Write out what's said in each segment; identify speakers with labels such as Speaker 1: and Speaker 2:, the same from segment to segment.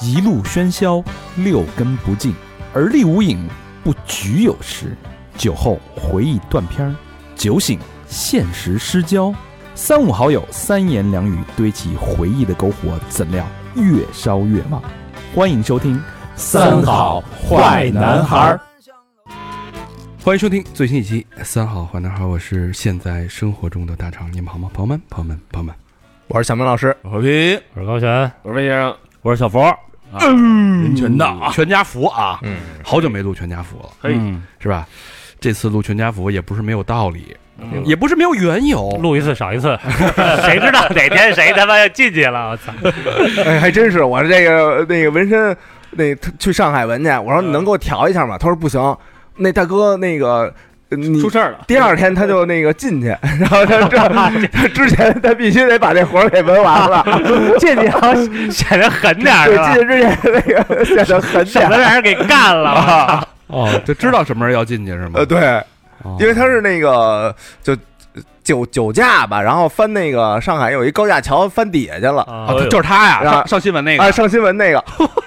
Speaker 1: 一路喧嚣，六根不净，而立无影，不局有时。酒后回忆断片儿，酒醒现实失焦。三五好友三言两语堆起回忆的篝火，怎料越烧越旺。欢迎收听《
Speaker 2: 三好坏男孩儿》。
Speaker 3: 欢迎收听最新一期《三好坏男孩》，我是现在生活中的大肠，你们好吗？朋友们，朋友们，朋友们，
Speaker 4: 我是小明老师，
Speaker 5: 和平，
Speaker 2: 我是高璇，
Speaker 5: 我是魏先生，
Speaker 2: 我是小佛。
Speaker 5: 嗯
Speaker 3: 人全的啊，全家福啊，
Speaker 4: 嗯，
Speaker 3: 好久没录全家福了，
Speaker 5: 嘿
Speaker 2: 嗯，
Speaker 3: 是吧？这次录全家福也不是没有道理，
Speaker 5: 嗯
Speaker 3: 也不是没有缘由。
Speaker 2: 录一次少一 次，谁知道哪天谁他妈要进去了？我操！
Speaker 4: 哎，还真是我这个那个纹身，那他去上海纹去，我说你能给我调一下吗？他说不行，那大哥那个呃你
Speaker 5: 出事儿了，
Speaker 4: 第二天他就那个进去，然后他这他之前他必须得把这活儿给纹完了，
Speaker 2: 这你要显得狠点儿是
Speaker 4: 对，
Speaker 2: 吧
Speaker 4: 进？去之前那个显得很
Speaker 2: 省
Speaker 4: 假
Speaker 2: 得，让人给干了。
Speaker 3: 哦，就知道什么时候要进去是吗
Speaker 4: 呃，？对，
Speaker 3: 哦
Speaker 4: 因为他是那个就酒酒驾吧，然后翻那个上海有一高架桥翻底下去了。
Speaker 2: 啊
Speaker 3: 啊，他就是他呀，
Speaker 4: 然后
Speaker 3: 上上新闻那
Speaker 4: 啊，
Speaker 3: 个，
Speaker 4: 上新闻那个，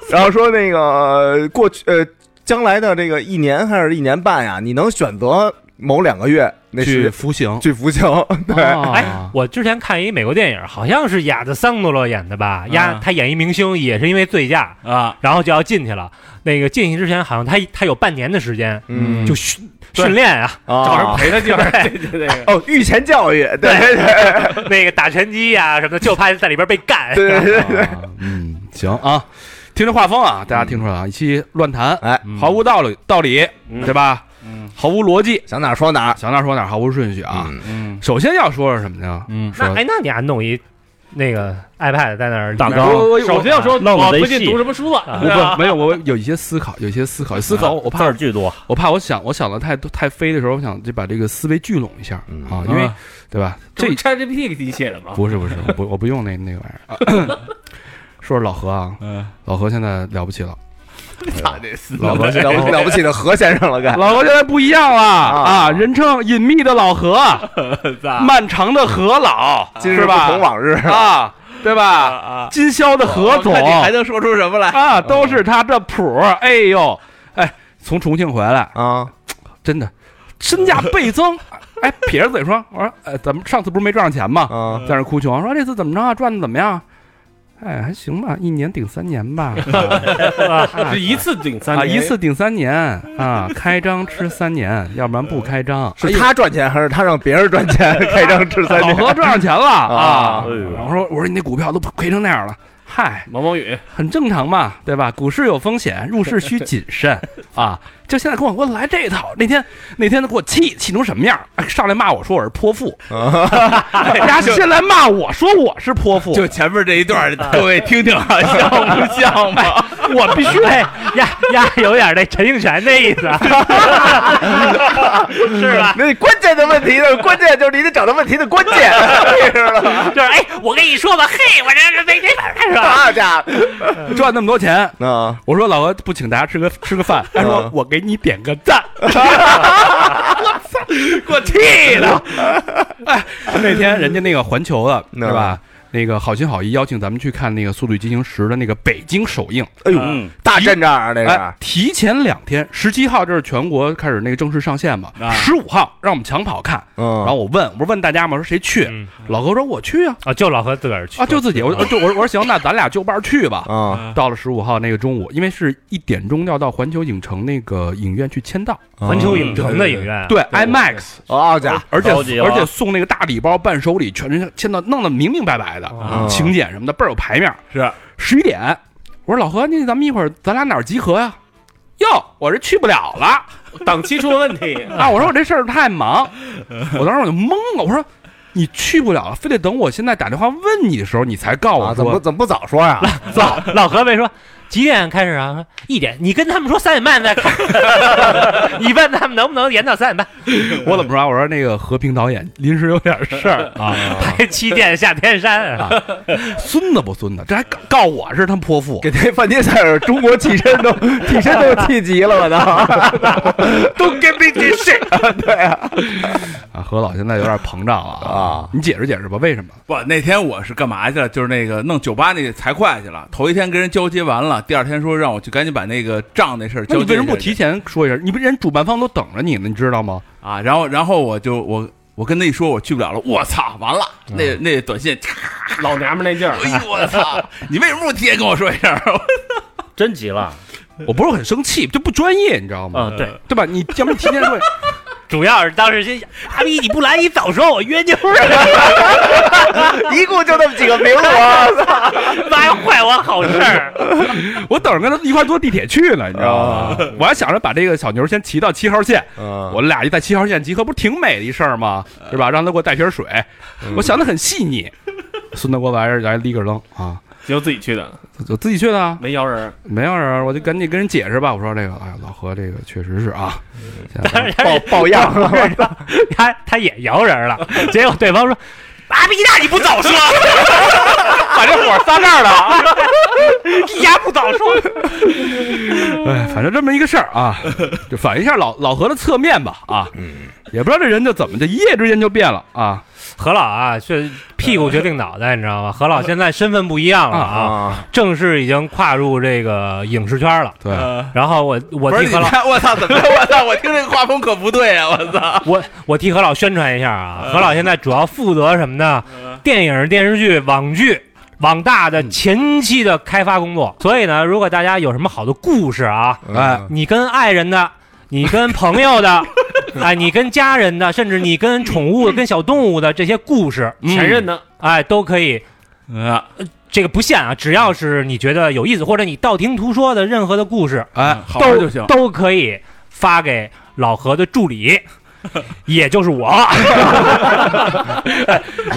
Speaker 4: 然后说那个呃过去呃将来的这个一年还是一年半呀，你能选择某两个月那
Speaker 3: 去
Speaker 4: 是
Speaker 3: 服刑。
Speaker 4: 去服刑，对，
Speaker 2: 哎
Speaker 3: 哎，，
Speaker 2: 我之前看一美国电影，好像是亚的桑德罗演的
Speaker 3: 啊
Speaker 2: 吧？亚
Speaker 5: 嗯
Speaker 2: 他演一明星，也是因为醉驾，
Speaker 5: 啊，
Speaker 2: 然后就要进去了。那个进去之前，好像他他有半年的时间
Speaker 4: 嗯
Speaker 2: 就训
Speaker 5: 对
Speaker 2: 训练啊，
Speaker 5: 找人
Speaker 4: 啊，
Speaker 5: 陪他去，对对对，
Speaker 4: 哦，御前教育，对对
Speaker 2: 那个打拳击呀、什么的，就怕在里边被干。
Speaker 4: 对对对，
Speaker 3: 啊嗯，行啊，听这画风啊，大家听出来啊，一期乱谈，
Speaker 4: 哎，
Speaker 3: 毫无道理道理，
Speaker 5: 嗯
Speaker 3: 对吧？
Speaker 5: 嗯
Speaker 3: 毫无逻辑，
Speaker 4: 想哪儿说哪儿
Speaker 3: 想哪儿说哪儿，毫无顺序啊。
Speaker 4: 嗯
Speaker 5: 嗯
Speaker 3: 首先要说是什么呢？
Speaker 5: 嗯，
Speaker 3: 说
Speaker 2: 那哎，那你还弄一那个 iPad 在那儿
Speaker 6: 大纲
Speaker 3: 我我
Speaker 5: 首先要说，
Speaker 6: 弄得
Speaker 5: 我
Speaker 6: 贼
Speaker 5: 最近
Speaker 6: 细
Speaker 5: 读什么书了？
Speaker 2: 啊
Speaker 3: 我
Speaker 5: 对吧
Speaker 3: 不没有，我有一些思考，有一些思考，思考。我
Speaker 6: 字
Speaker 3: 怕
Speaker 6: 儿巨多，
Speaker 3: 我怕我想我想的太多太飞的时候，我想就把这个思维聚拢一下
Speaker 4: 嗯
Speaker 3: 啊，因为
Speaker 5: 啊
Speaker 3: 对吧？
Speaker 5: 这
Speaker 3: 这
Speaker 5: 不 ChatGPT 给你写的吗？
Speaker 3: 不是不是，我不我不用那那个玩意儿。说说老何啊，
Speaker 5: 嗯，
Speaker 3: 老何现在了不起了，
Speaker 4: 操这死
Speaker 3: 老
Speaker 4: 了不
Speaker 3: 婆
Speaker 4: 起了不了不起的何先生了，该
Speaker 3: 老何现在不一样
Speaker 4: 哎
Speaker 3: 了
Speaker 4: 啊
Speaker 3: 啊，人称隐秘的老何，啊漫长的何老，
Speaker 4: 嗯今日
Speaker 3: 是
Speaker 4: 不
Speaker 3: 吧？
Speaker 4: 同往日，
Speaker 3: 啊，对吧？
Speaker 5: 啊，
Speaker 3: 今宵的何总
Speaker 4: 哦看你还能说出什么来
Speaker 3: 啊，都是他这谱儿，哎呦，哎，从重庆回来，
Speaker 4: 啊？
Speaker 3: 真的身价倍增， 哎，撇着嘴说，我说，呃，咱们上次不是没赚上钱吗？
Speaker 4: 啊，
Speaker 3: 在那哭穷，说这次怎么着啊？赚的怎么样？哎，还行吧，一年顶三年吧，
Speaker 5: 这一次顶三
Speaker 3: 啊，
Speaker 5: 年，
Speaker 3: 一次顶三年啊，开张吃三年，要不然不开张。哎
Speaker 4: 是他赚钱还是他让别人赚钱？开张吃三
Speaker 3: 老
Speaker 4: 年
Speaker 3: 何赚上钱了啊！
Speaker 4: 啊
Speaker 6: 哎呦
Speaker 3: 我说我说你那股票都亏成那样了，嗨，
Speaker 5: 毛毛雨，
Speaker 3: 很正常嘛，对吧？股市有风险，入市需谨慎啊！就现在跟我给我来这一套，那天那天他给我气气成什么样？哎上来骂我说我是泼妇， 哎然后先来骂我说我是泼妇，
Speaker 5: 就前面这一段， 各位听听啊，像不像嘛？
Speaker 2: 我必须哎呀呀，有点那陈应泉那意思，是吧？
Speaker 4: 那关键的问题的关键就是你得找到问题的关 键，你知道吗？
Speaker 2: 就是哎，我跟你说吧，嘿，我这这没没法是吧？
Speaker 4: 好啊家伙，
Speaker 3: 赚那么多钱。
Speaker 4: 啊，
Speaker 3: 我说老何不请大家吃个吃个饭，他说我给你点个赞，我操，给我气的！哎，那天人家那个环球的
Speaker 4: 嗯
Speaker 3: 是吧？那个好心好意邀请咱们去看那个《速度与激情十》的那个北京首映，
Speaker 4: 哎呦，
Speaker 6: 嗯，
Speaker 4: 大阵仗啊，这
Speaker 3: 哎
Speaker 4: 是，
Speaker 3: 提前两天，十七号这是全国开始那个正式上线嘛，
Speaker 5: 啊
Speaker 3: 十五号让我们抢跑看。
Speaker 4: 嗯
Speaker 3: 然后我问，我说问大家嘛，说谁去？
Speaker 2: 嗯
Speaker 3: 老何说我去啊，
Speaker 2: 啊，就老何自个儿去
Speaker 3: 啊就自己，我我就我说我说行，那咱俩就伴儿去吧。
Speaker 4: 啊
Speaker 3: 到了十五号那个中午，因为是一点钟要到环球影城那个影院去签
Speaker 4: 啊
Speaker 3: 到，
Speaker 2: 环球影城的影院，
Speaker 3: 对 IMAX，
Speaker 4: 好嗯啊家伙，
Speaker 3: 而且
Speaker 6: 高级了
Speaker 3: 而且送那个大礼包、伴手礼，全是签到，弄得明明白白的，
Speaker 2: 啊
Speaker 3: 请柬什么的倍儿有排面。
Speaker 5: 是
Speaker 3: 十一点，我说老何，那咱们一会儿咱俩哪儿集合呀？哟，我这去不了了。
Speaker 5: 档期出了问题，
Speaker 3: 啊，我说我这事儿太忙，我当时我就懵了，我说你去不了了，非得等我现在打电话问你的时候，你才告
Speaker 4: 啊，
Speaker 3: 我
Speaker 4: 怎么
Speaker 3: 说
Speaker 4: 怎么不早说呀？
Speaker 2: 老老何没说，几点开始啊？一点，你跟他们说三点半再开，你问他们能不能延到三点
Speaker 3: 我怎么说啊？我说那个和平导演临时有点事儿啊，
Speaker 2: 半，拍七店下天山啊。
Speaker 3: 孙子不孙子？这还告告我是他泼妇，
Speaker 4: 给那范杰塞尔中国替身都替身都气急了，我操！
Speaker 5: Don't get me this shit！
Speaker 3: 啊，何老现在有点膨胀了
Speaker 4: 啊！
Speaker 3: 你解释解释吧，为什么？
Speaker 5: 不，那天我是干嘛去了？就是那个弄酒吧那财会去了。头一天跟人交接完了，第二天说让我去赶紧把那个账那事儿
Speaker 3: 那
Speaker 5: 交
Speaker 3: 你
Speaker 5: 接。
Speaker 3: 为什么不提前说一声？你不人主办方都等着你呢，你知道吗？
Speaker 5: 啊？然后，然后我就我我跟他一说我去不了了，我操，完了！那那短信，
Speaker 6: 老娘们那劲儿，
Speaker 5: 哎呦我操！你为什么不提前跟我说一声？
Speaker 6: 真急了。
Speaker 3: 我不是很生气，就不专业，你知道吗？
Speaker 2: 嗯，对，
Speaker 3: 对吧？你要不然提前说，
Speaker 2: 主要是当时心想，阿逼你不来，你早说我约就是了，
Speaker 4: 一共就那么几个名 额，
Speaker 2: 妈呀，坏我好事儿。
Speaker 3: 我等着跟他一块儿坐地铁去呢，你知道吗？我还想着把这个小牛先骑到七号线，我
Speaker 4: 我
Speaker 3: 俩一在七号线集合，不是挺美的一事儿吗？是吧？让他给我带瓶水，我想的很细腻。孙德国来来立个扔啊！
Speaker 6: 结果自己去的，
Speaker 3: 我自己去的啊，
Speaker 6: 没摇人儿，
Speaker 3: 没有人，我就赶紧跟人解释吧。我说这个，哎，老何这个确实是啊，现在
Speaker 2: 当时
Speaker 4: 抱抱恙 了，
Speaker 2: 他他也摇人了，结果对方说。阿逼那你不早 说，
Speaker 3: 把这火撒这儿了。
Speaker 2: 你丫不早说，
Speaker 3: 哎，反正这么一个事儿啊，就反映一下老老何的侧面吧啊。也不知道这人就怎么就一夜之间就变了啊
Speaker 2: 何老啊，是屁股决定脑袋，你知道吗？何老现在身份不一样了啊，
Speaker 4: 啊！
Speaker 2: 正式已经跨入这个影视圈了。
Speaker 3: 对
Speaker 2: 然后我我
Speaker 5: 不是
Speaker 2: 替
Speaker 5: 你
Speaker 2: 何老，
Speaker 5: 看，我操，怎么着？我操，我听这个画风可不对啊！我操，
Speaker 2: 我我替何老宣传一下啊，
Speaker 5: 呃
Speaker 2: 何老现在主要负责什么呢？电影、电视剧、网剧。网大的前期的开发工作，所以呢，如果大家有什么好的故事啊，
Speaker 3: 哎
Speaker 2: 你跟爱人的，你跟朋友的，哎，你跟家人的，甚至你跟宠物、跟小动物的这些故事，
Speaker 5: 嗯
Speaker 6: 前任呢？
Speaker 2: 哎，都可以
Speaker 5: 啊，
Speaker 2: 这个不限啊，只要是你觉得有意思，或者你道听途说的任何的故事，
Speaker 3: 哎，
Speaker 5: 好玩
Speaker 2: 都
Speaker 5: 就行。
Speaker 2: 都可以发给老何的助 理，也就是我。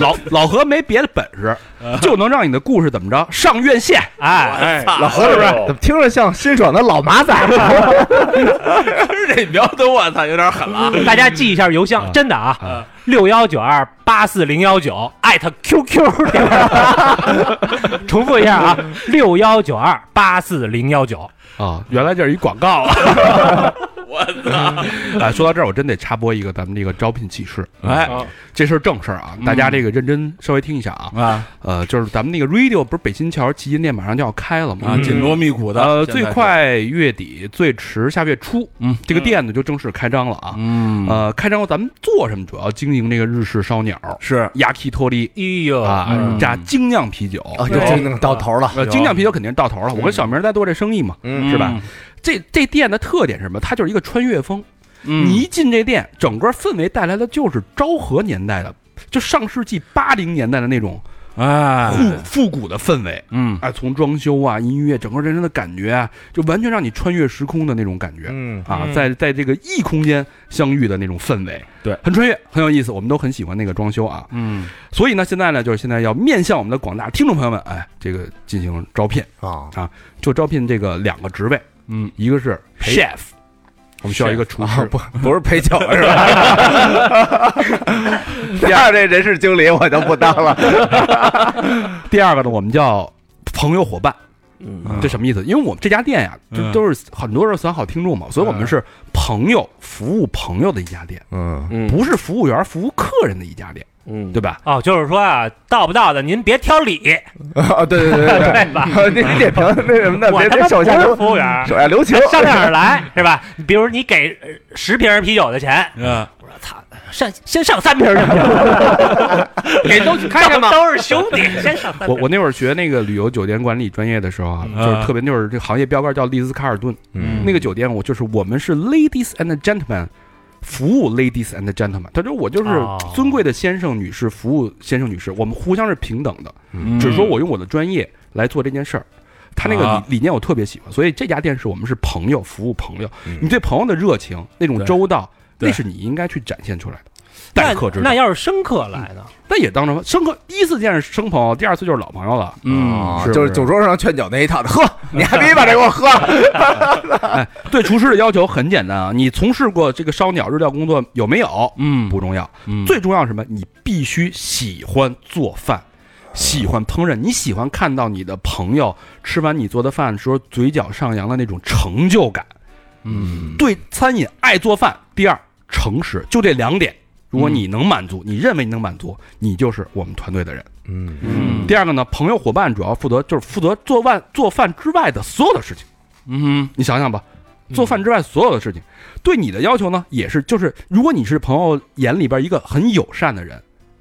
Speaker 3: 老老何没别的本事，就能让你的故事怎么着上院线。
Speaker 2: 哎，
Speaker 6: 哎，
Speaker 4: 老何是不是
Speaker 5: 哦
Speaker 4: 怎么听着像辛爽的老马仔？啊
Speaker 5: 是这苗头，我操，有点狠了啊。
Speaker 2: 大家记一下邮箱，真的啊，六幺九二八四零幺九艾特 QQ 点儿重复一下啊，六幺九二八四零幺九。
Speaker 3: 啊，原来这是一广告啊！ 我操！哎，说到这儿，我真得插播一个咱们这个招聘启事。
Speaker 5: 哎
Speaker 6: 啊
Speaker 3: 这事儿正事儿啊，大家
Speaker 5: 嗯
Speaker 3: 这个认真稍微听一下啊。
Speaker 5: 啊
Speaker 3: 呃，就是咱们那个 radio 不是北新桥旗舰店马上就要开了吗？
Speaker 5: 啊，紧锣密鼓的，
Speaker 3: 呃，
Speaker 5: 现在
Speaker 3: 最
Speaker 5: 是，
Speaker 3: 快月底，最迟下月初，
Speaker 5: 嗯，
Speaker 3: 这个店呢就正式开张了啊。
Speaker 5: 嗯
Speaker 3: 呃，开张后咱们做什么？主要经营这个日式烧鸟、
Speaker 5: 是
Speaker 3: 亚 k 托利
Speaker 2: 哎呦，
Speaker 3: 啊
Speaker 5: 嗯，哦啊
Speaker 3: 加精酿啤酒。
Speaker 4: 啊就真的到头了，
Speaker 3: 呃，精酿啤酒肯定是到头了。我跟小明在做这生意嘛，
Speaker 4: 嗯
Speaker 3: 是吧？？这这店的特点是什么？它就是一个穿越风。
Speaker 5: 嗯
Speaker 3: 你一进这店，整个氛围带来的就是昭和年代的，就上世纪八零年代的那种
Speaker 5: 哎
Speaker 3: 复，复古的氛围。
Speaker 5: 嗯，
Speaker 3: 哎，从装修啊、音乐，整个人生的感觉啊，就完全让你穿越时空的那种感觉
Speaker 4: 嗯，
Speaker 3: 啊，
Speaker 2: 嗯
Speaker 3: 在在这个异空间相遇的那种氛围，
Speaker 5: 对，
Speaker 3: 很穿越，很有意思。我们都很喜欢那个装修啊，
Speaker 5: 嗯，
Speaker 3: 所以呢，现在呢，就是现在要面向我们的广大听众朋友们，哎，这个进行招聘，
Speaker 4: 啊，
Speaker 3: 就招聘这个两个职位，
Speaker 5: 嗯，啊
Speaker 3: 一个是 chef，我们需要一个厨师，
Speaker 4: 不不是陪酒是吧？第二这人事经理我就不当了，
Speaker 3: 第二个呢，我们叫朋友伙伴，
Speaker 6: 嗯
Speaker 3: 这什么意思？因为我们这家店呀，
Speaker 5: 嗯
Speaker 3: 这都是很多是三好听众嘛，所以我们是朋友服务朋友的一家店，
Speaker 4: 嗯，
Speaker 6: 嗯
Speaker 3: 不是服务员服务客人的一家店，
Speaker 6: 嗯
Speaker 3: 对，吧？
Speaker 2: 哦，就是说啊，到不到的您别挑理，
Speaker 4: 啊，对对对 对
Speaker 2: 对吧？
Speaker 4: 对，你点评那什么的，
Speaker 2: 我
Speaker 4: 别
Speaker 2: 他
Speaker 4: 别
Speaker 2: 妈
Speaker 4: 手
Speaker 2: 不
Speaker 4: 下
Speaker 2: 是
Speaker 4: 留
Speaker 2: 服务员儿，
Speaker 4: 手下留情，
Speaker 2: 啊上哪儿来是吧？比如你给呃十瓶啤酒的钱，
Speaker 5: 嗯，
Speaker 2: 我说操，上先上三瓶儿去， 给都看看吧，都是兄弟，先上三瓶儿。
Speaker 3: 我我那会儿学那个旅游酒店管理专业的时候啊，
Speaker 5: 嗯
Speaker 3: 就是特别就是这行业标杆叫丽兹卡尔顿，
Speaker 5: 嗯
Speaker 3: 那个酒店我就是我们是 ladies and gentlemen。服务 ladies and gentlemen，他说我就是
Speaker 2: 哦
Speaker 3: 尊贵的先生女士，服务先生女士，我们互相是平等的，
Speaker 5: 嗯
Speaker 3: 只是说我用我的专业来做这件事儿。他那个理、
Speaker 5: 啊
Speaker 3: 理念我特别喜欢，所以这家店是我们是朋友，服务朋友。
Speaker 4: 嗯
Speaker 3: 你对朋友的热情，那种
Speaker 5: 对
Speaker 3: 周到，
Speaker 5: 对
Speaker 3: 那是你应该去展现出来的。待
Speaker 2: 那
Speaker 3: 客之道
Speaker 2: 那。要是生客来呢？
Speaker 3: 但也当成生客，第一次见是生朋友，第二次就是老朋友了。
Speaker 5: 嗯，
Speaker 4: 啊
Speaker 3: 是不
Speaker 4: 就是
Speaker 3: 是
Speaker 4: 酒桌上劝酒那一套的，喝，你还必须把这给我喝了。
Speaker 3: 对厨师的要求很简单啊，你从事过这个烧鸟日料工作有没有？
Speaker 5: 嗯，
Speaker 3: 不重要，
Speaker 5: 嗯
Speaker 3: 最重要是什么？你必须喜欢做饭，喜欢烹饪，你喜欢看到你的朋友吃完你做的饭的时候嘴角上扬的那种成就感。
Speaker 5: 嗯
Speaker 3: 对餐饮爱做饭，第二诚实，就这两点。如果
Speaker 5: 嗯
Speaker 3: 你能满足，你认为你能满足，你就是我们团队的人。
Speaker 4: 嗯，
Speaker 5: 嗯
Speaker 3: 第二个呢，朋友伙伴主要负责就是负责做饭做饭之外的所有的事情。
Speaker 5: 嗯
Speaker 3: 你想想吧，做饭之外所有的事情，对你的要求呢，也是就是，如果你是朋友眼里边一个很友善的人，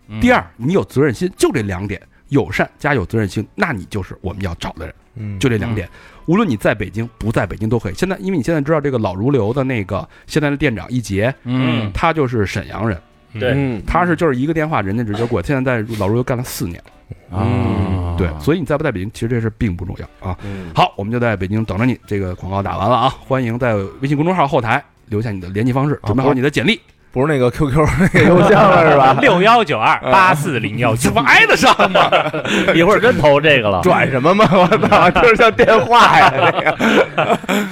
Speaker 5: 嗯
Speaker 3: 第二你有责任心，就这两点，友善加有责任心，那你就是我们要找的人，
Speaker 4: 嗯
Speaker 3: 就这两点。无论你在北京不在北京都可以。现在，因为你现在知道这个老如流的那个现在的店长一杰，
Speaker 5: 嗯
Speaker 3: 他就是沈阳人，
Speaker 6: 对，
Speaker 2: 嗯
Speaker 3: 他是就是一个电话人家直接过来，现在在老如流干了四年了。
Speaker 5: 啊，
Speaker 3: 对，所以你在不在北京，其实这事并不重要啊。好，我们就在北京等着你。这个广告打完了啊，欢迎在微信公众号后台留下你的联系方式，
Speaker 4: 啊
Speaker 3: 准备好你的简历。
Speaker 4: 不是那个 QQ 那个邮箱了是吧？
Speaker 2: 六幺九二八四零幺九，
Speaker 3: 么挨得上 吗？
Speaker 6: 一会儿真投这个了，
Speaker 4: 转什么嘛？我操，就是像电话呀，那个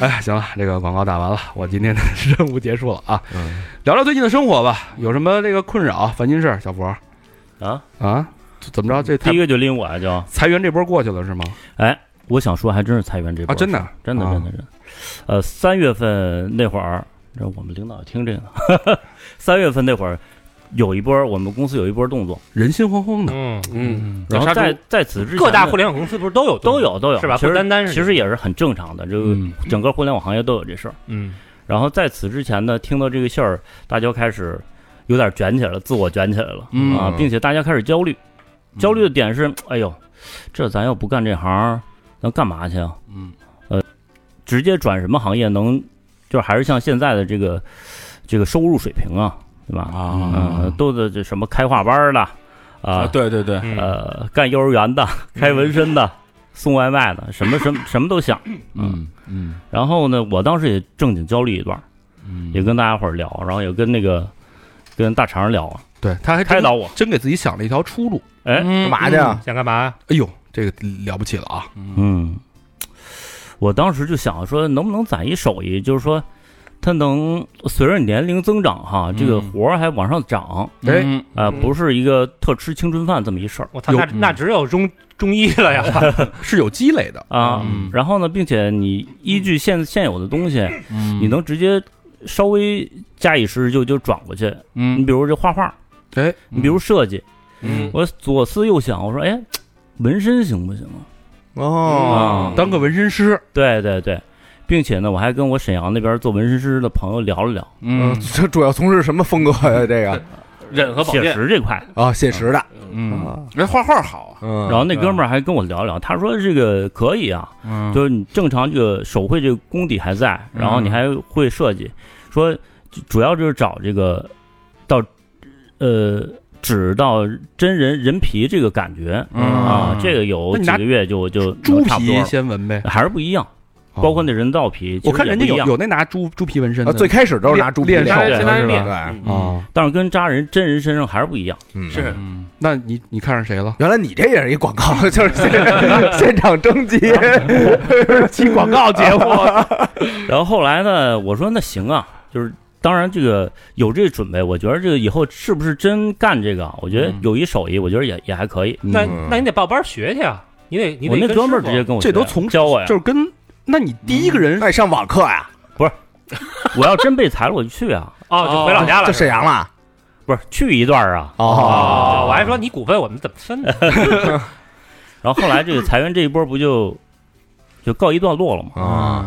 Speaker 3: 哎，行了，这个广告打完了，我今天的任务结束了啊。聊聊最近的生活吧，有什么这个困扰、烦心事儿？小博
Speaker 6: 啊！
Speaker 3: 啊，怎么着？这
Speaker 6: 第
Speaker 3: 裁
Speaker 6: 一个就拎我啊，就
Speaker 3: 裁员这波过去了是吗？
Speaker 6: 哎，我想说，还真是裁员这波
Speaker 3: 啊，真的
Speaker 6: 事儿，真的，
Speaker 3: 啊
Speaker 6: 真的，真的。呃，三月份那会儿，让我们领导听这个，三月份那会儿有一波，我们公司有一波动作，
Speaker 3: 人心惶惶的。
Speaker 2: 嗯，
Speaker 5: 嗯
Speaker 6: 然后在在此之前呢，
Speaker 2: 各大互联网公司不是都有
Speaker 6: 都有都有，
Speaker 2: 是吧
Speaker 6: 其
Speaker 2: 不
Speaker 6: 实
Speaker 2: 单单是
Speaker 6: 其实也是很正常的，这个
Speaker 5: 嗯
Speaker 6: 整个互联网行业都有这事儿。
Speaker 2: 嗯
Speaker 6: 然后在此之前呢，听到这个信儿，大家开始有点卷起来了，自我卷起来了、
Speaker 5: 嗯
Speaker 6: 啊，并且大家开始焦虑。焦虑的点
Speaker 2: 嗯
Speaker 6: 是，哎呦，这咱要不干这行，能干嘛去啊？
Speaker 5: 嗯
Speaker 6: 直接转什么行业能，就是还是像现在的这个这个收入水平啊，对吧？
Speaker 5: 啊
Speaker 6: 嗯，都得这什么开画班儿的
Speaker 5: 啊，
Speaker 6: 啊，
Speaker 5: 对对嗯对，
Speaker 2: 嗯
Speaker 6: 呃，干幼儿园的，开纹身的，送外卖的，什么什么什么都想。
Speaker 5: 嗯嗯
Speaker 6: 然后呢，我当时也正经焦虑一段儿，
Speaker 5: 嗯
Speaker 6: 也跟大家伙儿聊，然后也跟那个跟大肠聊，啊
Speaker 3: 对，他还
Speaker 6: 开
Speaker 3: 真
Speaker 6: 导我，
Speaker 3: 真给自己想了一条出路。
Speaker 6: 哎，
Speaker 4: 干
Speaker 5: 干
Speaker 4: 嘛去？啊？
Speaker 2: 想干嘛呀？
Speaker 3: 哎呦，这个了不起了啊！
Speaker 6: 嗯，我当时就想说，能不能攒一手艺，就是说，它能随着年龄增长哈，这个
Speaker 5: 嗯
Speaker 6: 活儿还往上涨，
Speaker 3: 哎
Speaker 5: 嗯
Speaker 6: 啊，
Speaker 2: 嗯
Speaker 6: 不是一个特吃青春饭这么一事儿
Speaker 2: 我操，那
Speaker 6: 嗯
Speaker 2: 那只有中中医了呀！
Speaker 3: 是有积累的，
Speaker 6: 啊
Speaker 5: 嗯。
Speaker 6: 然后呢，并且你依据现现有的东西，
Speaker 5: 嗯
Speaker 6: 你能直接稍微加以时就就转过去。你
Speaker 5: 嗯
Speaker 6: 比如这画画，
Speaker 3: 哎，
Speaker 6: 你比如设计，
Speaker 5: 嗯
Speaker 6: 我左思右想，我说，哎，纹身行不行啊？嗯
Speaker 4: 哦，
Speaker 3: 当个纹身师，
Speaker 6: 对对对，并且呢，我还跟我沈阳那边做纹身师的朋友聊了聊
Speaker 4: 嗯，
Speaker 5: 嗯
Speaker 4: 这主要从事什么风格呀？这个
Speaker 5: 忍和
Speaker 6: 写实这块，
Speaker 4: 啊，写实的，
Speaker 5: 嗯，人画画好啊，
Speaker 4: 嗯，
Speaker 6: 然后那哥们儿还跟我聊聊，他说这个可以啊，
Speaker 5: 嗯
Speaker 6: 就是你正常这个手绘这个功底还在，
Speaker 3: 嗯
Speaker 6: 然后你还会设计，说主主要就是找这个到呃纸到真人人皮这个感觉
Speaker 3: 嗯
Speaker 6: 啊，这个有
Speaker 3: 那你
Speaker 6: 几
Speaker 3: 拿
Speaker 6: 个月就就
Speaker 3: 猪
Speaker 6: 能嗯差不多
Speaker 3: 皮
Speaker 6: 了
Speaker 3: 先纹呗，
Speaker 6: 还是不一样，包括那人造皮，
Speaker 3: 我看人家有
Speaker 6: 其实也不一样，
Speaker 3: 有那拿猪猪皮纹身
Speaker 4: 啊
Speaker 3: 的，
Speaker 4: 最开始都是拿猪皮
Speaker 3: 练
Speaker 4: 手
Speaker 3: 练
Speaker 4: 的，
Speaker 3: 手的
Speaker 4: 是
Speaker 3: 是吧
Speaker 4: 吧？
Speaker 6: 嗯
Speaker 3: 啊，
Speaker 6: 但是跟扎人真人身上还是不一样。
Speaker 4: 对，嗯
Speaker 5: 是
Speaker 3: 那你你看上谁了？
Speaker 4: 原来你这也是一广告，就是现现场征集，
Speaker 3: 期广告节目，
Speaker 6: 然后后来呢，我说那行啊，就是当然这个有这个准备，我觉得这个以后是不是真干这个啊，我觉得
Speaker 5: 嗯
Speaker 6: 有一手艺，我觉得也也还可以。
Speaker 2: 那那你得报班学去啊！你得你得
Speaker 6: 嗯我那
Speaker 2: 跟
Speaker 6: 哥们儿
Speaker 2: 师傅
Speaker 6: 直接跟我
Speaker 3: 这都
Speaker 6: 学
Speaker 3: 从
Speaker 6: 教我呀
Speaker 3: 就，是跟那你第一个人
Speaker 6: 嗯
Speaker 4: 那你上网课呀？
Speaker 6: 我要真被裁了我就去啊，
Speaker 2: 哦，就回老家了
Speaker 4: 就。沈阳了。
Speaker 6: 不是去一段儿啊。
Speaker 4: 哦，
Speaker 2: 哦，我还说你股份我们怎么分呢？
Speaker 6: 然后后来这个裁员这一波不就就告一段落了吗？
Speaker 4: 啊，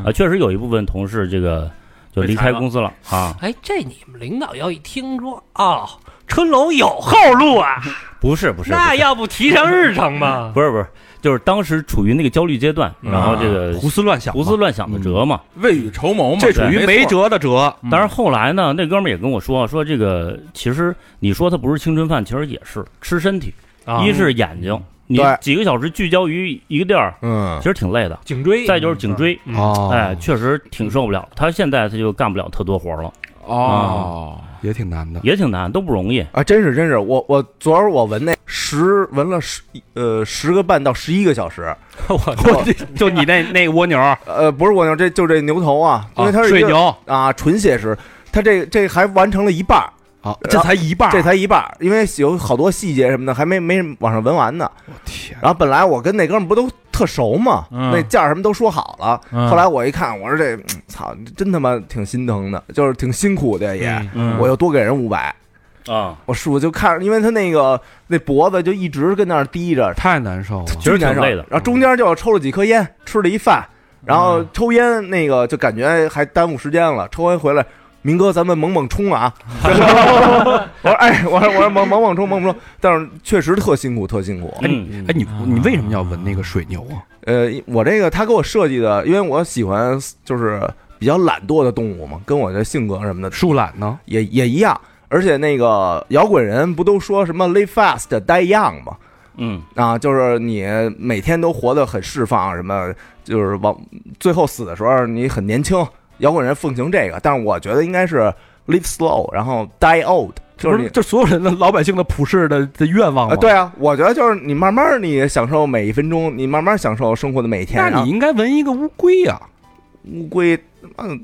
Speaker 6: 啊，确实有一部分同事这个就离开公司了啊，
Speaker 2: 哎，这你们领导要一听说哦，春龙有后路啊，
Speaker 6: 不是不是，
Speaker 2: 那
Speaker 6: 不是
Speaker 2: 要不提上日程吗？
Speaker 6: 不是不是，就是当时处于那个焦虑阶段，然后这个
Speaker 3: 啊胡思乱想嘛，
Speaker 6: 胡思乱想的折嘛，
Speaker 5: 未雨绸缪嘛，
Speaker 3: 这属于没辙的辙，
Speaker 5: 嗯
Speaker 6: 但是后来呢，那哥们儿也跟我说，说这个其实你说它不是青春饭，其实也是吃身体。
Speaker 2: 啊
Speaker 6: 一是眼睛，你
Speaker 4: 对
Speaker 6: 几个小时聚焦于一个地儿，
Speaker 4: 嗯
Speaker 6: 其，实挺累的。
Speaker 2: 颈椎，
Speaker 6: 再就是颈椎，哎
Speaker 2: 嗯
Speaker 3: 哦
Speaker 6: 哎，确实挺受不了。他现在他就干不了特多活了，
Speaker 5: 哦，
Speaker 3: 啊也挺难的。
Speaker 6: 也挺难，都不容易。
Speaker 4: 啊，真是真是，我我昨儿我闻那十闻了十呃十个半到十一个小时，
Speaker 2: 我
Speaker 4: 我
Speaker 3: 就你那那蜗牛，
Speaker 4: 呃不是我牛，这就这牛头啊，因为它是一
Speaker 3: 水
Speaker 4: 个
Speaker 3: 牛，
Speaker 4: 啊纯血食，它这这还完成了一半儿，
Speaker 3: 啊，这才一半儿，
Speaker 4: 这才一半儿，因为有好多细节什么的还没没往上纹完呢。
Speaker 3: 天
Speaker 4: 然后本来我跟那哥们儿不都特熟嘛，
Speaker 2: 嗯
Speaker 4: 那价儿什么都说好了。
Speaker 2: 嗯
Speaker 4: 后来我一看，我说这嗯操，真他妈挺心疼的，就是挺辛苦的也。
Speaker 6: 嗯
Speaker 4: 我又多给人五百，
Speaker 6: 啊，
Speaker 4: 我师傅就看，因为他那个那脖子就一直跟那儿低着，
Speaker 3: 太难受了。
Speaker 6: 其实挺
Speaker 4: 巨难受
Speaker 6: 累的
Speaker 4: 然后中间就抽了几颗烟，吃了一饭，然
Speaker 6: 嗯
Speaker 4: 后抽烟那个就感觉还耽误时间了。抽完回来，明哥，咱们猛猛冲啊！ 我说哎，我说我说猛猛猛冲猛猛冲，但是确实特辛苦，特辛苦。
Speaker 6: 嗯，
Speaker 3: 哎，你你为什么要纹那个水牛啊？
Speaker 4: 呃，我这个他给我设计的，因为我喜欢就是比较懒惰的动物嘛，跟我的性格什么的
Speaker 3: 树懒呢？
Speaker 4: 也也一样。而且那个摇滚人不都说什么 “live fast, die young” 吗？
Speaker 6: 嗯，
Speaker 4: 啊，就是你每天都活得很释放，什么就是往最后死的时候你很年轻。摇滚人奉行这个，但是我觉得应该是 live slow，然后 die old，就是你
Speaker 3: 这所有人的老百姓的普世的的愿望
Speaker 4: 啊，对，啊，我觉得就是你慢慢你享受每一分钟，你慢慢享受生活的每一天。
Speaker 3: 那你应该纹一个乌龟啊呀。
Speaker 4: 你乌龟，嗯，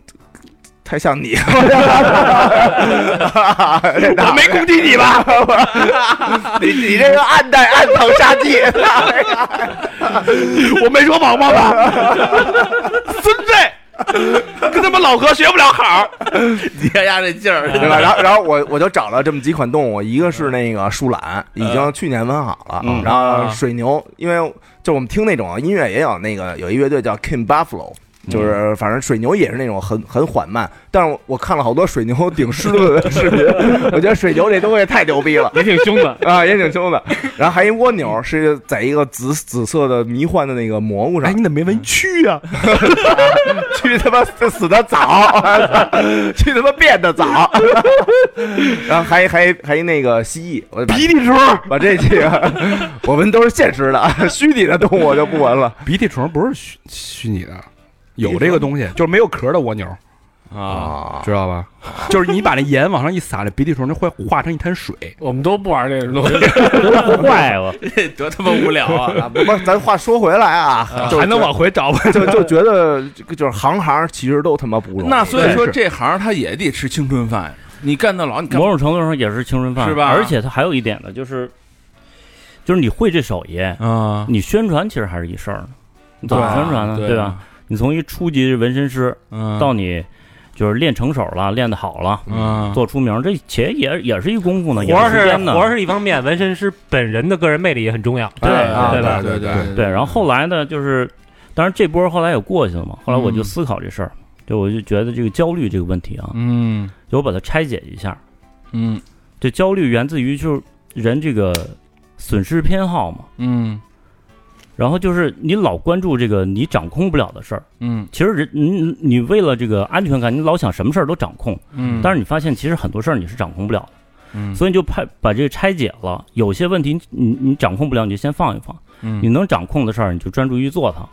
Speaker 4: 太像 你了，我没攻击你 吧？你你这个暗带暗藏杀机，
Speaker 3: 我没说王八吧？孙子，跟他们老何学不了好。啊
Speaker 5: 你看丫这劲儿，
Speaker 4: 对吧？然后，然后我我就找了这么几款动物，一个是那个树懒，已经去年纹好了，
Speaker 6: 嗯
Speaker 4: 然
Speaker 3: 啊
Speaker 4: 后水牛，因为就我们听那种啊音乐也有那个有一乐队叫 King Buffalo。就是，反正水牛也是那种很很缓慢，但是我看了好多水牛顶狮子的视频， 我觉得水牛这东西太牛逼了
Speaker 2: 也挺凶的，
Speaker 4: 啊，也挺凶的。然后还一蜗牛是在一个紫紫色的迷幻的那个蘑菇上
Speaker 3: 哎，，你怎么没纹蛆啊？
Speaker 4: 去他妈死死的早， 去他妈变的早， 然后还还还那个蜥蜴，我把
Speaker 3: 鼻涕虫，
Speaker 4: 把这几个我们都是现实的， 虚拟的动物我就不闻了。
Speaker 3: 鼻涕虫不是虚虚拟的，有这个东西，就是没有壳的蜗牛，
Speaker 5: 啊，
Speaker 4: 啊，
Speaker 3: 知 道吧？就是你把那盐往上一撒，那鼻涕虫就会化成一 滩水。
Speaker 7: 我们都不玩这种东西，
Speaker 6: 坏我，
Speaker 5: 这多他妈无 聊啊！
Speaker 4: 不是，咱话说回来啊，
Speaker 3: 哎
Speaker 4: 就
Speaker 7: 还能往回找吗？
Speaker 4: 就就觉得就是行行其实都他妈不容易。
Speaker 5: 那所以说
Speaker 3: 是
Speaker 5: 这行他也得吃青春饭，你干到老，你干
Speaker 6: 某种程度上也是青春饭，
Speaker 5: 是吧
Speaker 6: 而且它还有一点呢，就是就是你会这手艺，
Speaker 5: 啊，
Speaker 6: 你宣传其实还是一事儿呢，你怎么宣传呢？对吧？？你从一初级纹身师
Speaker 5: 嗯，
Speaker 6: 到你就是练成手了，练得好了，
Speaker 5: 嗯，
Speaker 6: 做出名，这其实也也是一功夫呢，也
Speaker 2: 活儿
Speaker 6: 时
Speaker 2: 是
Speaker 6: 间呢
Speaker 2: 活。儿是一方面，纹身师本人的个人魅力也很重要。
Speaker 6: 对
Speaker 4: 啊
Speaker 6: 对吧？
Speaker 5: 对对
Speaker 6: 对，然后后来呢，就是当然这波后来也过去了嘛，后来我就
Speaker 5: 嗯
Speaker 6: 思考这事儿，就我就觉得这个焦虑这个问题啊，
Speaker 5: 嗯
Speaker 6: 就我把它拆解一下，
Speaker 5: 嗯
Speaker 6: 这焦虑源自于就是人这个损失偏好嘛，
Speaker 5: 嗯
Speaker 6: 然后就是你老关注这个你掌控不了的事儿，
Speaker 5: 嗯
Speaker 6: 其实人你你为了这个安全感，你老想什么事儿都掌控，
Speaker 5: 嗯，
Speaker 6: 但是你发现其实很多事儿你是掌控不了的，
Speaker 5: 嗯
Speaker 6: 所以你就派把这个拆解了，有些问题你你你掌控不了，你就先放一放，
Speaker 5: 嗯
Speaker 6: 你能掌控的事儿你就专注于做它，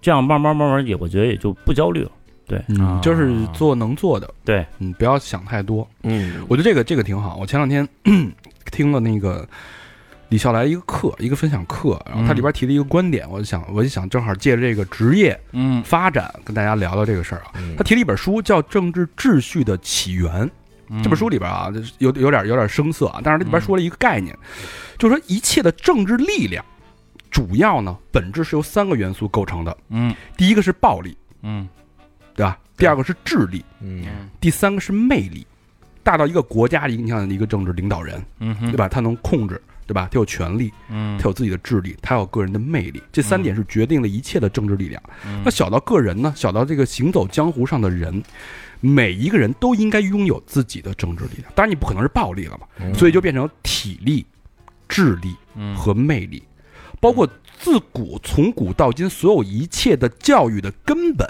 Speaker 6: 这样慢慢慢慢也我觉得也就不焦虑了，
Speaker 5: 啊
Speaker 3: 就是做能做的，
Speaker 6: 对，
Speaker 3: 嗯，不要想太多。
Speaker 4: 嗯
Speaker 3: 我觉得这个这个挺好。我前两天 听了那个李笑来一个课，一个分享课，然后他
Speaker 5: 嗯
Speaker 3: 里边提了一个观点，我就想，我就想正好借着这个职业
Speaker 5: 嗯
Speaker 3: 发展跟大家聊聊这个事儿啊。
Speaker 4: 嗯
Speaker 3: 他提了一本书叫《政治秩序的起源》，这本书里边啊，就是有有点有点生涩啊，但是它里边说了一个概念，就是说一切的政治力量，主要呢本质是由三个元素构成的，
Speaker 5: 嗯
Speaker 3: 第一个是暴力，
Speaker 5: 嗯
Speaker 3: 对吧？第二个是智力，
Speaker 4: 嗯
Speaker 3: 第三个是魅力。大到一个国家影响一个政治领导人，
Speaker 5: 嗯
Speaker 3: 对
Speaker 5: 哼
Speaker 3: 吧？他能控制，对吧？他有权利，
Speaker 5: 嗯
Speaker 3: 他有自己的智力，他有个人的魅力，这三点是决定了一切的政治力量。
Speaker 5: 嗯
Speaker 3: 那小到个人呢，小到这个行走江湖上的人，每一个人都应该拥有自己的政治力量。当然，你不可能是暴力了嘛，所以就变成体力、智力
Speaker 5: 嗯
Speaker 3: 和魅力，包括自古从古到今所有一切的教育的根本，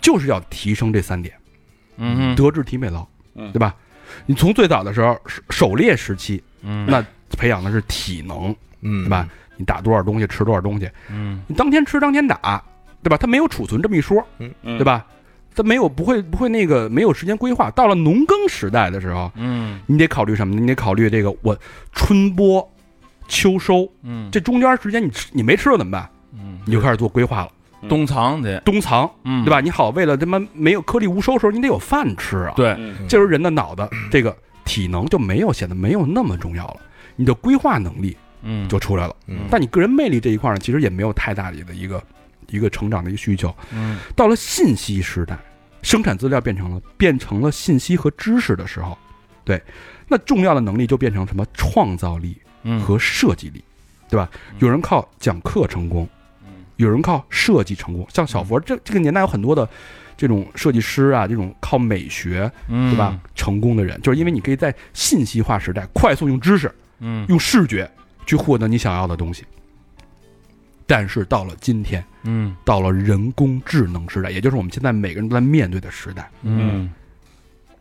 Speaker 3: 就是要提升这三点。
Speaker 5: 嗯哼
Speaker 3: 德智体美劳，
Speaker 6: 嗯
Speaker 3: 对吧？你从最早的时候狩狩猎时期，
Speaker 5: 嗯
Speaker 3: 那培养的是体能，
Speaker 4: 嗯，
Speaker 3: 对吧？？你打多少东西吃多少东西，
Speaker 5: 嗯
Speaker 3: 你当天吃当天打，对吧？它没有储存这么一说，
Speaker 4: 嗯
Speaker 6: 嗯
Speaker 3: 对吧？他没有不会不会那个没有时间规划。到了农耕时代的时候，
Speaker 5: 嗯
Speaker 3: 你得考虑什么呢？你得考虑这个我春播、秋收
Speaker 5: 嗯，
Speaker 3: 这中间时间你吃你没吃了怎么办？
Speaker 5: 嗯
Speaker 3: 你就开始做规划了，
Speaker 5: 冬藏得
Speaker 3: 冬藏
Speaker 5: 嗯
Speaker 3: 对吧？你好，为了他妈没有颗粒无收的时候，你得有饭吃啊。
Speaker 5: 对，
Speaker 6: 嗯
Speaker 3: 这时候人的脑子这个体能就没有显得没有那么重要了，你的规划能力
Speaker 5: 嗯
Speaker 3: 就出来了。
Speaker 4: 嗯
Speaker 3: 但你个人魅力这一块呢，其实也没有太大的一个一个成长的一个需求。
Speaker 5: 嗯
Speaker 3: 到了信息时代，生产资料变成了变成了信息和知识的时候，对，那重要的能力就变成什么创造力
Speaker 5: 嗯
Speaker 3: 和设计力，对吧？有人靠讲课成功，有人靠设计成功。像小佛这这个年代有很多的这种设计师啊，这种靠美学
Speaker 5: 嗯
Speaker 3: 对吧、？成功的人，就是因为你可以在信息化时代快速用知识、
Speaker 5: 嗯
Speaker 3: 用视觉去获得你想要的东西。但是到了今天，
Speaker 5: 嗯
Speaker 3: 到了人工智能时代，也就是我们现在每个人都在面对的时代，
Speaker 5: 嗯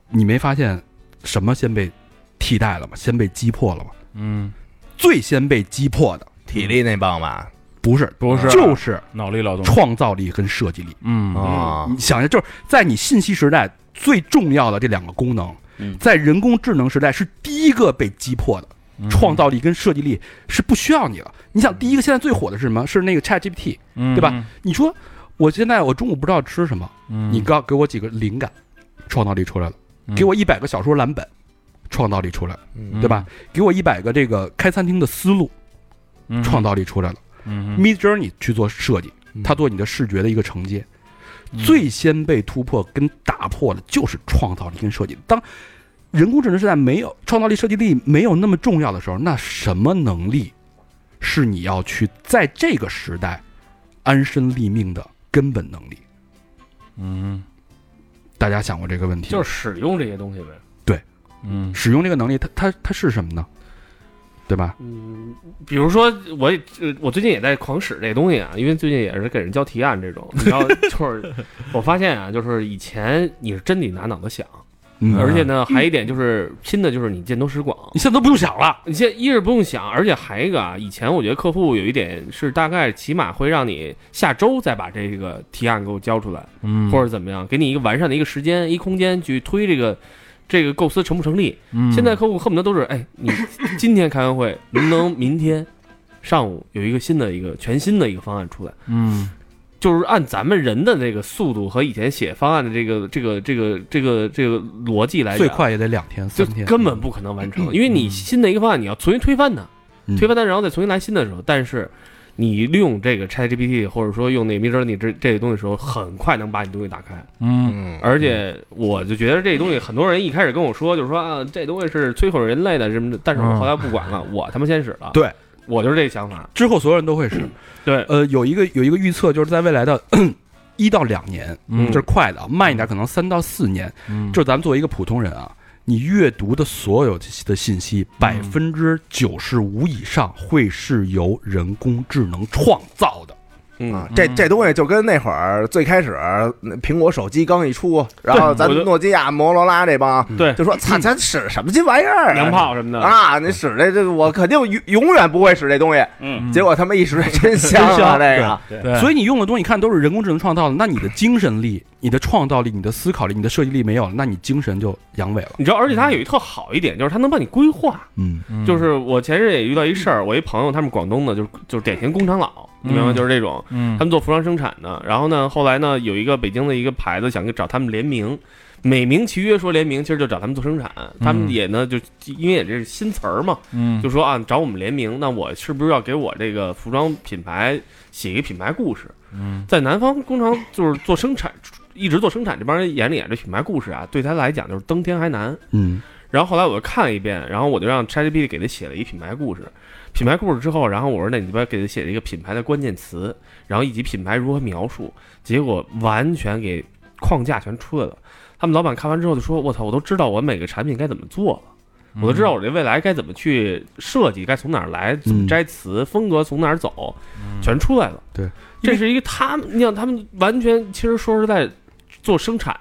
Speaker 3: 你没发现什么先被替代了吗？先被击破了吗？
Speaker 5: 嗯，
Speaker 3: 最先被击破的
Speaker 4: 体力那帮吧，
Speaker 3: 不是
Speaker 5: 不是啊
Speaker 3: 就是
Speaker 5: 脑力劳动，
Speaker 3: 创造力跟设计力。
Speaker 5: 嗯
Speaker 4: 啊
Speaker 3: 你，想一下，就是在你信息时代最重要的这两个功能，
Speaker 6: 嗯
Speaker 3: 在人工智能时代是第一个被击破的。创造力跟设计力是不需要你了。你想，第一个现在最火的是什么？是那个 ChatGPT。
Speaker 5: 对
Speaker 3: 对吧？你说我现在我中午不知道吃什么，
Speaker 5: 嗯
Speaker 3: 你告给我几个灵感，创造力出来了；给我一百个小说蓝本，创造力出来了，
Speaker 4: 嗯
Speaker 3: 对吧？给我一百个这个开餐厅的思路，创造力出来了。
Speaker 5: 嗯
Speaker 3: Mid Journey 去做设计，它做你的视觉的一个承接。最先被突破跟打破的就是创造力跟设计。当人工智能时代没有创造力、设计力没有那么重要的时候，那什么能力是你要去在这个时代安身立命的根本能力？
Speaker 5: 嗯
Speaker 3: 大家想过这个问题吗？
Speaker 7: 就是使用这些东西呗。
Speaker 5: 嗯
Speaker 3: 使用这个能力，它它它是什么呢？对吧？
Speaker 7: 嗯，比如说我也呃我最近也在狂使这东西啊，因为最近也是给人交提案这种，你知道，就是我发现啊，就是以前你是真得拿脑子想，
Speaker 3: 嗯，
Speaker 7: 而且呢，还有一点就是新的就是你见多识广，
Speaker 3: 你现在都不用想了，
Speaker 7: 你现在一是不用想，而且还有一个啊，以前我觉得客户有一点是大概起码会让你下周再把这个提案给我交出来，
Speaker 5: 嗯
Speaker 7: 或者怎么样，给你一个完善的一个时间、一空间去推这个这个构思成不成立。现在客户恨不得都是，哎，你今天开完会，能不能明天上午有一个新的一个全新的一个方案出来？
Speaker 5: 嗯
Speaker 7: 就是按咱们人的这个速度和以前写方案的这个这个这个这个这个逻辑来
Speaker 3: 最
Speaker 7: 讲，
Speaker 3: 快也得两天
Speaker 7: 就
Speaker 3: 三天，
Speaker 7: 根本不可能完成，因为你新的一个方案你要重新推翻它，
Speaker 3: 嗯
Speaker 7: 推翻它，然后再重新来新的时候，但是你利用这个 ChatGPT 或者说用那 Midjourney 这这些东西的时候，很快能把你东西打开。
Speaker 5: 嗯
Speaker 4: 嗯，
Speaker 7: 而且我就觉得这东西，很多人一开始跟我说，就是说啊，这东西是摧毁人类的什么的，但是我
Speaker 5: 嗯
Speaker 7: 后来不管了，我他妈先使了。
Speaker 3: 对，
Speaker 7: 我就是这个想法。
Speaker 3: 之后所有人都会是。
Speaker 7: 嗯对
Speaker 3: 呃，有一个有一个预测，就是在未来的 一到两年，
Speaker 5: 嗯
Speaker 3: 这是快的啊，慢一点可能三到四年。
Speaker 7: 嗯
Speaker 3: 就是咱们作为一个普通人啊，你阅读的所有的信息，
Speaker 7: 嗯
Speaker 3: 百分之九十五以上会是由人工智能创造的。
Speaker 7: 嗯
Speaker 4: 啊，，这这东西就跟那会儿最开始那苹果手机刚一出，然后咱
Speaker 7: 我就
Speaker 4: 诺基亚、摩托罗拉这帮，
Speaker 7: 对
Speaker 4: 就说操，咱使什么鸡玩意儿啊？
Speaker 7: 娘炮什么的，
Speaker 4: 啊！你使这这个，我肯定永永远不会使这东西。
Speaker 6: 嗯，
Speaker 4: 结果他们一使，真香啊！这个，
Speaker 7: 哎
Speaker 5: 对
Speaker 3: 所以你用的东西，看都是人工智能创造的，那你的精神力、你的创造力、你的思考力、你的设计力没有了，那你精神就阳痿了。
Speaker 7: 你知道，而且它有一特好一点，就是它能帮你规划。
Speaker 3: 嗯，
Speaker 5: 以
Speaker 7: 就是我前日也遇到一事儿，我一朋友他们广东的，就是就是典型工厂佬，你明白吗？
Speaker 5: 嗯
Speaker 7: 就是这种，
Speaker 5: 嗯
Speaker 7: 他们做服装生产的。然后呢，后来呢，有一个北京的一个牌子想跟找他们联名，美名其曰说联名，其实就找他们做生产。他们也呢，就因为也这是新词儿嘛，
Speaker 5: 嗯
Speaker 7: 就说啊，找我们联名，那我是不是要给我这个服装品牌写一个品牌故事？
Speaker 5: 嗯
Speaker 7: 在南方工厂就是做生产，一直做生产这帮人眼里啊，这品牌故事啊，对他来讲就是登天还难。
Speaker 3: 嗯，
Speaker 7: 然后后来我就看了一遍，然后我就让 ChatGPT 给他写了一品牌故事。品牌故事之后，然后我说那你这边给他写了一个品牌的关键词，然后以及品牌如何描述，结果完全给框架全出来了。他们老板看完之后就说：“我操，我都知道我每个产品该怎么做了，
Speaker 5: 嗯
Speaker 7: 我都知道我这未来该怎么去设计，该从哪儿来，怎么摘词，风格从哪儿走，全出来了。”
Speaker 3: 对，
Speaker 7: 这是一个他们，你想他们完全其实说实在，做生产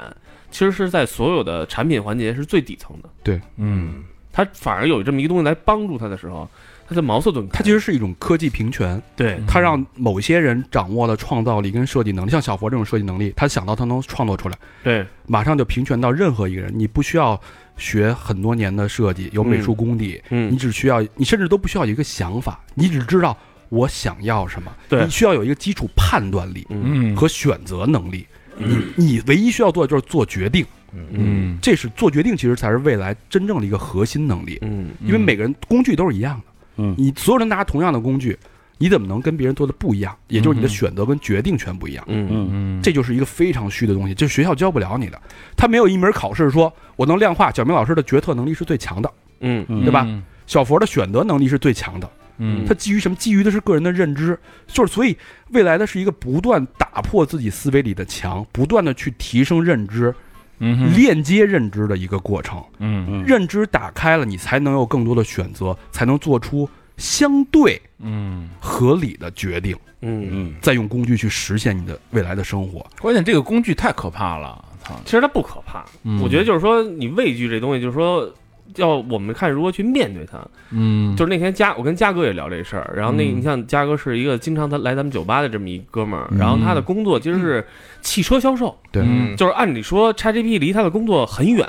Speaker 7: 其实是在所有的产品环节是最底层的。
Speaker 5: 嗯
Speaker 7: 他反而有这么一个东西来帮助他的时候，它的茅塞顿开。
Speaker 3: 它其实是一种科技平权，
Speaker 7: 对
Speaker 3: 它让某些人掌握了创造力跟设计能力，像小佛这种设计能力，他想到他能创作出来，
Speaker 7: 对
Speaker 3: 马上就平权到任何一个人，你不需要学很多年的设计，有美术功底，你
Speaker 7: 嗯
Speaker 3: 只需要，你甚至都不需要有一个想法，你只知道我想要什么，
Speaker 7: 对
Speaker 3: 你需要有一个基础判断力
Speaker 7: 嗯
Speaker 1: 嗯
Speaker 3: 和选择能力，你你唯一需要做的就是做决定，
Speaker 1: 嗯
Speaker 3: 这是做决定，其实才是未来真正的一个核心能力，
Speaker 7: 嗯
Speaker 3: 因为每个人工具都是一样的，
Speaker 6: 嗯
Speaker 3: 你所有人拿同样的工具，你怎么能跟别人做的不一样？也就是你的选择跟决定权不一样，
Speaker 7: 嗯
Speaker 6: 嗯
Speaker 1: 嗯
Speaker 3: 这就是一个非常虚的东西，就学校教不了你的，他没有一门考试说我能量化小明老师的决策能力是最强的，
Speaker 7: 嗯
Speaker 6: 嗯
Speaker 3: 对吧？小佛的选择能力是最强的。
Speaker 1: 嗯
Speaker 3: 它基于什么？基于的是个人的认知，就是所以未来的是一个不断打破自己思维里的墙，不断的去提升认知、
Speaker 1: 嗯
Speaker 3: 链接认知的一个过程。
Speaker 1: 嗯
Speaker 6: 嗯
Speaker 3: 认知打开了，你才能有更多的选择，才能做出相对
Speaker 1: 嗯，
Speaker 3: 合理的决定，
Speaker 7: 嗯，
Speaker 6: 嗯
Speaker 3: 再用工具去实现你的未来的生活。
Speaker 5: 关键这个工具太可怕了，操！
Speaker 7: 其实它不可怕，
Speaker 1: 嗯
Speaker 7: 我觉得就是说你畏惧这东西，就是说。要我们看如何去面对它。
Speaker 1: 嗯
Speaker 7: 就是那天嘉，我跟嘉哥也聊这事儿。然后那，
Speaker 1: 嗯
Speaker 7: 你像嘉哥是一个经常他来咱们酒吧的这么一哥们儿，然后他的工作其实是汽车销售，
Speaker 3: 对，
Speaker 1: 嗯
Speaker 7: 就是按理说 ChatGPT 离他的工作很远，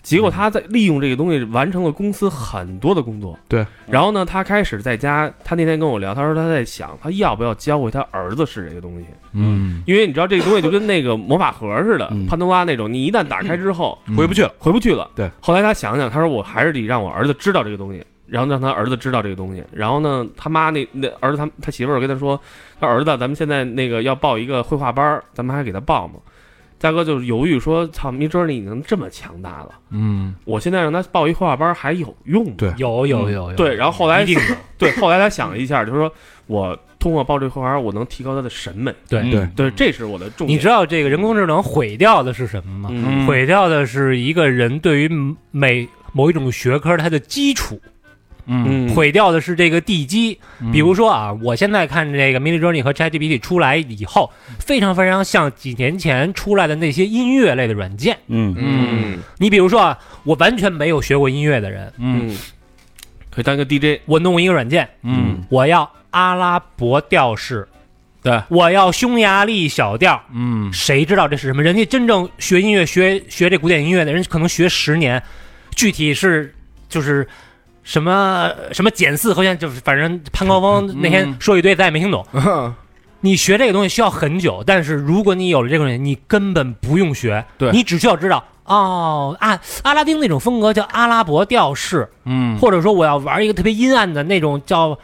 Speaker 7: 结
Speaker 3: 嗯
Speaker 7: 果他在利用这个东西完成了公司很多的工作。
Speaker 3: 对，嗯
Speaker 7: 然后呢，他开始在家，他那天跟我聊，他说他在想，他要不要教会他儿子试这个东西，
Speaker 1: 嗯
Speaker 7: 因为你知道这个东西就跟那个魔法盒似的，
Speaker 3: 嗯
Speaker 7: 潘多拉那种，你一旦打开之后、
Speaker 1: 嗯
Speaker 3: 回不去了。
Speaker 7: 回不去了。
Speaker 3: 对，
Speaker 7: 后来他想想，他说我还是得让我儿子知道这个东西。然后让他儿子知道这个东西，然后呢，他妈那那儿子他他媳妇儿跟他说，他说儿子，咱们现在那个要报一个绘画班儿，咱们还给他报吗？嘉哥就是犹豫说，操，没准儿你能这么强大了，
Speaker 1: 嗯
Speaker 7: 我现在让他报一绘画班儿还有用吗？
Speaker 3: 对
Speaker 2: 有有有有，
Speaker 7: 对，然后后来
Speaker 2: 一定有
Speaker 7: 对，后来他想了一下，就是说我通过报这绘画班儿，我能提高他的审美，
Speaker 1: 对
Speaker 3: 对
Speaker 7: 嗯对，这是我的重点。
Speaker 2: 你知道这个人工智能毁掉的是什么吗？
Speaker 7: 嗯，
Speaker 2: 毁掉的是一个人对于每某一种学科它的基础，
Speaker 1: 嗯，
Speaker 7: 嗯，
Speaker 2: 毁掉的是这个地基。
Speaker 1: 嗯
Speaker 2: 比如说啊，我现在看这个 Mini Journey 和 ChatGPT 出来以后，非常非常像几年前出来的那些音乐类的软件。
Speaker 6: 嗯
Speaker 7: 嗯
Speaker 2: 你比如说啊，我完全没有学过音乐的人，
Speaker 1: 嗯，
Speaker 7: 可以当一个 DJ，
Speaker 2: 我弄一个软件，
Speaker 1: 嗯
Speaker 2: 我要阿拉伯调式，
Speaker 5: 对，
Speaker 2: 我要匈牙利小调，
Speaker 1: 嗯
Speaker 2: 谁知道这是什么？人家真正学音乐、学学这古典音乐的人，可能学十年，具体是就是什么什么减四和弦，就是反正潘高峰那天说一堆，咱也没听懂。
Speaker 4: 嗯
Speaker 2: 你学这个东西需要很久，但是如果你有了这个东西，你根本不用学，
Speaker 5: 对
Speaker 2: 你只需要知道哦，啊，阿拉丁那种风格叫阿拉伯调式，
Speaker 1: 嗯
Speaker 2: 或者说我要玩一个特别阴暗的那种叫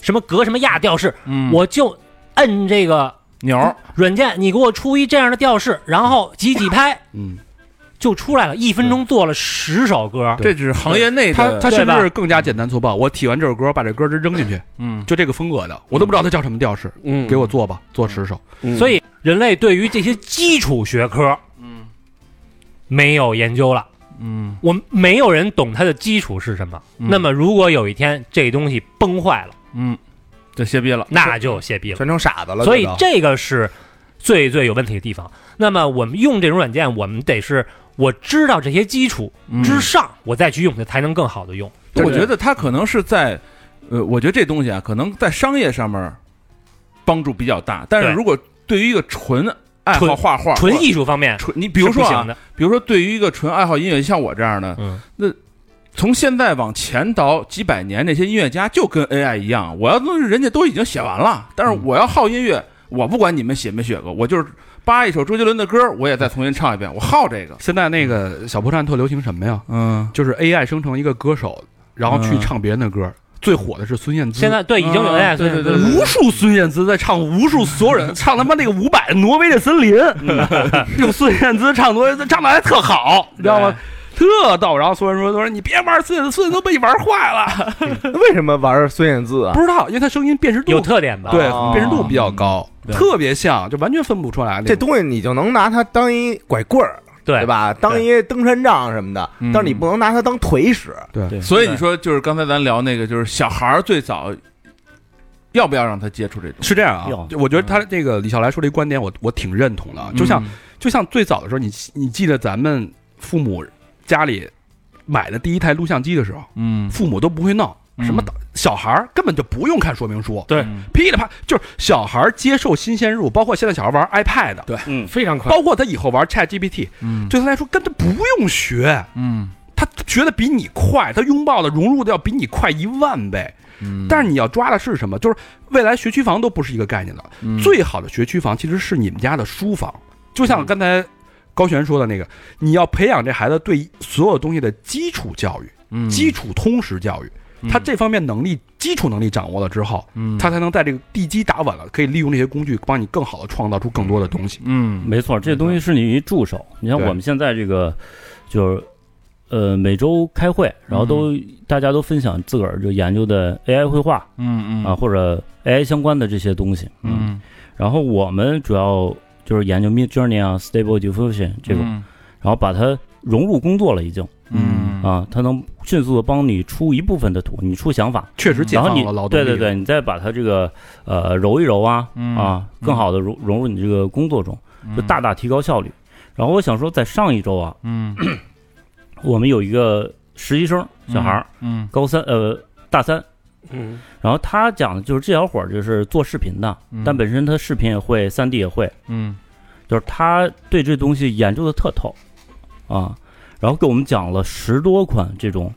Speaker 2: 什么格什么亚调式，
Speaker 1: 嗯哦
Speaker 2: 我就摁这个
Speaker 1: 钮儿
Speaker 2: 软件，你给我出一这样的调式，然后几几拍
Speaker 3: 嗯，
Speaker 2: 就出来了，一分钟做了十首歌。
Speaker 5: 这只是行业内
Speaker 3: 他
Speaker 5: 的，
Speaker 3: 他
Speaker 2: 对
Speaker 3: 甚
Speaker 2: 吧
Speaker 3: 至更加简单粗暴。我体完这首歌，把这歌直扔进去，
Speaker 1: 嗯
Speaker 3: 就这个风格的，我都不知道它叫什么调式，
Speaker 7: 嗯，
Speaker 3: 给我做吧，做十首。
Speaker 7: 嗯，
Speaker 2: 所以人类对于这些基础学科，嗯，没有研究了。
Speaker 1: 嗯
Speaker 2: 我们没有人懂它的基础是什么。
Speaker 1: 嗯
Speaker 2: 那么，如果有一天这东西崩坏了，
Speaker 1: 嗯
Speaker 5: 这歇逼了。
Speaker 2: 那就泄逼了。
Speaker 4: 全成傻子了。
Speaker 2: 所以
Speaker 4: 这都
Speaker 2: 这个是最最有问题的地方。那么我们用这种软件，我们得是我知道这些基础
Speaker 1: 嗯
Speaker 2: 之上，我再去用它，才能更好的用。
Speaker 4: 对
Speaker 5: 我觉得他可能是在，呃，我觉得这东西啊，可能在商业上面帮助比较大，但是
Speaker 2: 对
Speaker 5: 如果对于一个纯爱好
Speaker 2: 纯
Speaker 5: 画画、
Speaker 2: 纯
Speaker 5: 或
Speaker 2: 艺术方面，
Speaker 5: 纯，你比如说
Speaker 2: 是不
Speaker 5: 啊
Speaker 2: 行，的，
Speaker 5: 比如说对于一个纯爱好音乐，像我这样的，
Speaker 2: 嗯
Speaker 5: 从现在往前倒几百年，那些音乐家就跟 AI 一样，我要都是人家都已经写完了，但是我要好音乐，我不管你们写没写过，我就是扒一首周杰伦的歌，我也再重新唱一遍，我好这个，
Speaker 3: 现在那个呃小破站特流行什么呀？
Speaker 5: 嗯，
Speaker 3: 就是 AI 生成一个歌手，然后去
Speaker 5: 嗯
Speaker 3: 唱别人的歌。最火的是孙燕姿，啊
Speaker 2: 现在对已经有
Speaker 5: 嗯
Speaker 2: AI，
Speaker 5: 对对对对
Speaker 3: 无数孙燕姿在唱，无数所有人唱他妈那个伍佰《挪威的森林》， 用孙燕姿唱《挪威的森林》，唱的还特好，你知道吗？
Speaker 5: 啊
Speaker 3: 特逗。然后所有人说：“都说你别玩孙燕姿，孙燕姿都被你玩坏了。
Speaker 4: 为什么玩孙燕姿”啊？
Speaker 3: 不知道，因为她声音辨识
Speaker 2: 有
Speaker 3: 度
Speaker 2: 特点吧？
Speaker 3: 对
Speaker 4: 哦
Speaker 3: 辨识度比较高，特别像，就完全分不出来。
Speaker 4: 这东西你就能拿它当一拐棍儿，
Speaker 2: 对
Speaker 4: 对？吧？当一登山杖什么的，
Speaker 1: 嗯
Speaker 4: 但是你不能拿它当腿使。
Speaker 5: 所以你说就是刚才咱聊那个，就是小孩儿最早要不要让他接触这种？
Speaker 3: 是这样啊
Speaker 6: 哟，
Speaker 3: 就我觉得他这个李笑来说这观点我，我挺认同的啊。
Speaker 5: 嗯
Speaker 3: 就像、就像最早的时候，你你记得咱们父母家里买的第一台录像机的时候，
Speaker 1: 嗯
Speaker 3: 父母都不会弄，什么
Speaker 5: 嗯
Speaker 3: 导小孩儿根本就不用看说明书，
Speaker 2: 对
Speaker 5: 嗯
Speaker 3: 噼里啪就是小孩儿接受新鲜事物，包括现在小孩玩 iPad，
Speaker 5: 对
Speaker 6: 嗯
Speaker 7: 非常快。
Speaker 3: 包括他以后玩 ChatGPT，
Speaker 5: 嗯
Speaker 3: 对他来说根本不用学，
Speaker 5: 嗯
Speaker 3: 他学的比你快，他拥抱的融入的要比你快一万倍。
Speaker 5: 嗯
Speaker 3: 但是你要抓的是什么？就是未来学区房都不是一个概念了。
Speaker 5: 嗯
Speaker 3: 最好的学区房其实是你们家的书房，就像
Speaker 6: 嗯
Speaker 3: 刚才高璇说的那个，你要培养这孩子对所有东西的基础教育、
Speaker 5: 嗯
Speaker 3: 基础通识教育，
Speaker 6: 嗯
Speaker 3: 他这方面能力、基础能力掌握了之后，
Speaker 5: 嗯
Speaker 3: 他才能在这个地基打稳了，可以利用这些工具帮你更好的创造出更多的东西。
Speaker 5: 嗯
Speaker 6: 没错，这东西是你一助手。你像
Speaker 3: 对
Speaker 6: 我们现在这个，就是呃每周开会，然后都、
Speaker 5: 嗯
Speaker 6: 大家都分享自个儿就研究的 AI 绘画
Speaker 5: 嗯嗯
Speaker 6: 啊，或者 AI 相关的这些东西。，
Speaker 5: 嗯
Speaker 6: 然后我们主要就是研究 Mid Journey 啊、Stable Diffusion 这种，
Speaker 5: 嗯
Speaker 6: 然后把它融入工作了已经
Speaker 5: 嗯
Speaker 6: 啊，它能迅速的帮你出一部分的图，你出想法，
Speaker 3: 确实解
Speaker 6: 然后
Speaker 3: 放
Speaker 6: 你
Speaker 3: 了劳动
Speaker 6: 对
Speaker 3: 力。
Speaker 6: 对对，你再把它这个呃揉一揉啊
Speaker 5: 嗯
Speaker 6: 啊，更好的融融入你这个工作中，就大大提高效率。然后我想说，在上一周啊，
Speaker 5: 嗯
Speaker 6: 我们有一个实习生小孩儿，
Speaker 5: 嗯
Speaker 6: 高三呃大三，
Speaker 7: 嗯，
Speaker 6: 然后他讲的就是这小伙儿就是做视频的，
Speaker 5: 嗯
Speaker 6: 但本身他视频也会，三 D 也会，
Speaker 5: 嗯
Speaker 6: 就是他对这东西研究的特透啊，然后给我们讲了十多款这种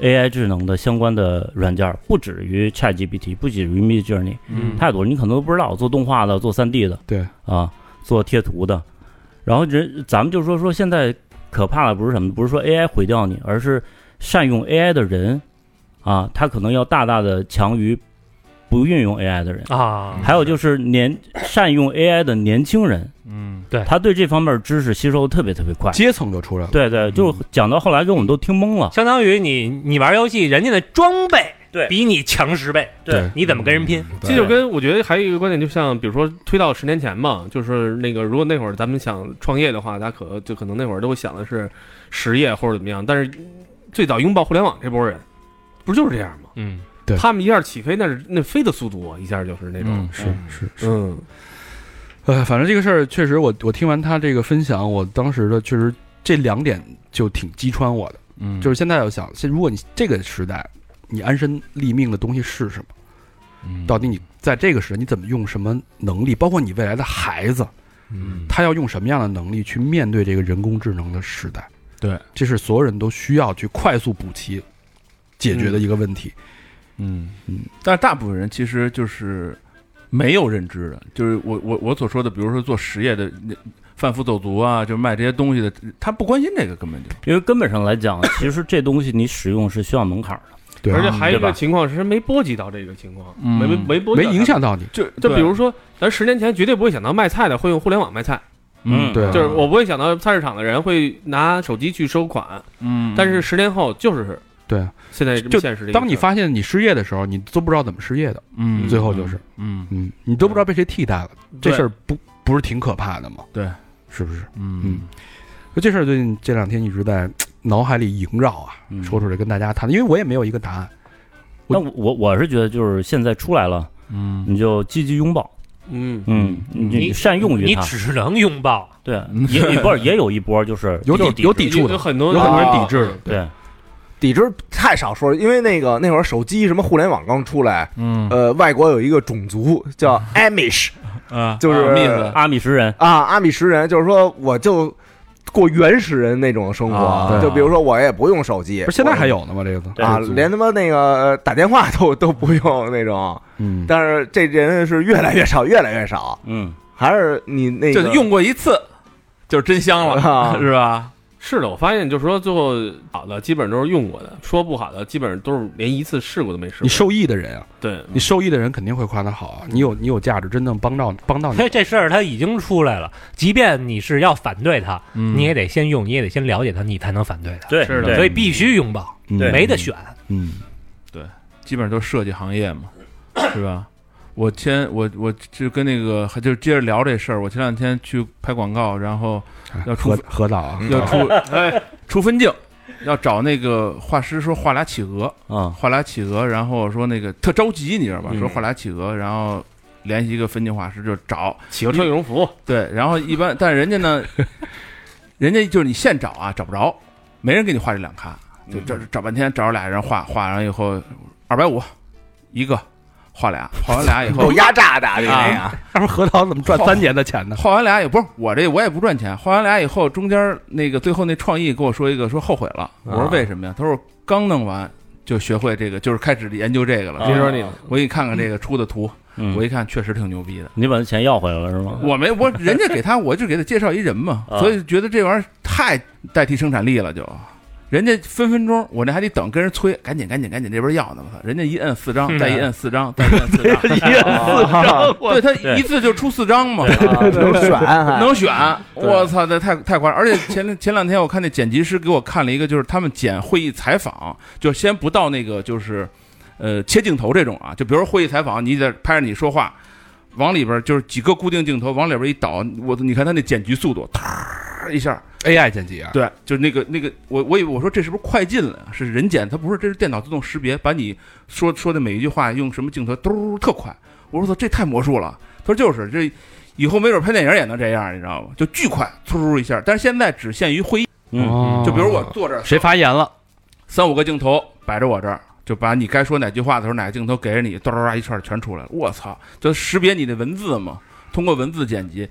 Speaker 6: AI 智能的相关的软件儿，不止于 ChatGPT，不止于 Mid Journey，
Speaker 7: 嗯
Speaker 6: 太多了，你可能都不知道，做动画的，做三 D 的，
Speaker 3: 对
Speaker 6: 啊，做贴图的，然后人咱们就说说现在可怕的不是什么，不是说 AI 毁掉你，而是善用 AI 的人啊，他可能要大大的强于不运用 AI 的人。
Speaker 2: 啊，
Speaker 6: 还有就是年善用 AI 的年轻人，
Speaker 5: 嗯
Speaker 6: 他对这方面知识吸收得特别特别快。
Speaker 3: 阶层就出来了。
Speaker 6: 对对，就讲到后来给我们都听懵了。
Speaker 2: 相当于你你玩游戏，人家的装备
Speaker 6: 对
Speaker 2: 比你强十倍，
Speaker 3: 对
Speaker 2: 你怎么跟人拼？
Speaker 5: 嗯
Speaker 7: 这就跟我觉得还有一个观点，就像比如说推到十年前吧，就是那个如果那会儿咱们想创业的话，大家可就可能那会儿都会想的是实业或者怎么样，但是最早拥抱互联网这波人，不就是这样吗？
Speaker 2: 嗯，
Speaker 3: 对
Speaker 7: 他们一下起飞，那是那飞的速度啊，一下就是那种
Speaker 5: 嗯，
Speaker 3: 是是是，
Speaker 7: 嗯
Speaker 3: 呃，反正这个事儿确实我，我听完他这个分享，我当时的确实这两点就挺击穿我的。
Speaker 5: 嗯
Speaker 3: 就是现在要想，现如果你这个时代，你安身立命的东西是什么？
Speaker 5: 嗯
Speaker 3: 到
Speaker 7: 嗯
Speaker 3: 底你在这个时代你怎么用什么能力？包括你未来的孩子，
Speaker 7: 嗯
Speaker 3: 他要用什么样的能力去面对这个人工智能的时代？
Speaker 5: 对，
Speaker 3: 这是所有人都需要去快速补齐解决的一个问题。
Speaker 5: 嗯
Speaker 3: 嗯，
Speaker 5: 但是大部分人其实就是没有认知的，就是我我我所说的，比如说做实业的那贩夫走卒啊，就是卖这些东西的，他不关心这个，根本就
Speaker 6: 因为根本上来讲，其实这东西你使用是需要门槛儿的。
Speaker 3: 对
Speaker 7: 而且
Speaker 3: 啊，
Speaker 7: 还有一
Speaker 6: 对
Speaker 7: 个
Speaker 6: 吧
Speaker 7: 情况是没波及到这个情况，
Speaker 5: 嗯
Speaker 7: 没没没波及
Speaker 3: 没
Speaker 7: 到
Speaker 3: 影。响到你。
Speaker 5: 就
Speaker 7: 就比如说，咱十年前绝对不会想到卖菜的会用互联网卖菜，
Speaker 5: 嗯
Speaker 3: 对
Speaker 7: 就是我不会想到菜市场的人会拿手机去收款，
Speaker 5: 嗯，
Speaker 7: 但是十年后就是
Speaker 3: 对啊，
Speaker 7: 现在这么
Speaker 3: 就
Speaker 7: 现实的一个事儿。
Speaker 3: 当你发现你失业的时候，你都不知道怎么失业的，
Speaker 5: 嗯，
Speaker 3: 最后就是
Speaker 5: 嗯
Speaker 3: 嗯，你都不知道被谁替代了，这
Speaker 5: 对
Speaker 3: 事儿不不是挺可怕的吗？
Speaker 5: 对，
Speaker 3: 是不是？
Speaker 5: 嗯
Speaker 3: 这事儿最近这两天一直在啊脑海里萦绕啊，
Speaker 6: 嗯
Speaker 3: 说出来跟大家谈，因为我也没有一个答案。
Speaker 6: 那我我是觉得，就是现在出来了，
Speaker 5: 嗯
Speaker 6: 你就积极拥抱，
Speaker 7: 嗯，
Speaker 6: 嗯，你
Speaker 2: 你
Speaker 6: 你善用于
Speaker 2: 你
Speaker 6: 它。
Speaker 2: 只能拥抱。
Speaker 6: 对，也也不是也有一波就是
Speaker 3: 有
Speaker 6: 就是
Speaker 3: 抵有抵触
Speaker 7: 有
Speaker 3: 的，
Speaker 7: 很多
Speaker 3: 有很多人抵
Speaker 7: 啊
Speaker 3: 制的。
Speaker 6: 对，
Speaker 4: 抵制太少说了，因为那个那会儿手机什么互联网刚出来，
Speaker 5: 嗯
Speaker 4: 呃，外国有一个种族叫 Amish
Speaker 5: 啊，
Speaker 4: 就是
Speaker 5: 啊意思
Speaker 6: 阿米什人，
Speaker 4: 啊，阿米什人，就是说我就过原始人那种生活，
Speaker 5: 啊
Speaker 3: 对
Speaker 4: 就比如说我也不用手机，
Speaker 3: 不是现在还
Speaker 4: 有
Speaker 3: 有呢吗？这个都
Speaker 4: 啊，
Speaker 3: 这个族
Speaker 4: 连他妈那个呃打电话都都不用那种，
Speaker 3: 嗯，
Speaker 4: 但是这人是越来越少，越来越少，
Speaker 6: 嗯，
Speaker 4: 还是你那
Speaker 5: 就
Speaker 4: 个
Speaker 5: 是用过一次，就是真 香了，
Speaker 4: 啊，
Speaker 5: 是吧？
Speaker 7: 是的，我发现就是说，最后好的基本上都是用过的，说不好的基本上都是连一次试过都没试
Speaker 3: 你
Speaker 7: 过。
Speaker 3: 受益的人啊，
Speaker 7: 对，
Speaker 5: 嗯
Speaker 3: 你受益的人肯定会夸他好啊，你有你有价值，真正帮到帮到你
Speaker 2: 所。以这事儿它已经出来了，即便你是要反对它，
Speaker 5: 嗯
Speaker 2: 你也得先用，你也得先了解它，你才能反对它。
Speaker 6: 对，
Speaker 7: 是的
Speaker 6: 对
Speaker 2: 所以必须拥抱，
Speaker 3: 嗯
Speaker 6: 对
Speaker 2: 没得选。
Speaker 3: 嗯，
Speaker 5: 基本上都是设计行业嘛，是吧？我前我我就跟那个还就接着聊这事儿，我前两天去拍广告，然后要 出
Speaker 3: 核核导啊，
Speaker 5: 要出出分镜，要找那个画师说画俩企鹅，
Speaker 6: 啊，
Speaker 5: 画俩企鹅，然后说那个特着急，你知道吧？
Speaker 7: 嗯
Speaker 5: 说画俩企鹅，然后联系一个分镜画师就找，
Speaker 7: 企鹅穿羽绒服，
Speaker 5: 对，然后一般但人家呢，人家就是你现找啊，找不着，没人给你画这两咖，就找找半天找着俩人画，画完以后二百五一个，画俩，画完俩 以后
Speaker 4: 够，压榨的啊你那个。
Speaker 3: 他说核桃怎么赚三年的钱呢？
Speaker 5: 画完俩也不是我这我也不赚钱，画完俩以后中间那个最后那创意跟我说一个说后悔了，我说为什么呀？他说刚弄完就学会这个，就是开始研究这个了。
Speaker 2: 啊
Speaker 7: 别说你了，
Speaker 5: 我给嗯你看看这个出的图，我
Speaker 6: 嗯，
Speaker 5: 一看确实挺牛逼的。
Speaker 6: 你把他钱要回来了是吗？
Speaker 5: 我没我人家给他，我就给他介绍一人嘛，
Speaker 6: 啊
Speaker 5: 所以觉得这玩意儿太代替生产力了就。人家分分钟，我那还得等跟人催，赶紧赶紧赶紧这边要呢，我操！人家一摁四张，
Speaker 2: 嗯
Speaker 5: 再一摁四张，再一摁四张，
Speaker 4: 哦
Speaker 5: 对他一次就出四张嘛，
Speaker 4: 能选还
Speaker 5: 能选，我操，这太太夸张！而且前前两天我看那剪辑师给我看了一个，就是他们剪会议采访，就先不到那个就是，呃，切镜头这种啊，就比如说会议采访，你得拍着你说话，往里边就是几个固定镜头往里边一倒，我你看他那剪辑速度，啪一下，
Speaker 3: AI 剪辑啊，
Speaker 5: 对，就是那个那个，我我以为我说这是不是快进了呀？是人剪，它不是，这是电脑自动识别，把你说说的每一句话用什么镜头，嘟特快。我说操，这太魔术了。他说就是，这以后没准拍电影也能这样，你知道吗？就巨快，突一下。但是现在只限于会议，
Speaker 6: 嗯，
Speaker 3: 哦
Speaker 5: 就比如我坐这儿，
Speaker 3: 谁发言了，
Speaker 5: 三五个镜头摆着我这儿，就把你该说哪句话的时候，哪个镜头给着你，嘟嘟一串全出来了。我操，就识别你的文字嘛，通过文字剪辑，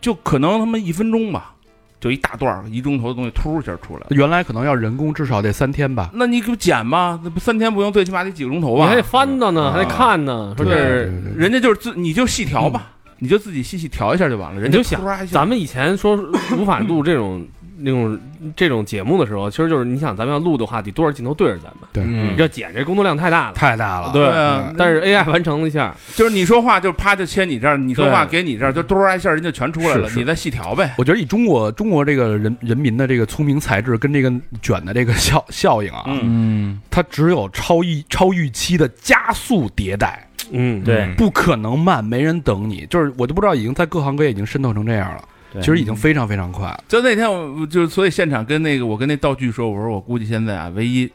Speaker 5: 就可能他妈一分钟吧，就一大段儿一钟头的东西，突一下出来了。
Speaker 3: 原来可能要人工至少得三天吧。
Speaker 5: 那你给我剪吧，那不三天不用，最起码得几个钟头
Speaker 7: 你
Speaker 5: 吧
Speaker 7: 还得。翻到呢，还得看呢，说
Speaker 5: 啊对
Speaker 7: 这是。
Speaker 5: 人家就是自你就细调吧，你就自己细细调一下就完了。人
Speaker 7: 嗯你
Speaker 5: 家
Speaker 7: 就想
Speaker 5: 突然一下
Speaker 7: 咱们以前说无法录这种那种这种节目的时候，其实就是你想咱们要录的话，得多少镜头对着咱们，
Speaker 4: 嗯
Speaker 7: 要剪这工作量太大了。
Speaker 3: 太大了，
Speaker 5: 对啊，
Speaker 7: 嗯但是 AI 完成了一下，
Speaker 5: 就是你说话就啪就切你这儿，你说话给你这儿，就嘟儿一下人就全出来了，
Speaker 3: 是是
Speaker 5: 你再细调呗。
Speaker 3: 我觉得以中国中国这个人人民的这个聪明才智跟这个卷的这个效效应啊，
Speaker 1: 嗯，
Speaker 3: 它只有超预超预期的加速迭代，
Speaker 7: 嗯，
Speaker 6: 对，
Speaker 3: 不可能慢，没人等你。就是我都不知道已经在各行各业已经渗透成这样了，
Speaker 6: 对
Speaker 3: 其实已经非常非常快了。
Speaker 5: 就那天我我就是所以现场跟那个我跟那道具说，我说我估计现在啊唯一。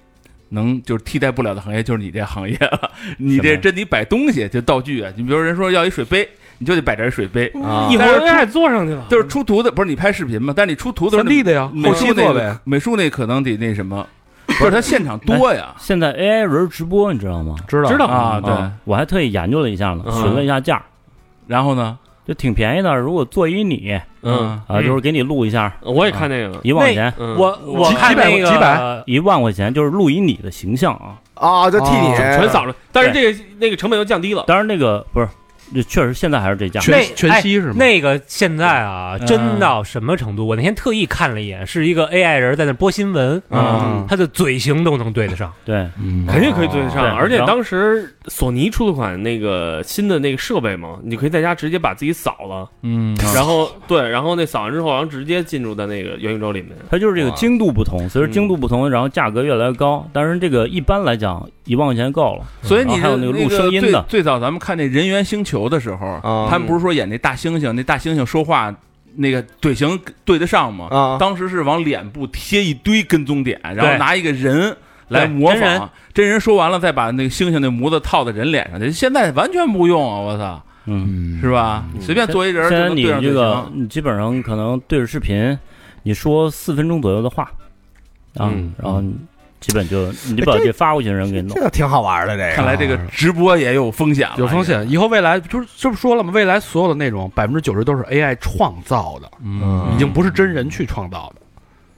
Speaker 5: 能就是替代不了的行业就是你这行业了，你
Speaker 6: 什
Speaker 5: 这
Speaker 6: 么
Speaker 5: 真得摆东西，就道具啊，你比如人说要一水杯，你就得摆这儿一水杯，
Speaker 4: 啊
Speaker 2: 一会儿
Speaker 5: 但是
Speaker 2: AI 坐上去了，
Speaker 5: 就是出图的，不是你拍视频嘛？但是你出图的时
Speaker 3: 三
Speaker 5: 候，
Speaker 3: D 的呀，
Speaker 5: 美
Speaker 3: 后
Speaker 5: 术
Speaker 3: 期
Speaker 5: 那
Speaker 3: 做
Speaker 5: 个
Speaker 3: 呗，
Speaker 5: 美术那可能得那什么，不是他现场多 呀，
Speaker 6: 现在 AI 人直播你知道吗？
Speaker 3: 知道
Speaker 2: 知道
Speaker 5: 啊，对。
Speaker 6: 啊我还特意研究了一下呢，
Speaker 7: 嗯
Speaker 6: 询问一下价，
Speaker 5: 然后呢，
Speaker 6: 就挺便宜的。如果做一你
Speaker 7: 嗯，
Speaker 6: 啊，就是给你录一下，
Speaker 7: 我也看那个了。
Speaker 6: 一万块钱，
Speaker 7: 嗯，
Speaker 2: 我我
Speaker 3: 几
Speaker 2: 看
Speaker 3: 几百
Speaker 2: 那个
Speaker 3: 几百
Speaker 6: 一万块钱就是录一你的形象啊。
Speaker 4: 啊，就替你
Speaker 7: 全哦扫了，但是这个那个成本又降低了。
Speaker 6: 当然那个不是，这啊确实现在还是这价。
Speaker 3: 全
Speaker 2: 那
Speaker 3: 全息是吗？
Speaker 2: 那个现在啊，真到什么程度？我那天特意看了一眼，是一个 AI 人在那播新闻，
Speaker 6: 啊
Speaker 5: 嗯
Speaker 2: 他的嘴型都能对得上，
Speaker 6: 对，
Speaker 3: 嗯
Speaker 7: 肯定可以
Speaker 4: 哦
Speaker 7: 对得上
Speaker 6: 对，
Speaker 7: 而且
Speaker 6: 然后
Speaker 7: 当时索尼出的款那个新的那个设备嘛，你可以在家直接把自己扫了，
Speaker 3: 嗯，
Speaker 7: 然后对，然后那扫完之后，然后直接进入到那个元宇宙里面。
Speaker 6: 它就是这个精度不同，随着精度不同，然后价格越来越高。但是这个一般来讲，一万块钱够了。
Speaker 5: 所以你
Speaker 6: 然后还有
Speaker 5: 那
Speaker 6: 那个录声音的
Speaker 5: 最最早咱们看那《人猿星球》的时候，
Speaker 4: 啊
Speaker 5: 他们不是说演那大猩猩，那大猩猩说话那个嘴型对得上吗？
Speaker 4: 啊，
Speaker 5: 当时是往脸部贴一堆跟踪点，然后
Speaker 2: 对
Speaker 5: 拿一个人来
Speaker 2: 对
Speaker 5: 模仿
Speaker 2: 真人
Speaker 5: 真人说完了，再把那个猩猩那模子套在人脸上去。现在完全不用啊！我操，
Speaker 6: 嗯，
Speaker 5: 是吧？随便做一人
Speaker 6: 现
Speaker 5: 就
Speaker 6: 在
Speaker 5: 能
Speaker 6: 你
Speaker 5: 对上
Speaker 6: 这
Speaker 5: 嘴
Speaker 6: 个
Speaker 5: 型。
Speaker 6: 你基本上可能对着视频，你说四分钟左右的话啊
Speaker 7: 嗯，
Speaker 6: 然后你基本就你把这发过去的人给弄
Speaker 4: 这。个挺好玩的这
Speaker 5: 看
Speaker 4: 个。
Speaker 5: 来这个直播也有风险了，
Speaker 3: 有风险。以后未来就是这不说了吗？未来所有的内容百分之九十都是 AI 创造的，
Speaker 4: 嗯
Speaker 3: 已经不是真人去创造的。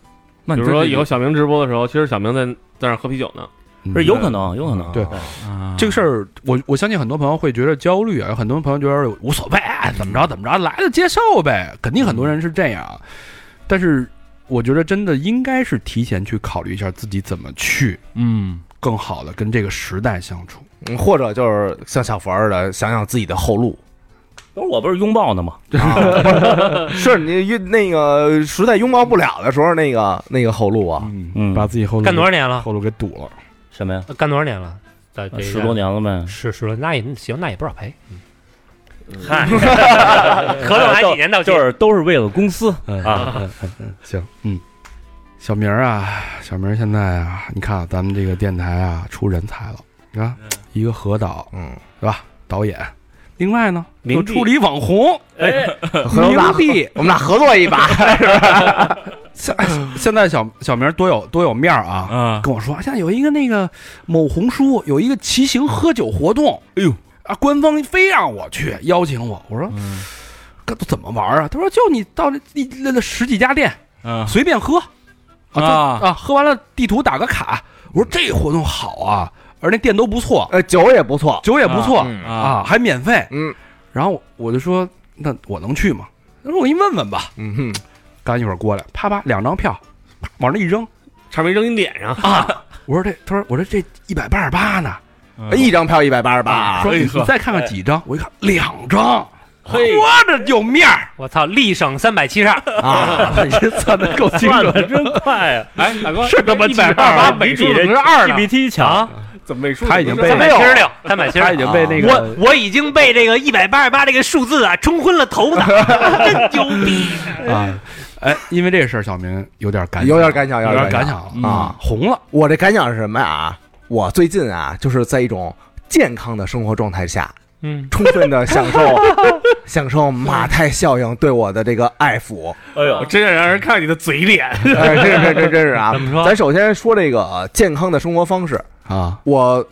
Speaker 5: 那
Speaker 7: 比
Speaker 5: 你
Speaker 7: 如
Speaker 5: 这
Speaker 7: 说
Speaker 5: 这
Speaker 7: 以后小明直播的时候，其实小明在在那儿喝啤酒呢。
Speaker 3: 嗯
Speaker 6: 不是有可能，有可能。
Speaker 3: 对
Speaker 5: 嗯
Speaker 3: 这个事儿，我我相信很多朋友会觉得焦虑啊，有很多朋友觉得无所谓，啊怎么着怎么着，来了接受呗。肯定很多人是这样，啊但是我觉得真的应该是提前去考虑一下自己怎么去，嗯，更好的跟这个时代相处。
Speaker 4: 嗯或者就是像小佛似的，想想自己的后路。
Speaker 6: 不是我不是拥抱呢吗？
Speaker 4: 啊是你遇那个实在拥抱不了的时候，那个那个后路啊，
Speaker 3: 嗯
Speaker 6: 嗯
Speaker 3: 把自己后路
Speaker 2: 干多少年了？
Speaker 3: 后路给堵了。
Speaker 6: 什么呀？
Speaker 2: 干多少年了？在这
Speaker 6: 嗯十多，年了呗。
Speaker 2: 是是，那也行，那也不少赔。
Speaker 6: 嗨，
Speaker 2: 合同还几年到期？
Speaker 6: 就是 都是为了公司啊。
Speaker 3: 行，嗯，小明儿啊，小明儿现在啊，你看啊咱们这个电台啊，出人才了，你看一个何导，
Speaker 4: 嗯，
Speaker 3: 对吧？导演，另外呢，
Speaker 7: 明
Speaker 3: 又
Speaker 7: 帝
Speaker 3: 出了一网红
Speaker 7: 哎，
Speaker 4: 合我们俩
Speaker 3: 明帝
Speaker 4: 我们俩合作一把，
Speaker 3: 现哎 现在小小明多有多有面儿啊，
Speaker 5: 啊，
Speaker 3: 跟我说，像有一个那个某红书有一个骑行喝酒活动，哎呦啊，官方非让我去邀请我，我说，这都怎么玩啊？他说就你到那一那那十几家店
Speaker 5: 嗯
Speaker 3: 随便喝，啊
Speaker 5: 啊
Speaker 3: 就啊，喝完了地图打个卡。我说这活动好啊，而那店都不错，
Speaker 4: 呃，酒也不错，
Speaker 3: 酒也不错
Speaker 4: 嗯
Speaker 3: 啊，还免费。
Speaker 4: 嗯
Speaker 3: 然后我就说，那我能去吗？他说我给你问问吧。
Speaker 4: 嗯哼，
Speaker 3: 刚一会儿过来，啪啪两张票，啪往那一扔。
Speaker 7: 差没扔你脸上。
Speaker 3: 我说这，他说我说这一百八十八呢，
Speaker 5: 嗯
Speaker 4: 一张票一百八十八，
Speaker 3: 说
Speaker 5: 哎
Speaker 3: 你
Speaker 5: 呵
Speaker 3: 你再看看几张，我一看两张，
Speaker 7: 嘿
Speaker 3: 活着有面 儿
Speaker 2: 我操，立省三百七十二，
Speaker 3: 啊！你这算的够清
Speaker 6: 算
Speaker 3: 楚
Speaker 6: 的真快啊！
Speaker 7: 哎，大哥，
Speaker 3: 是他妈
Speaker 7: 一百
Speaker 3: 128
Speaker 7: 八
Speaker 3: 啊
Speaker 7: 十美术
Speaker 6: 比
Speaker 7: 怎么
Speaker 6: 这
Speaker 7: 是二呢？
Speaker 6: GPT
Speaker 2: 啊
Speaker 6: 强，
Speaker 7: 怎么美术
Speaker 3: 他已经被
Speaker 7: 怎
Speaker 2: 三
Speaker 7: 么
Speaker 2: 百
Speaker 7: 是
Speaker 2: 七
Speaker 7: 二
Speaker 2: 十六，三百七十
Speaker 3: 他
Speaker 2: 二
Speaker 3: 已。经被那个
Speaker 2: 我我已经被这个一百八十八这个数字啊冲昏了头脑，真牛逼！
Speaker 3: 啊，哎，因为这事儿，小明有点感
Speaker 4: 啊
Speaker 3: 想，
Speaker 4: 有点感想，
Speaker 3: 有
Speaker 4: 点
Speaker 3: 感
Speaker 4: 想。
Speaker 3: 想了啊，红了，
Speaker 4: 嗯我这感想是什么啊？我最近啊，就是在一种健康的生活状态下，
Speaker 2: 嗯，
Speaker 4: 充分的享受享受马太效应对我的这个爱抚。
Speaker 6: 哎呦，
Speaker 7: 真想让人看你的嘴脸。
Speaker 4: 哎，这是这是这是啊！
Speaker 2: 怎么说
Speaker 4: 咱首先说这个呃健康的生活方式。
Speaker 3: 啊
Speaker 4: 我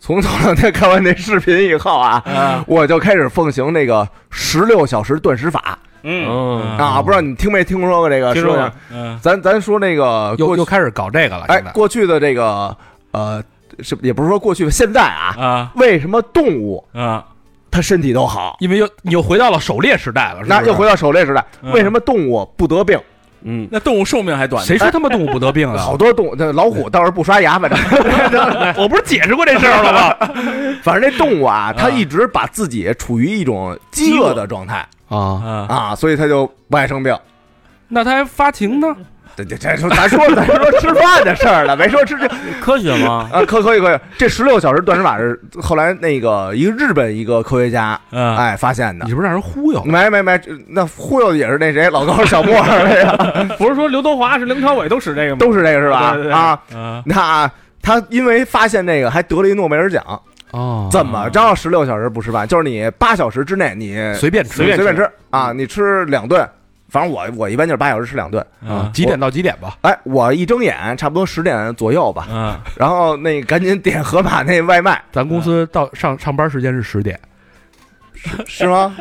Speaker 4: 从头两天看完那视频以后啊，我就开始奉行那个十六小时断食法
Speaker 6: 嗯，
Speaker 7: 嗯，
Speaker 4: 啊！不知道你听没听说过这个？
Speaker 7: 听说
Speaker 4: 16
Speaker 7: 过
Speaker 4: 小时
Speaker 5: 嗯
Speaker 4: 咱咱说那个
Speaker 3: 又
Speaker 4: 过去
Speaker 3: 又开始搞这个了，
Speaker 4: 哎
Speaker 3: 现在，
Speaker 4: 过去的这个呃，是也不是说过去吧，现在啊，
Speaker 5: 啊
Speaker 4: 为什么动物
Speaker 5: 啊，
Speaker 4: 它身体都好？
Speaker 3: 因为又你又回到了狩猎时代了，是不
Speaker 4: 那
Speaker 3: 是
Speaker 4: 又回到狩猎时代，
Speaker 5: 嗯
Speaker 4: 为什么动物不得病？
Speaker 7: 嗯，
Speaker 5: 那动物寿命还短呢，
Speaker 3: 谁说他妈动物不得病啊？
Speaker 4: 好多动物，那老虎倒是不刷牙，反正
Speaker 3: 我不是解释过这事儿了吗？
Speaker 4: 反正这动物啊，它一直把自己处于一种饥饿的状态
Speaker 3: 啊，
Speaker 5: 啊？
Speaker 4: 啊，所以它就不爱生病。
Speaker 3: 那他还发情呢？
Speaker 4: 这这这说咱说咱说吃饭的事儿了，没说吃这
Speaker 6: 科学吗？
Speaker 4: 啊，可可以可以，这十六小时断食法是后来那个一个日本一个科学家
Speaker 5: 啊，
Speaker 4: 哎发现的
Speaker 3: 你。是不是让人忽悠？
Speaker 4: 没没没，这那忽悠的也是那谁老高小莫儿那个，
Speaker 7: 不是说刘德华是梁朝伟都使这个吗？
Speaker 4: 都是这个是吧
Speaker 7: 对对？对
Speaker 4: 啊，
Speaker 5: 啊
Speaker 4: 那他因为发现这个还得了一诺贝尔奖，
Speaker 3: 哦，
Speaker 4: 怎么着十六小时不吃饭？就是你八小时之内你
Speaker 3: 随便吃？
Speaker 4: 随随便吃啊，你吃两顿，反正我我一般就是八小时吃两顿。
Speaker 3: 啊
Speaker 5: 啊，
Speaker 3: 几点到几点吧？
Speaker 4: 哎，我一睁眼差不多十点左右
Speaker 2: 嗯
Speaker 4: 吧，
Speaker 5: 啊
Speaker 4: 然后那赶紧点盒马那外卖
Speaker 3: 咱公司到上上班时间是十点，
Speaker 4: 是吗？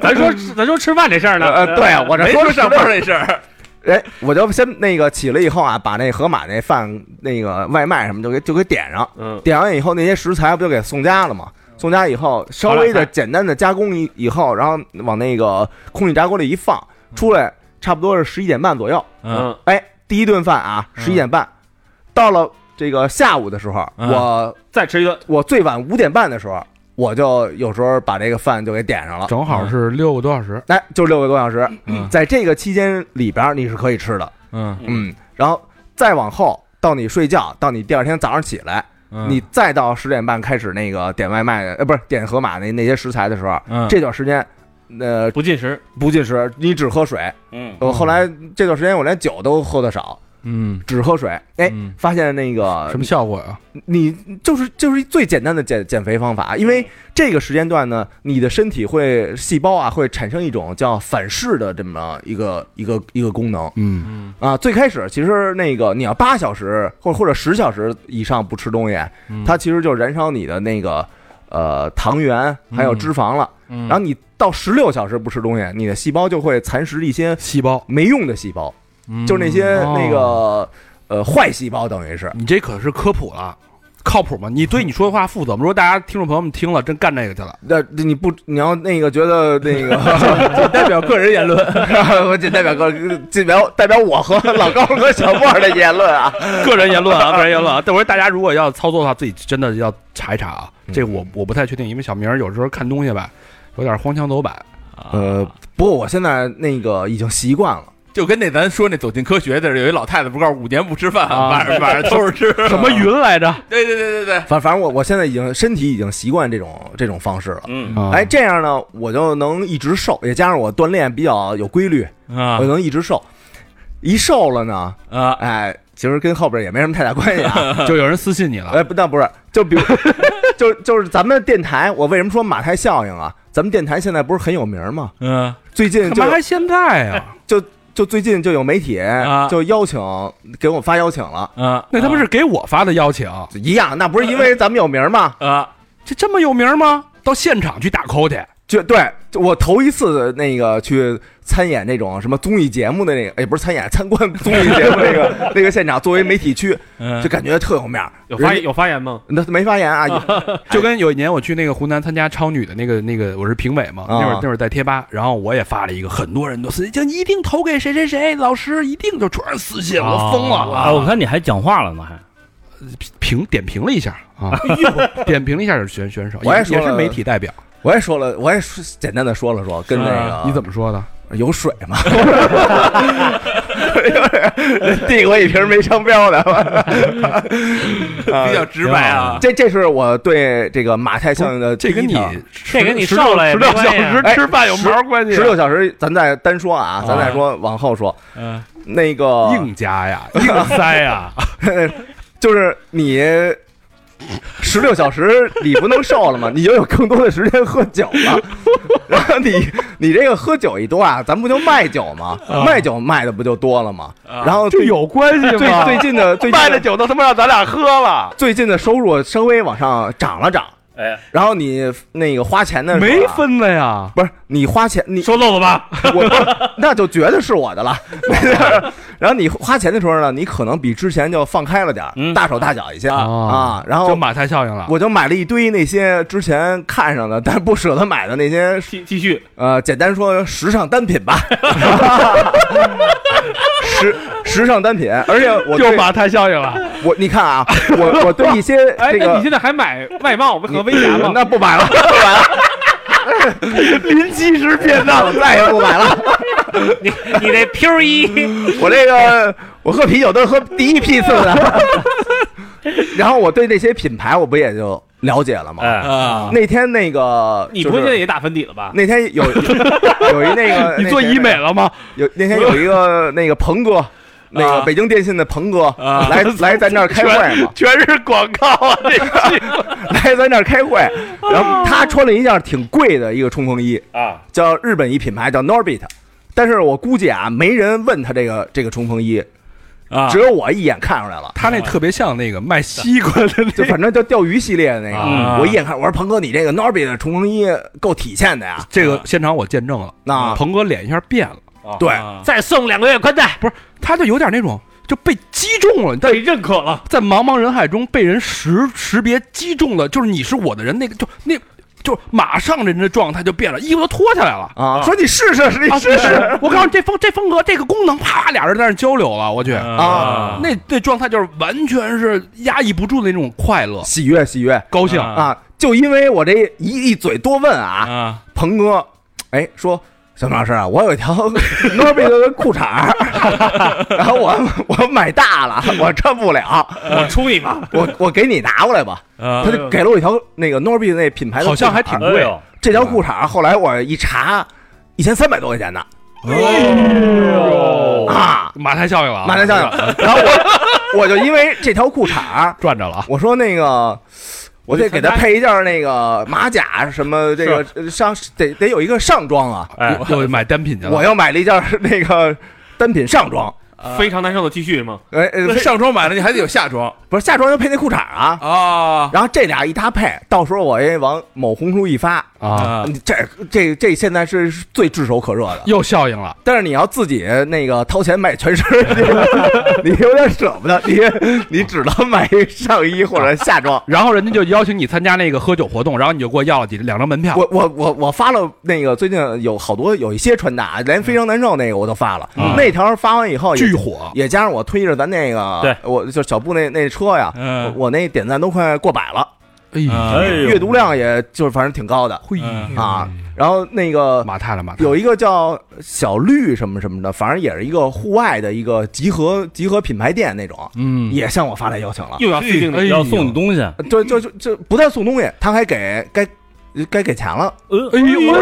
Speaker 7: 咱说咱说吃饭这事儿呢，
Speaker 4: 呃，对我这说是
Speaker 5: 上班
Speaker 4: 16
Speaker 5: 这事儿，
Speaker 4: 哎，我就先那个起了以后啊，把那盒马那饭那个外卖什么就给就给点上，
Speaker 7: 嗯，
Speaker 4: 点完以后那些食材不就给送家了吗？送家以后稍微的简单的加工以以后，然后往那个空气炸锅里一放，
Speaker 7: 嗯
Speaker 4: 出来差不多是十一点半左右。
Speaker 5: 嗯
Speaker 4: 哎，第一顿饭啊，
Speaker 7: 嗯
Speaker 4: 十一点半，到了这个下午的时候，
Speaker 5: 嗯
Speaker 4: 我
Speaker 7: 再吃一顿，
Speaker 4: 我最晚五点半的时候，我就有时候把这个饭就给点上了。
Speaker 3: 正好是六个多小时。
Speaker 4: 哎，就六个多小时，
Speaker 5: 嗯
Speaker 4: 在这个期间里边你是可以吃的，
Speaker 5: 嗯，
Speaker 4: 嗯，然后再往后到你睡觉，到你第二天早上起来，
Speaker 5: 嗯
Speaker 4: 你再到十点半开始那个点外卖的，呃，不是点盒马那那些食材的时候，
Speaker 5: 嗯
Speaker 4: 这段时间，呃，
Speaker 7: 不进食，
Speaker 4: 不进食，你只喝水。
Speaker 6: 嗯，
Speaker 4: 我后来这段时间我连酒都喝的少，
Speaker 5: 嗯
Speaker 4: 只喝水。哎，
Speaker 5: 嗯
Speaker 4: 发现那个
Speaker 3: 什么效果啊呀？
Speaker 4: 你就是就是最简单的减减肥方法，因
Speaker 5: 嗯
Speaker 4: 为这个时间段呢，你的身体会细胞啊会产生一种叫反噬的这么一个一个一个功能
Speaker 3: 嗯，
Speaker 5: 嗯
Speaker 4: 啊。最开始其实那个你要八小时或或者十小时以上不吃东西，
Speaker 5: 嗯
Speaker 4: 它其实就燃烧你的那个呃糖原还有脂肪了。
Speaker 5: 嗯
Speaker 4: 然后你到十六小时不吃东西，你的细胞就会蚕食一些
Speaker 3: 细胞，
Speaker 4: 没用的细胞，就是
Speaker 5: 嗯
Speaker 4: 那些
Speaker 3: 哦
Speaker 4: 那个呃坏细胞，等于是。
Speaker 3: 你这可是科普了，靠谱吗？你对你说的话负责吗？如果大家听众朋友们听了，真干这个去了，
Speaker 4: 那你不你要那个觉得那 个
Speaker 3: 代表个人言论，
Speaker 4: 我仅代表哥，代表代表我 和老高和小莫的言论啊。
Speaker 3: 个人言论啊，个人言论啊。等会儿大家如果要操作的话，自己真的要查一查啊。这我我不太确定，因为小明儿有时候看东西吧，有点荒腔 走板。
Speaker 4: 呃，不过我现在那个已经习惯了，
Speaker 5: 就跟那咱说那走进科学的，有一老太太不告诉五年不吃饭，
Speaker 3: 啊
Speaker 5: 晚上晚上都是吃，
Speaker 3: 什么云来着？
Speaker 5: 对对对对对，
Speaker 4: 反反正我我现在已经身体已经习惯这种这种方式了。
Speaker 6: 嗯，
Speaker 3: 啊
Speaker 4: 哎，，这样呢，我就能一直瘦，也加上我锻炼比较有规律，
Speaker 5: 啊
Speaker 4: 我能一直瘦。一瘦了呢，
Speaker 5: 啊
Speaker 4: 哎，其实跟后边也没什么太大关系啊。
Speaker 3: 就有人私信你了。
Speaker 4: 哎，不，那不是，就 比如，就就是咱们电台，我为什么说马太效应啊？咱们电台现在不是很有名吗？
Speaker 5: 嗯，
Speaker 4: 最近
Speaker 3: 干
Speaker 4: 就
Speaker 3: 嘛还现在啊？
Speaker 4: 就就最近就有媒体
Speaker 3: 啊
Speaker 4: 哎就邀请给我发邀请了，
Speaker 3: 啊，那他不是给我发的邀请
Speaker 4: 一样，那不是因为咱们有名吗？
Speaker 3: 啊？这这么有名吗？到现场去打 call 去，
Speaker 4: 就对，就我头一次那个去参演那种什么综艺节目的那个，也哎不是参演，参观综艺节目那个那个现场，作为媒体区，
Speaker 3: 嗯
Speaker 4: 就感觉特有面儿。
Speaker 7: 有发
Speaker 4: 人家
Speaker 7: 有发言吗？
Speaker 4: 那没发 言啊，
Speaker 3: 就跟有一年我去那个湖南参加超女的那个那个，我是评委嘛，
Speaker 4: 啊
Speaker 3: 那会儿那会儿在贴吧，然后我也发了一个，很多人都私信，就一定投给谁谁谁，老师一定就全是私信，我疯了
Speaker 6: 啊！我看你还讲话了呢，还
Speaker 3: 评点评了一下啊， 点评了一下选选手，
Speaker 4: 我也说
Speaker 3: 也是
Speaker 4: 了
Speaker 3: 媒体代表，
Speaker 4: 我也说了，我也说简单的说了说，跟那个
Speaker 3: 啊你怎么 说的？
Speaker 4: 么有水吗？递给我一瓶没商标 的，啊
Speaker 5: 比较直白啊。
Speaker 4: 这这是我对这个马太效应的
Speaker 3: 这跟你
Speaker 2: 这跟你瘦了也
Speaker 3: 十
Speaker 2: 没
Speaker 3: 六
Speaker 2: 关
Speaker 3: 小
Speaker 2: 系啊
Speaker 3: 时吃饭有毛关系啊？
Speaker 4: 十六小时，咱再单说啊，咱再说往后说，
Speaker 3: 嗯
Speaker 4: 那个
Speaker 3: 硬加呀，硬塞呀，
Speaker 4: 就是你十六小时你不能瘦了嘛，你就有更多的时间喝酒 了。然后你你这个喝酒一多啊，咱不就卖酒吗？卖酒卖的不就多了吗？然后
Speaker 3: 啊这
Speaker 4: 最
Speaker 3: 有关系
Speaker 4: 最
Speaker 3: 吗？
Speaker 4: 最近的最近
Speaker 3: 卖的
Speaker 4: 的
Speaker 3: 酒都他妈让咱俩喝了，
Speaker 4: 最近的收入稍微往上涨了涨，
Speaker 6: 哎，
Speaker 4: 然后你那个花钱的时候啊
Speaker 3: 没。分的呀。
Speaker 4: 不是你花钱，你
Speaker 6: 说漏了吧？
Speaker 4: 我那就觉得是我的了。 然后你花钱的时候呢，你可能比之前就放开了点儿，
Speaker 6: 嗯
Speaker 4: 大手大脚一些
Speaker 3: 哦
Speaker 4: 啊。然后
Speaker 3: 就马太效应了，
Speaker 4: 我就买了一堆那些之前看上的但不舍得买的那些，
Speaker 7: T T 恤
Speaker 4: 呃，简单说时尚单品吧， 时时尚单品，而且我
Speaker 3: 就
Speaker 4: 对
Speaker 3: 马太效应了。
Speaker 4: 我你看啊，我我对一些
Speaker 7: 哎，
Speaker 4: 这
Speaker 7: 那你
Speaker 4: 个
Speaker 7: 现在还买外贸和威亚吗？
Speaker 4: 那不买了，不买 了，
Speaker 3: 临期时 变
Speaker 4: 那我再也不买了。
Speaker 2: 你 你那 Q
Speaker 3: 嗯
Speaker 2: 一，
Speaker 4: 我这个我喝啤酒都是喝第一批次的，然后我对那些品牌我不也就了解了吗？
Speaker 6: 哎，
Speaker 3: 啊，
Speaker 4: 那天那个
Speaker 7: 你
Speaker 4: 就
Speaker 7: 不会
Speaker 4: 是
Speaker 7: 现在也打粉底了吧？
Speaker 4: 那天有有一那个
Speaker 3: 你做
Speaker 4: 那天
Speaker 3: 医美了吗？
Speaker 4: 有那天有一个那个鹏哥，那个
Speaker 3: 啊
Speaker 4: 北京电信的鹏哥
Speaker 3: 啊
Speaker 4: 来来咱这儿开会嘛，
Speaker 3: 全是广告啊！
Speaker 4: 来咱这儿开会，然后他穿了一件挺贵的一个冲锋衣
Speaker 6: 啊，
Speaker 4: 叫日本一品牌叫 Norbit，但是我估计啊，没人问他这个这个冲锋衣，
Speaker 3: 啊
Speaker 4: 只有我一眼看出来了。
Speaker 3: 他那特别像那个卖
Speaker 4: 啊
Speaker 3: 西瓜的
Speaker 4: 就反正叫钓鱼系列的那
Speaker 3: 啊
Speaker 4: 个，我一眼看，我说鹏哥，你这个 Norbit 的冲锋衣够体现的呀。
Speaker 3: 这个现场我见证了，
Speaker 4: 啊
Speaker 3: 鹏哥脸一下变了，
Speaker 4: 对，
Speaker 2: 再送两个月宽带，
Speaker 3: 他就有点那种就被击中了，在
Speaker 7: 被认可了，
Speaker 3: 在茫茫人海中被人识识别击中了，就是你是我的人，那个就那就马上人的状态就变了，衣服都脱下来了。
Speaker 4: 啊，说你试试，你
Speaker 3: 啊，
Speaker 4: 试试。
Speaker 3: 是，我告诉你，这风这风格这个功能，啪，俩人在那儿交流了，我去，
Speaker 4: 啊
Speaker 3: 那那状态就是完全是压抑不住的那种快乐、
Speaker 4: 喜悦，喜悦
Speaker 3: 高兴
Speaker 4: 啊！就因为我这一一嘴多问啊，
Speaker 3: 啊！
Speaker 4: 鹏哥，哎，说小明老师啊，我有一条 Norbit 的裤衩儿，然后我我买大了，我穿不了，
Speaker 3: 哎
Speaker 4: 啊
Speaker 7: 我出你吧。
Speaker 4: 我我给你拿过来吧。
Speaker 3: 啊
Speaker 4: 他就给了我一条那个 Norbit 那品牌的裤衩儿，
Speaker 3: 好像还挺
Speaker 6: 哎
Speaker 3: 贵，哦
Speaker 6: 呦，
Speaker 4: 这条裤衩儿，后来我一查，一千三百多块钱呢啊，
Speaker 3: 哎马太效应了哦啊，
Speaker 4: 马上想想，然后我我就因为这条裤衩儿，
Speaker 3: 赚着了啊！
Speaker 4: 我说那个。我得给他配一件那个马甲什么，这个呃上得得有一个上装啊！
Speaker 6: 哎，
Speaker 3: 又买单品去了，
Speaker 4: 我又买了一件那个单品上装，
Speaker 7: 非常难受的 T 恤吗？
Speaker 4: 哎，呃
Speaker 5: 那上装买了，你还得有下装
Speaker 4: 不是夏装就配那裤衩啊，
Speaker 5: 啊
Speaker 4: 然后这俩一搭配，到时候我也往某红书一发，
Speaker 3: 啊，
Speaker 5: 啊！
Speaker 4: 你这这这现在是最炙手可热 的。
Speaker 3: 又效应了。
Speaker 4: 但是你要自己那个掏钱买全身， 你你有点舍不得，你你只能买一上衣或者夏 装。
Speaker 3: 然后人家就邀请你参加那个喝酒活动，然后你就给我要了几两张门票。
Speaker 4: 我我我我发了那个最近有好多有一些穿搭，连非常难受那个我都发了，那条发完以后也
Speaker 3: 嗯巨火
Speaker 4: 也加上我推着咱那个，
Speaker 6: 对
Speaker 4: 我就小布那那车呀，
Speaker 3: 嗯
Speaker 4: 我我那点赞都快过百了，
Speaker 3: 哎呦
Speaker 6: 哎呦，嗯
Speaker 4: 阅读量也就是反正挺高的
Speaker 3: 嘿
Speaker 4: 啊。然后那个
Speaker 3: 马太了，马太
Speaker 4: 有一个叫小绿什么什么的，反正也是一个户外的一个集合集合品牌店那种，
Speaker 3: 嗯
Speaker 4: 也向我发来邀请了。
Speaker 7: 又要私定
Speaker 3: 哎
Speaker 7: 你，
Speaker 3: 呦
Speaker 6: 要送你东西，啊
Speaker 4: 就就就就不但送东西，他还给该该给钱了
Speaker 6: 呃，
Speaker 3: 哎呦，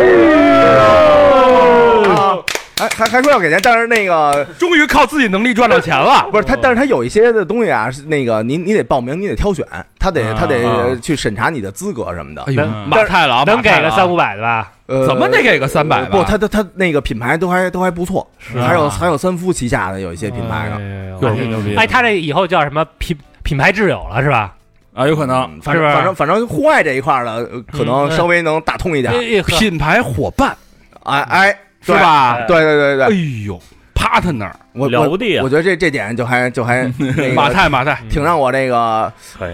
Speaker 6: 哦
Speaker 4: 啊！还还还说要给钱，但是那个
Speaker 3: 终于靠自己能力赚到钱了。
Speaker 4: 不是他，
Speaker 6: 哦
Speaker 4: 但是他有一些的东西啊，是那个你你得报名，你得挑选，他
Speaker 6: 啊
Speaker 4: 得他得去审查你的资格什么的。
Speaker 2: 呦
Speaker 3: 马太了啊，
Speaker 2: 能给个三
Speaker 3: 五，
Speaker 2: 五百的吧？
Speaker 4: 呃，
Speaker 3: 怎么得给个三百啊吧？
Speaker 4: 不，他他他那个品牌都还都还不错，还有还有三夫旗下的有一些品牌啊的。
Speaker 3: 啊有牛逼
Speaker 2: 哎，他这以后叫什么品品牌挚友了是吧？
Speaker 5: 啊，有可能
Speaker 4: 嗯反
Speaker 2: 是
Speaker 4: 正
Speaker 2: 吧
Speaker 4: 反正反正户外这一块儿的，呃可能
Speaker 2: 嗯
Speaker 4: 稍微能打通一点。
Speaker 2: 哎呵
Speaker 3: 品牌伙伴
Speaker 4: 哎哎，
Speaker 3: 是吧？
Speaker 4: 对？对对对
Speaker 3: 哎
Speaker 4: 对，
Speaker 3: 呦，partner，
Speaker 4: 我
Speaker 6: 了
Speaker 4: 我
Speaker 6: 不地啊
Speaker 4: 我！觉得这这点就还就 还那
Speaker 3: 马
Speaker 4: 个
Speaker 3: 太马太
Speaker 4: 挺让我这个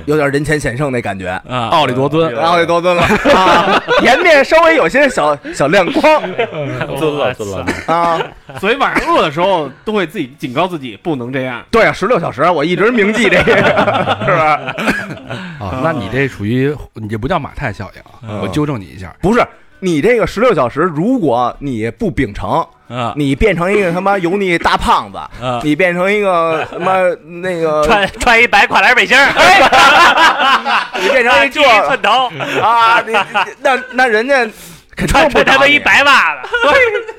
Speaker 4: 有点人前显圣那感觉。
Speaker 3: 啊，奥利多
Speaker 6: 哎
Speaker 3: 尊，
Speaker 4: 然后就多尊了啊，颜面稍微有些小小亮光
Speaker 6: 尊了尊了，
Speaker 4: 啊。
Speaker 7: 所以晚上饿的时候都会自己警告自己不能这样。
Speaker 4: 对啊，十六小时，我一直铭记这个， 是吧？
Speaker 3: 啊，那你这属于你这不叫马太效应啊，我纠正你一下
Speaker 4: 不是，你这个十六小时，如果你不秉承，
Speaker 3: 啊，
Speaker 4: 你变成一个他妈油腻大胖子，你变成一个他妈那个，
Speaker 2: 啊 穿穿一白垮栏背心 儿，
Speaker 4: 你变成
Speaker 3: 哎
Speaker 4: 一
Speaker 2: 系一寸
Speaker 4: 这
Speaker 2: 头，
Speaker 3: 嗯
Speaker 4: 啊，你你那那人家肯定
Speaker 2: 穿
Speaker 4: 不
Speaker 2: 穿他
Speaker 4: 找
Speaker 2: 妈一
Speaker 4: 你，
Speaker 2: 白袜子，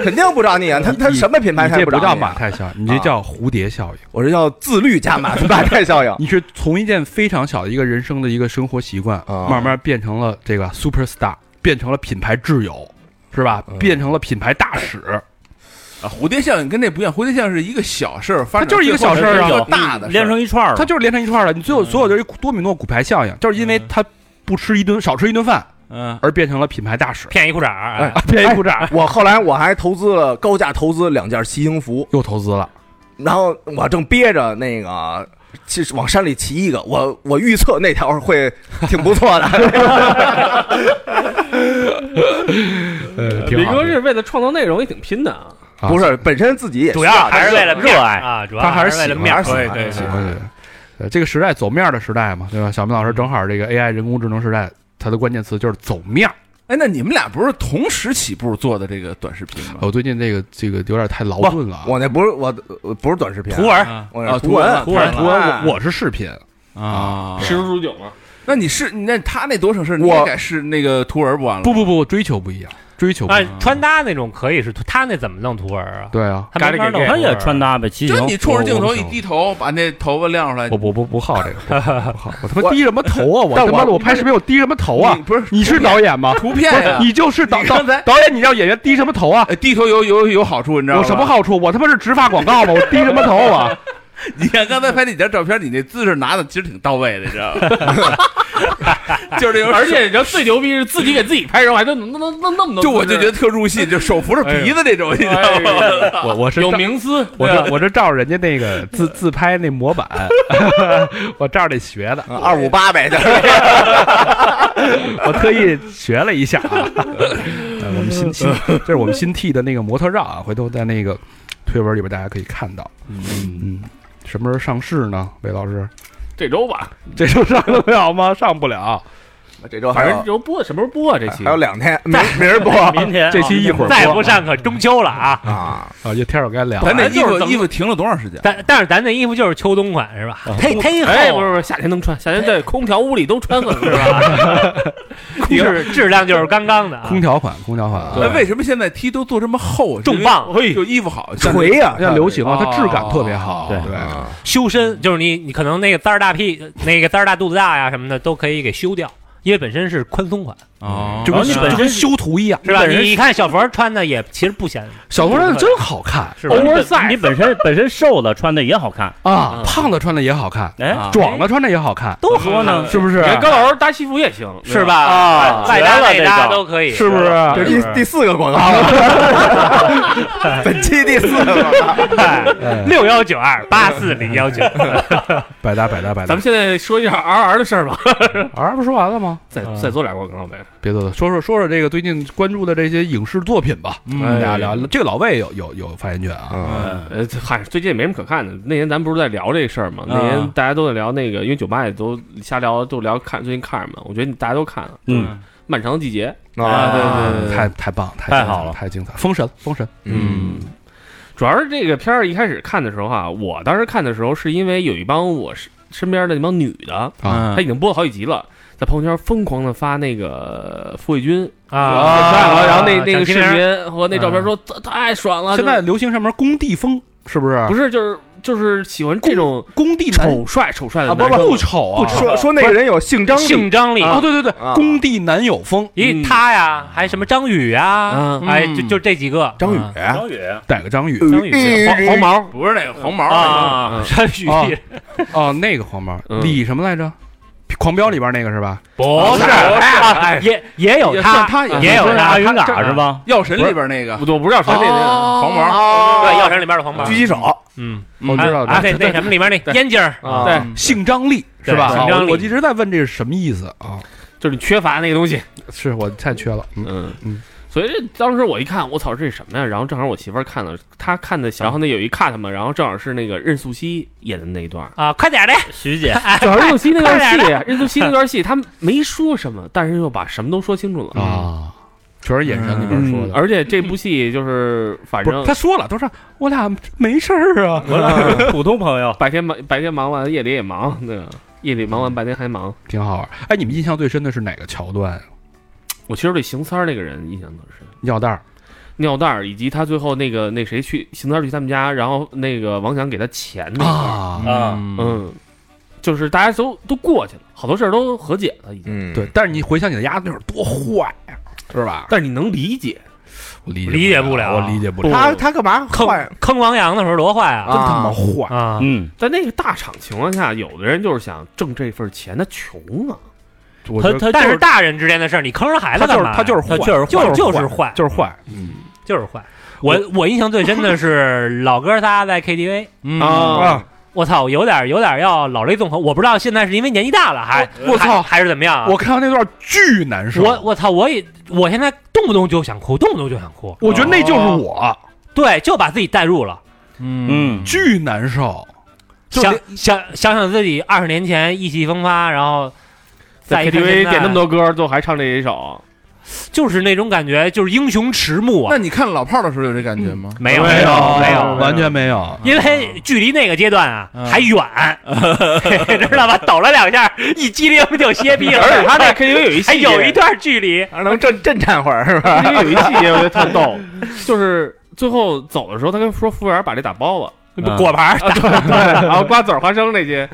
Speaker 4: 肯定不找你啊！他他
Speaker 3: 你
Speaker 4: 什么品牌
Speaker 3: 你
Speaker 4: 他也
Speaker 3: 这
Speaker 4: 不
Speaker 3: 不
Speaker 4: 找
Speaker 3: 叫
Speaker 4: 你
Speaker 3: 马
Speaker 4: 啊？
Speaker 3: 太效应，你这叫蝴蝶效应。
Speaker 4: 我这叫自律加马马太效 应。
Speaker 3: 你是从一件非常小的一个人生的一个生活习惯，
Speaker 4: 啊
Speaker 3: 慢慢变成了这个 super star，变成了品牌挚友，是吧？
Speaker 4: 嗯
Speaker 3: 变成了品牌大使，
Speaker 5: 啊，蝴蝶效应跟这不一样，蝴蝶效应是一个小事儿发
Speaker 3: 它
Speaker 5: 展，
Speaker 3: 就是一个小事儿啊，
Speaker 6: 有
Speaker 5: 大的事儿
Speaker 6: 连成一串儿了，
Speaker 3: 它就是连成一串儿了。你最后
Speaker 4: 嗯
Speaker 3: 所有就是一多米诺骨牌效应，就是因为他不吃一顿少吃一顿饭
Speaker 5: 嗯，
Speaker 3: 而变成了品牌大使，
Speaker 2: 骗一裤衩儿。哎
Speaker 3: 啊便宜裤衩
Speaker 4: 我后来我还投资了高价投资两件骑行服，
Speaker 3: 又投资了，
Speaker 4: 然后我正憋着那个，其实往山里骑一个，我我预测那条会挺不错的。
Speaker 7: 李哥是为了创造内容也挺拼的啊，
Speaker 3: 啊
Speaker 4: 不是，本身自己也
Speaker 2: 主要还是为了
Speaker 4: 哎热
Speaker 2: 面儿啊，主要
Speaker 3: 他还是
Speaker 2: 为
Speaker 3: 喜
Speaker 2: 了
Speaker 3: 欢
Speaker 2: 面啊儿。
Speaker 4: 喜欢
Speaker 5: 对对
Speaker 4: 喜
Speaker 3: 喜
Speaker 4: 欢
Speaker 3: 欢这个。呃，这个时代走面儿的时代嘛，对吧？小
Speaker 4: 嗯
Speaker 3: 明老师正好这个 AI 人工智能时代，它的关键词就是走面儿。
Speaker 4: 嗯
Speaker 5: 哎，那你们俩不是同时起步做的这个短视频吗？
Speaker 3: 我最近这个这个有点太劳顿了啊。
Speaker 4: 我那不是我我不是短视频，
Speaker 2: 图文
Speaker 5: 啊
Speaker 4: 我
Speaker 5: 啊
Speaker 4: 是
Speaker 5: 图
Speaker 4: 文，
Speaker 5: 文
Speaker 4: 图文，
Speaker 5: 图
Speaker 4: 图文，
Speaker 3: 我我是视频，
Speaker 4: 嗯
Speaker 5: 啊，
Speaker 7: 十如九嘛。
Speaker 5: 那你是那他那多省事，你
Speaker 4: 我
Speaker 5: 也改是那个图文不完了？
Speaker 3: 不，不不，追求不一样，追求不一样。
Speaker 2: 啊，穿搭那种可以是图，他那怎么弄图文啊？
Speaker 3: 对啊，
Speaker 2: 他没法弄，
Speaker 6: 他也穿。搭呗，骑行
Speaker 5: 就。你冲着镜
Speaker 3: 我
Speaker 5: 头
Speaker 3: 我
Speaker 5: 一低头，把那头发亮出来
Speaker 3: 我，不不不好这个， 不好不好，我他妈
Speaker 4: 我
Speaker 3: 低什么头啊？ 我
Speaker 4: 但
Speaker 3: 他妈
Speaker 4: 我
Speaker 3: 的，我拍视频我低什么头啊
Speaker 5: 你？不是
Speaker 3: 你是导演吗？
Speaker 5: 图片
Speaker 3: 不是
Speaker 5: 呀？
Speaker 3: 你就是导
Speaker 5: 你
Speaker 3: 导
Speaker 5: 刚才
Speaker 3: 导演，你让演员低什么头啊？
Speaker 5: 呃低头有有有好处，你知道吗？
Speaker 3: 有什么？好处？我他妈是植发广告吗？我低什么头 啊？
Speaker 5: 你看刚才拍那张照片，你那姿势拿的其实挺到位的，你知道吗？就是这种，
Speaker 7: 而且你知道最牛逼是自己给自己拍，然后还能能能能那么多姿势，
Speaker 5: 就我就觉得特入戏，就手扶着鼻子这种，你知道吗？
Speaker 7: 哎
Speaker 3: 我我是
Speaker 7: 呦有
Speaker 3: 照
Speaker 7: 冥思，
Speaker 3: 我
Speaker 7: 对
Speaker 3: 是
Speaker 7: 吧
Speaker 3: 我是照着人家那个自自拍那模 板，我照着那学的，
Speaker 4: 二五八呗，就是
Speaker 3: 我特意学了一下 啊。呃我们新新这是我们新 T 的那个模特照啊，回头在那个推文里边大家可以看到。嗯，什么时候上市呢？魏老师，
Speaker 7: 这周吧，
Speaker 3: 这周上得了吗？上不了。
Speaker 4: 这周还
Speaker 7: 反正这
Speaker 4: 有
Speaker 7: 周播什么时候播啊？这期
Speaker 4: 还有两天，明明儿播
Speaker 6: 明天啊
Speaker 3: 这期一会儿
Speaker 2: 哦再不上可中秋了啊！
Speaker 4: 啊，
Speaker 3: 啊，这天儿该凉了。
Speaker 5: 咱那
Speaker 7: 反正
Speaker 5: 衣
Speaker 7: 就是
Speaker 5: 服
Speaker 7: 怎么
Speaker 5: 衣服停了多长时间？
Speaker 2: 但但是咱那衣服就是秋冬款是吧？忒忒
Speaker 7: 哎，
Speaker 2: 厚
Speaker 7: 不
Speaker 2: 了
Speaker 7: 是不是，夏天能穿，夏天在空调屋里都穿 了，是吧？
Speaker 2: 质质量就是刚刚的啊。
Speaker 3: 空调款，空调款啊，
Speaker 5: 哎，为什么现在 T 都做这么厚？
Speaker 2: 重磅
Speaker 5: 是因为就衣服好，像
Speaker 4: 锤呀，
Speaker 3: 要流行啊，它
Speaker 5: 哦
Speaker 3: 质感特别好。
Speaker 6: 对
Speaker 3: 对，
Speaker 4: 啊
Speaker 2: 修身，就是你你可能那个崽儿大屁、那个崽儿大肚子大呀什么的都可以给修掉，因为本身是宽松款，
Speaker 5: 哦
Speaker 3: 就跟
Speaker 6: 然后你本
Speaker 3: 就跟修图一样。
Speaker 2: 是吧？
Speaker 6: 本身
Speaker 2: 你
Speaker 6: 是
Speaker 2: 你看小佛穿的也其实不显
Speaker 3: 小姑娘真好看
Speaker 2: 是吧？
Speaker 6: oversize，你 本身本身瘦的穿的也好看，
Speaker 3: 啊，胖的穿的也好看，
Speaker 6: 哎
Speaker 5: 啊，
Speaker 3: 壮的穿的也好看，啊
Speaker 6: 都说呢，
Speaker 3: 是不是
Speaker 7: 你？看高老师搭西服也行，
Speaker 2: 是
Speaker 7: 吧？
Speaker 2: 吧？哎
Speaker 4: 啊
Speaker 2: 外搭内搭都可以，
Speaker 3: 是不是？
Speaker 4: 这是第第四个广告，本期第四个广告，
Speaker 2: 六幺九二八四零幺九，
Speaker 3: 百搭百搭百
Speaker 7: 咱
Speaker 3: 搭啊
Speaker 7: 们。现在说一下 R R 的事儿吧，
Speaker 3: 儿不说完了吗？
Speaker 7: 再再做俩广告呗。
Speaker 3: 别的了，说说说说这个最近关注的这些影视作品吧。嗯，大家聊聊，这个老魏有有有发言权啊。
Speaker 7: 哎呃，这嗨，最近也没什么可看的。那天咱不是在聊这事儿嘛？那
Speaker 3: 嗯
Speaker 7: 天大家都在聊那个，因为酒吧也都瞎聊，都聊看最近看什么。我觉得大家都看了，
Speaker 6: 嗯，
Speaker 7: 《漫长的季节
Speaker 4: 啊，
Speaker 3: 嗯太太棒，太
Speaker 6: 太
Speaker 3: 精彩
Speaker 6: 好了
Speaker 3: 太精彩！封神，封神，
Speaker 4: 嗯》，
Speaker 7: 主要是这个片儿一开始看的时候啊，我当时看的时候是因为有一帮我身身边的那帮女的，
Speaker 3: 啊
Speaker 7: 嗯她已经播了好几集了。在朋友圈疯狂的发那个傅卫军
Speaker 2: 啊，
Speaker 7: 看了，然后那那
Speaker 2: 蒋
Speaker 7: 个视
Speaker 2: 勤玲
Speaker 7: 频和那照片说这太爽
Speaker 3: 嗯
Speaker 7: 了，
Speaker 3: 现在流行什么工地风，是不是？
Speaker 7: 就是不是就是就是喜欢这种
Speaker 3: 工地男
Speaker 7: 丑帅丑帅的
Speaker 4: 啊不
Speaker 7: 男生
Speaker 3: 不丑啊，
Speaker 4: 说说那个人有性张力，
Speaker 2: 姓张力，
Speaker 3: 啊，对对对
Speaker 4: 啊，
Speaker 3: 工地男友风，
Speaker 2: 咦，他呀，还什么张宇呀，
Speaker 7: 嗯
Speaker 2: 哎，就就这几个
Speaker 4: 张宇，
Speaker 2: 啊
Speaker 6: 张宇
Speaker 3: 逮个张宇
Speaker 2: 张宇
Speaker 7: 黄黄毛
Speaker 5: 不是那个黄毛那
Speaker 2: 啊， 张宇
Speaker 3: 啊哦，那个黄毛
Speaker 7: 嗯
Speaker 3: 李什么来着？狂飙里边那个是吧？
Speaker 2: 不是，哎也也有
Speaker 3: 也
Speaker 2: 他
Speaker 3: 算，他
Speaker 2: 也有他
Speaker 6: 阿云嘎啊是 吧？
Speaker 5: 个药神里边那个
Speaker 7: 我不知道说这人
Speaker 5: 黄毛，
Speaker 2: 对，《药神》里边的黄毛，
Speaker 4: 狙击手
Speaker 2: 嗯，
Speaker 3: 我知道
Speaker 2: 啊，
Speaker 3: 的，
Speaker 2: 对，那什么里面那烟劲儿，
Speaker 4: 啊，
Speaker 7: 对
Speaker 3: 性张力
Speaker 2: 对
Speaker 3: 是吧？
Speaker 2: 性
Speaker 3: 啊
Speaker 2: 张力
Speaker 3: 我我一直在问这是什么意思啊？
Speaker 7: 就是你缺乏那个东西，
Speaker 3: 是我太缺了，嗯
Speaker 7: 嗯
Speaker 3: 嗯。
Speaker 7: 所以这当时我一看，我操，这是什么呀？然后正好我媳妇儿看了，她看的，然后那有一 cut 嘛，然后正好是那个任素汐演的那一段，
Speaker 2: 啊，快点嘞，
Speaker 6: 徐姐，啊
Speaker 7: 正好任素汐那段
Speaker 2: 快
Speaker 7: 戏，任素汐那段戏，她没说什么，但是又把什么都说清楚了。
Speaker 3: 啊，全是眼神里边说
Speaker 7: 嗯，
Speaker 3: 的。
Speaker 7: 而且这部戏就是反
Speaker 3: 不是，
Speaker 7: 正
Speaker 3: 他说了，他说我俩没事儿啊，
Speaker 6: 我俩普通朋友，
Speaker 7: 白天忙，白天忙完，夜里也忙，那个夜里忙完，白天还忙。
Speaker 3: 挺好玩。哎，你们印象最深的是哪个桥段？
Speaker 7: 我其实对邢三儿那个人印象特深，
Speaker 3: 尿袋儿
Speaker 7: 尿袋儿以及他最后那个那谁去邢三儿去他们家，然后那个王想给他钱那个，
Speaker 3: 啊，
Speaker 7: 嗯，就是大家都都过去了，好多事儿都和解了已经。
Speaker 4: 嗯，
Speaker 3: 对。但是你回想起来，丫那会儿多坏呀，是吧？
Speaker 7: 但是你能理解，
Speaker 3: 我理
Speaker 2: 理解不
Speaker 3: 不
Speaker 2: 了
Speaker 3: 我理解不了，
Speaker 4: 他他干嘛
Speaker 2: 坑
Speaker 4: 坏
Speaker 2: 坑王阳的时候多坏
Speaker 4: 啊
Speaker 2: 啊
Speaker 3: 真他妈坏。
Speaker 2: 啊！
Speaker 6: 嗯，
Speaker 7: 在那个大厂情况下，有的人就是想挣这份钱，他穷啊，
Speaker 3: 我觉
Speaker 6: 他
Speaker 3: 得
Speaker 6: 他就
Speaker 2: 但是大人之间的事儿，你坑上孩子
Speaker 3: 他就
Speaker 2: 干
Speaker 3: 是
Speaker 2: 嘛呀？
Speaker 3: 他就是坏，
Speaker 6: 就是
Speaker 2: 就
Speaker 3: 就是
Speaker 2: 坏，
Speaker 3: 就是坏。
Speaker 2: 就是坏。我我印象最深的是老哥仨在 KTV，
Speaker 3: 嗯
Speaker 7: 啊，
Speaker 2: 嗯我操，有点有点要老泪纵横。我不知道现在是因为年纪大了还
Speaker 3: 我操
Speaker 2: 还还是怎么样啊？
Speaker 3: 我啊看到那段巨难受，
Speaker 2: 我我操，我也我现在动不动就想哭，动不动就想哭，
Speaker 3: 我觉得那就是我，
Speaker 2: 对，就把自己带入了。
Speaker 6: 嗯，
Speaker 3: 巨难受。就是
Speaker 2: 想想想想自己二十年前意气风发，然后再
Speaker 7: 在
Speaker 2: 一看
Speaker 7: KTV
Speaker 2: 现在
Speaker 7: 点那么，多歌，最后还唱这一首，
Speaker 2: 就是那种感觉，就是英雄迟暮啊
Speaker 5: 那！你看老炮儿的时候有这感觉吗？
Speaker 7: 嗯
Speaker 2: 没有
Speaker 3: 没
Speaker 2: 有没
Speaker 7: 有
Speaker 3: 完全没有。
Speaker 2: 因为距离那个阶段啊
Speaker 5: 嗯
Speaker 2: 还 远，知道吧？抖了两下，一激灵就歇逼了。
Speaker 7: 而且 他那 KTV 有一
Speaker 2: 还
Speaker 7: 细节，
Speaker 2: 有一啊段距离，
Speaker 4: 还能震震颤会儿是吧？
Speaker 7: 因为有一细节我觉得特逗，就是最后走的时候，他跟说服务员把这打包了，
Speaker 6: 嗯
Speaker 2: 果盘儿
Speaker 7: 啊、对对，然后瓜子儿、花生那些，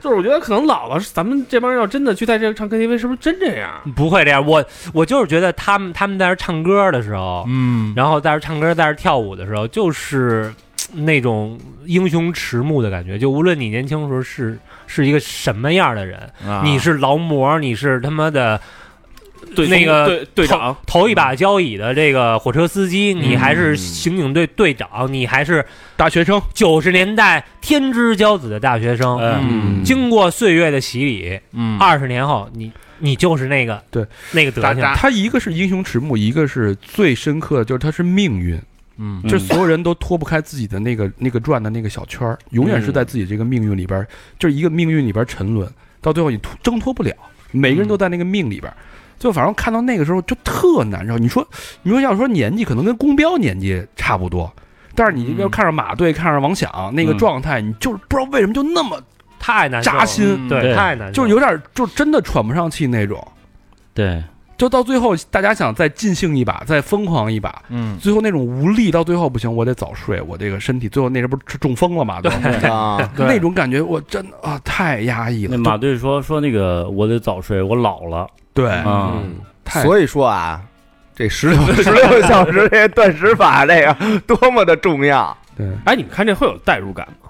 Speaker 7: 就是我觉得可能老了，咱们这帮人要真的去在这唱 KTV，是不是真这样？
Speaker 2: 不会这样。我我就是觉得他们他们在这儿唱歌的时候，
Speaker 5: 嗯，
Speaker 2: 然后在这儿唱歌，在这儿跳舞的时候，就是嘖那种英雄迟暮的感觉。就无论你年轻的时候是是一个什么样的人，你是劳模，你是他妈的
Speaker 7: 对
Speaker 2: 那个
Speaker 7: 对队长，
Speaker 2: 头一把交椅的这个火车司机，你还是刑警队队长，你还是
Speaker 3: 大学生，
Speaker 2: 九十年代天之骄子的大学生。
Speaker 5: 嗯
Speaker 2: 经过岁月的洗礼，
Speaker 5: 嗯
Speaker 2: 二十年后，你你就是那个
Speaker 3: 对
Speaker 2: 那个德行。
Speaker 3: 他一个是英雄迟暮，一个是最深刻的就是他是命运，
Speaker 5: 嗯
Speaker 3: 就是所有人都脱不开自己的那个那个转的那个小圈儿，永远是
Speaker 2: 嗯
Speaker 3: 在自己这个命运里边儿，就是一个命运里边儿沉沦，到最后你突挣脱不了，每个人
Speaker 2: 嗯
Speaker 3: 都在那个命里边儿。就反正看到那个时候就特难受。你说，你说要说年纪，可能跟公标年纪差不多，但是
Speaker 2: 嗯
Speaker 3: 你要看上马队，看上王响那个
Speaker 6: 嗯
Speaker 3: 状态，你就是不知道为什么就那么
Speaker 2: 太难受了，
Speaker 3: 扎心，
Speaker 5: 嗯
Speaker 2: 对，
Speaker 6: 对
Speaker 2: 太难受了，
Speaker 3: 就是有点儿就真的喘不上气那种。
Speaker 6: 对，
Speaker 3: 就到最后，大家想再尽兴一把，再疯狂一把，
Speaker 5: 嗯，
Speaker 3: 最后那种无力，到最后不行，我得早睡，我这个身体最后那人不是中风了嘛？对吧，
Speaker 4: 啊，
Speaker 5: 对
Speaker 3: 那种感觉我真的啊太压抑了
Speaker 6: 那，马队说说那个我得早睡，我老了
Speaker 3: 对，嗯
Speaker 6: 啊，
Speaker 3: 太
Speaker 4: 所以说啊，这十 六十六小时这断食法这个多么的重要，
Speaker 3: 对。
Speaker 7: 哎，你们看这会有代入感吗？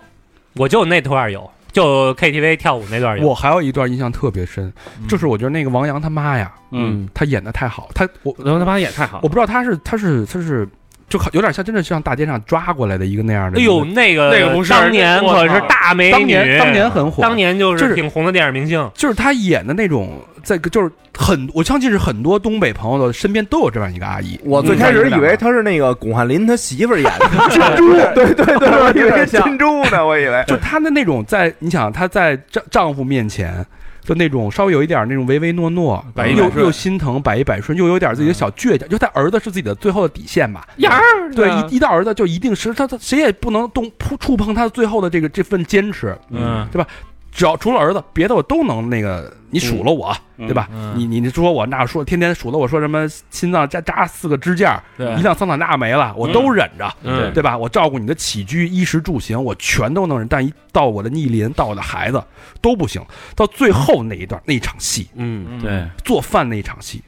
Speaker 2: 我就那段有，就 KTV 跳舞那段有。
Speaker 3: 我还有一段印象特别深，就是我觉得那个王阳他妈呀，
Speaker 6: 嗯，
Speaker 3: 他演的太好，他我
Speaker 7: 然后他妈演太好
Speaker 3: 我不知道他是他是他是就好有点像真的像大街上抓过来的一个那样的
Speaker 2: 哎
Speaker 3: 一个
Speaker 2: 呦，
Speaker 3: 人，
Speaker 2: 那个
Speaker 7: 那个不是
Speaker 2: 当年可是大美女，
Speaker 3: 当年当年很火，
Speaker 2: 当年就
Speaker 3: 就是
Speaker 2: 是挺红的电影明星。
Speaker 3: 就是他演的那种，在就是很，我相信是很多东北朋友的身边都有这样一个阿姨。
Speaker 4: 我最开始以为他是那个巩汉林他媳妇儿演的 珍珠，对对对， 我以为是珍珠呢，我以为
Speaker 3: 就她的那种在，你想她在丈丈夫面前，就那种稍微有一点那种唯唯诺诺，
Speaker 5: 百依百
Speaker 3: 又
Speaker 5: 顺
Speaker 3: 又心疼百依百顺，又有点自己的小倔强，就她儿子是自己的最后的底线吧。
Speaker 7: 眼儿
Speaker 3: 对，一一到儿子就一定是他他谁也不能动触触碰他最后的这个这份坚持，
Speaker 5: 嗯，
Speaker 3: 对吧？只要除了儿子，别的我都能那个，你数落我，
Speaker 5: 嗯
Speaker 3: 对吧？你你你说我那说天天数落我说什么心脏扎扎四个支架，
Speaker 5: 对
Speaker 3: 一趟桑塔纳没了，我都忍着，
Speaker 7: 嗯
Speaker 3: 对吧？我照顾你的起居、衣食住行，我全都能忍，但一到我的逆鳞，到我的孩子都不行。到最后那一段那一场戏，
Speaker 7: 嗯，
Speaker 5: 对，
Speaker 3: 做饭那一场戏，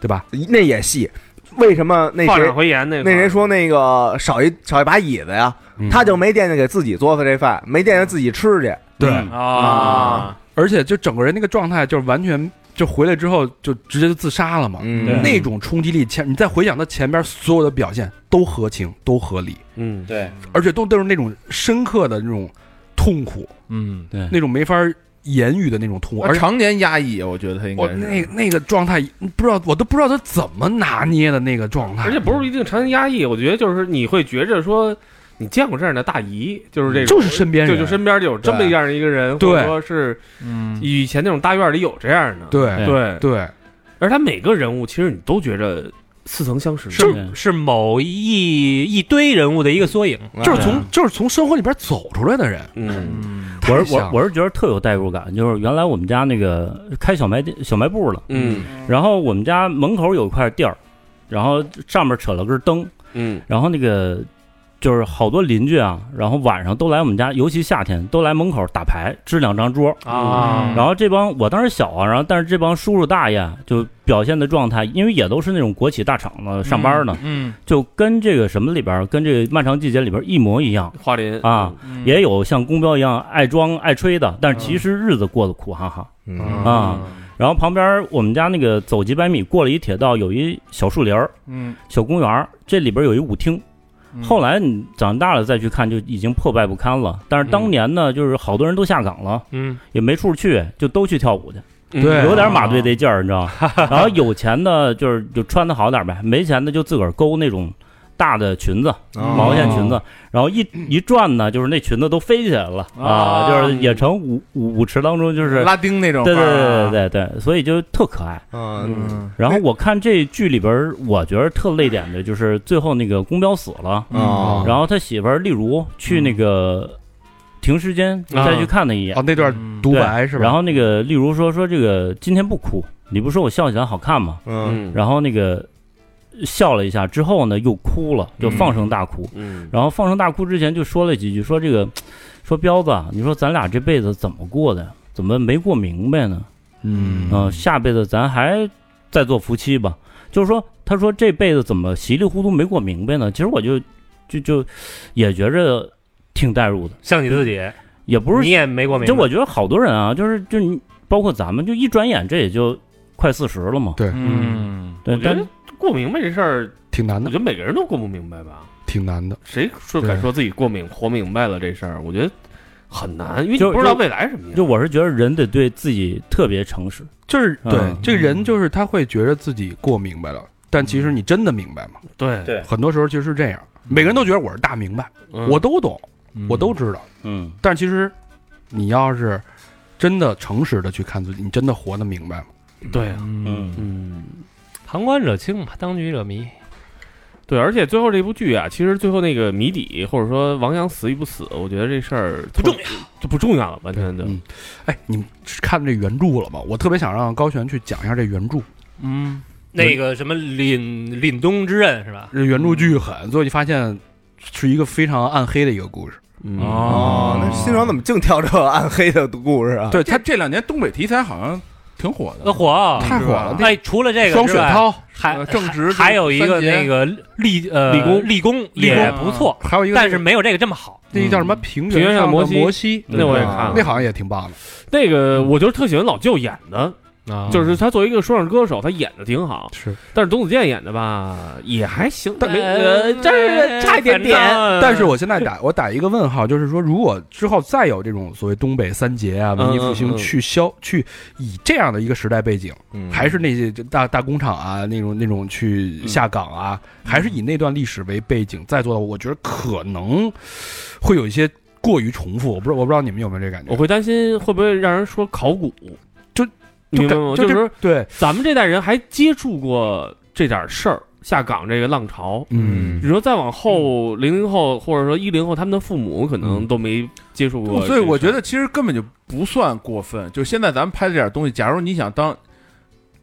Speaker 3: 对吧？
Speaker 4: 那也戏。为什么那
Speaker 7: 放
Speaker 4: 谁
Speaker 7: 闪回言那
Speaker 4: 那
Speaker 7: 那
Speaker 4: 谁说那个少一少一把椅子呀？
Speaker 3: 嗯
Speaker 4: 他就没惦记给自己做的这饭，没惦记自己吃去。
Speaker 3: 对，
Speaker 7: 啊，
Speaker 3: 而且就整个人那个状态，就是完全就回来之后就直接就自杀了嘛。
Speaker 4: 嗯
Speaker 6: 对
Speaker 3: 那种冲击力前，你再回想他前边所有的表现都合情都合理，
Speaker 7: 嗯，
Speaker 5: 对，
Speaker 3: 而且都都是那种深刻的那种痛苦，
Speaker 5: 嗯，对，
Speaker 3: 那种没法言语的那种痛苦，而
Speaker 5: 而
Speaker 3: 且
Speaker 5: 常年压抑，啊我觉得他应
Speaker 3: 我
Speaker 5: 该是
Speaker 3: 那那个状态，不知道我都不知道他怎么拿捏的那个状态，
Speaker 7: 而且不是一定常年压抑，我觉得就是你会觉着说你见过这样的大姨，就是这种，
Speaker 3: 就是身边
Speaker 7: 就
Speaker 3: 人，
Speaker 7: 就身边就有这么
Speaker 5: 对
Speaker 7: 样一个人，
Speaker 3: 嗯对
Speaker 7: 或者说是
Speaker 5: 嗯
Speaker 7: 以前那种大院里有这样的，
Speaker 3: 对
Speaker 7: 对，
Speaker 3: 对
Speaker 7: 而他每个人物其实你都觉着似曾相识，
Speaker 2: 是是某一一堆人物的一个缩影。
Speaker 3: 就是从就是从生活里边走出来的人，
Speaker 7: 嗯
Speaker 6: 我
Speaker 3: 太
Speaker 6: 是
Speaker 3: 像
Speaker 6: 我我是觉得特有代入感，就是原来我们家那个开小卖店小卖部了，
Speaker 7: 嗯
Speaker 6: 然后我们家门口有一块地儿，然后上面扯了根灯，
Speaker 7: 嗯
Speaker 6: 然后那个就是好多邻居啊，然后晚上都来我们家，尤其夏天都来门口打牌，支两张桌。
Speaker 3: 嗯
Speaker 7: 啊，
Speaker 6: 然后这帮我当时小啊，然后但是这帮叔叔大爷就表现的状态，因为也都是那种国企大厂的上班呢，
Speaker 5: 嗯，
Speaker 6: 就跟这个什么里边儿，跟这个漫长季节里边儿一模一样。
Speaker 7: 花林
Speaker 6: 啊，也有像公标一样爱装爱吹的，但是其实日子过得苦哈哈。
Speaker 4: 嗯
Speaker 6: 啊，然后旁边我们家那个走几百米过了一铁道，有一小树林儿，
Speaker 5: 嗯，
Speaker 6: 小公园儿，这里边有一舞厅。后来你长大了再去看，就已经破败不堪了。但是当年呢，就是好多人都下岗了，
Speaker 7: 嗯，
Speaker 6: 也没处去，就都去跳舞去，
Speaker 2: 嗯
Speaker 3: 对
Speaker 6: 有点马队那劲儿，你知道吗？然后有钱的，就是就穿的好点儿呗，没钱的就自个儿勾那种大的裙子，
Speaker 4: 嗯哦
Speaker 6: 毛线裙子，然后一一转呢，就是那裙子都飞起来了啊，就是也成舞舞舞池当中就是。
Speaker 5: 拉丁那种
Speaker 6: 对
Speaker 5: 范
Speaker 6: 对
Speaker 5: 儿啊，
Speaker 6: 对对对对，所以就特可爱。
Speaker 4: 嗯
Speaker 6: 然后我看这剧里边儿，我觉得特泪点的就是最后那个公彪死了，
Speaker 3: 嗯
Speaker 4: 啊，
Speaker 6: 然后他媳妇儿丽如去那个停尸间
Speaker 7: 啊
Speaker 6: 再去看他一眼
Speaker 3: 哦，，那段
Speaker 5: 嗯
Speaker 3: 独
Speaker 6: 对
Speaker 3: 白是吧？
Speaker 6: 然后那个丽如说说这个今天不哭，你不说我笑起来好看吗？
Speaker 4: 嗯
Speaker 7: 嗯，
Speaker 6: 然后那个笑了一下之后呢，又哭了，就放声大哭。
Speaker 7: 嗯
Speaker 6: 然后放声大哭之前就说了几句，说这个说彪子啊，你说咱俩这辈子怎么过的呀？怎么没过明白呢？
Speaker 5: 嗯
Speaker 3: 啊
Speaker 6: 嗯、下辈子咱还再做夫妻吧。就是说，他说这辈子怎么稀里糊涂没过明白呢？其实我就就就也觉着挺代入的，
Speaker 2: 像你自己，
Speaker 6: 也不是
Speaker 2: 你也没过没
Speaker 6: 就我觉得好多人啊，就是就你包括咱们，就一转眼这也就快四十了嘛。
Speaker 3: 对
Speaker 5: 嗯，
Speaker 6: 对
Speaker 7: 我，觉
Speaker 6: 但
Speaker 7: 得过明白这事儿，
Speaker 3: 挺难
Speaker 7: 我
Speaker 3: 的
Speaker 7: 觉，得每个人都过不明白吧。
Speaker 3: 挺难的。
Speaker 7: 谁说
Speaker 3: 对
Speaker 7: 敢说自己过明活明白了这事儿？我觉得很难，因为你
Speaker 6: 就
Speaker 7: 不知道
Speaker 6: 就
Speaker 7: 未来什么样。
Speaker 6: 就我是觉得人得对自己特别诚实。
Speaker 3: 就是
Speaker 6: 嗯
Speaker 3: 对、这个人，就是他会觉得自己过明白了，但其实你真的明白吗？
Speaker 7: 对
Speaker 6: 对
Speaker 3: 很多时候其实是这样，每个人都觉得我是大明白，
Speaker 7: 嗯
Speaker 3: 我都懂，我都知道。
Speaker 6: 嗯，
Speaker 3: 但其实你要是真的诚实的去看自己，你真的活得明白吗？
Speaker 7: 对啊，
Speaker 5: 嗯
Speaker 6: 嗯
Speaker 7: 嗯，
Speaker 2: 旁观者清嘛，当局者迷。
Speaker 7: 对，而且最后这部剧啊，其实最后那个谜底，或者说王阳死与不死，我觉得这事儿不重要，就不重要了，完全就
Speaker 3: 嗯哎，你们看这原著了吗？我特别想让高璇去讲一下这原著，
Speaker 5: 嗯，
Speaker 2: 那个什么凛凛冬之刃是吧？
Speaker 3: 这原著巨狠，最后就发现是一个非常暗黑的一个故事。
Speaker 7: 嗯，
Speaker 5: 哦
Speaker 4: 哦，那新郎怎么净挑这暗黑的故事啊？
Speaker 5: 对他这两年东北题材好像挺火的
Speaker 2: 呃，，火
Speaker 7: 嗯
Speaker 3: 太火了，
Speaker 2: 哎，除了这个
Speaker 3: 嗯双雪
Speaker 2: 之外，
Speaker 3: 涛，
Speaker 2: 还
Speaker 5: 呃正直
Speaker 2: 还还有一个
Speaker 5: 三杰
Speaker 2: 那个立呃
Speaker 7: 立功
Speaker 2: 立功
Speaker 7: 立功
Speaker 2: 也不错，
Speaker 5: 嗯
Speaker 3: 还有一个
Speaker 2: 但是没有这个这么好。
Speaker 3: 那叫什么平
Speaker 7: 嗯平原
Speaker 3: 上
Speaker 7: 上
Speaker 3: 的
Speaker 7: 摩西
Speaker 3: 摩西，
Speaker 7: 那我也看了
Speaker 3: 那好像也挺棒的。
Speaker 7: 那个，我就是特喜欢老舅演的，
Speaker 2: 啊
Speaker 7: 就是他作为一个说唱歌手，他演的挺好，
Speaker 3: 是，
Speaker 7: 但是董子健演的吧也还行，
Speaker 2: 但
Speaker 7: 没
Speaker 2: 呃
Speaker 7: 呃，但是差一点点
Speaker 2: 反正，
Speaker 3: 哎但是我现在打我打一个问号，就是说，如果之后再有这种所谓东北三杰啊、文艺复
Speaker 7: 嗯嗯
Speaker 3: 兴
Speaker 7: 嗯
Speaker 3: 去消去以这样的一个时代背景，
Speaker 4: 嗯
Speaker 3: 还是那些大大工厂啊那种那种
Speaker 7: 嗯
Speaker 3: 去下岗啊，还是以那段历史为背景再做的，我觉得可能会有一些过于重复。我不知道我不知道你们有没有这感觉？
Speaker 7: 我会担心会不会让人说考古，
Speaker 3: 就
Speaker 7: 明
Speaker 3: 感
Speaker 7: 白吗？
Speaker 3: 就
Speaker 7: 就是
Speaker 3: 对
Speaker 7: 咱们这代人还接触过这点事儿，下岗这个浪潮。
Speaker 3: 嗯
Speaker 7: 你说再往后，零零后或者说一零后，他们的父母可能都没接触过这个事
Speaker 5: 嗯
Speaker 7: 儿，
Speaker 5: 所以我觉得其实根本就不算过分。就是现在咱们拍的这点东西，假如你想当，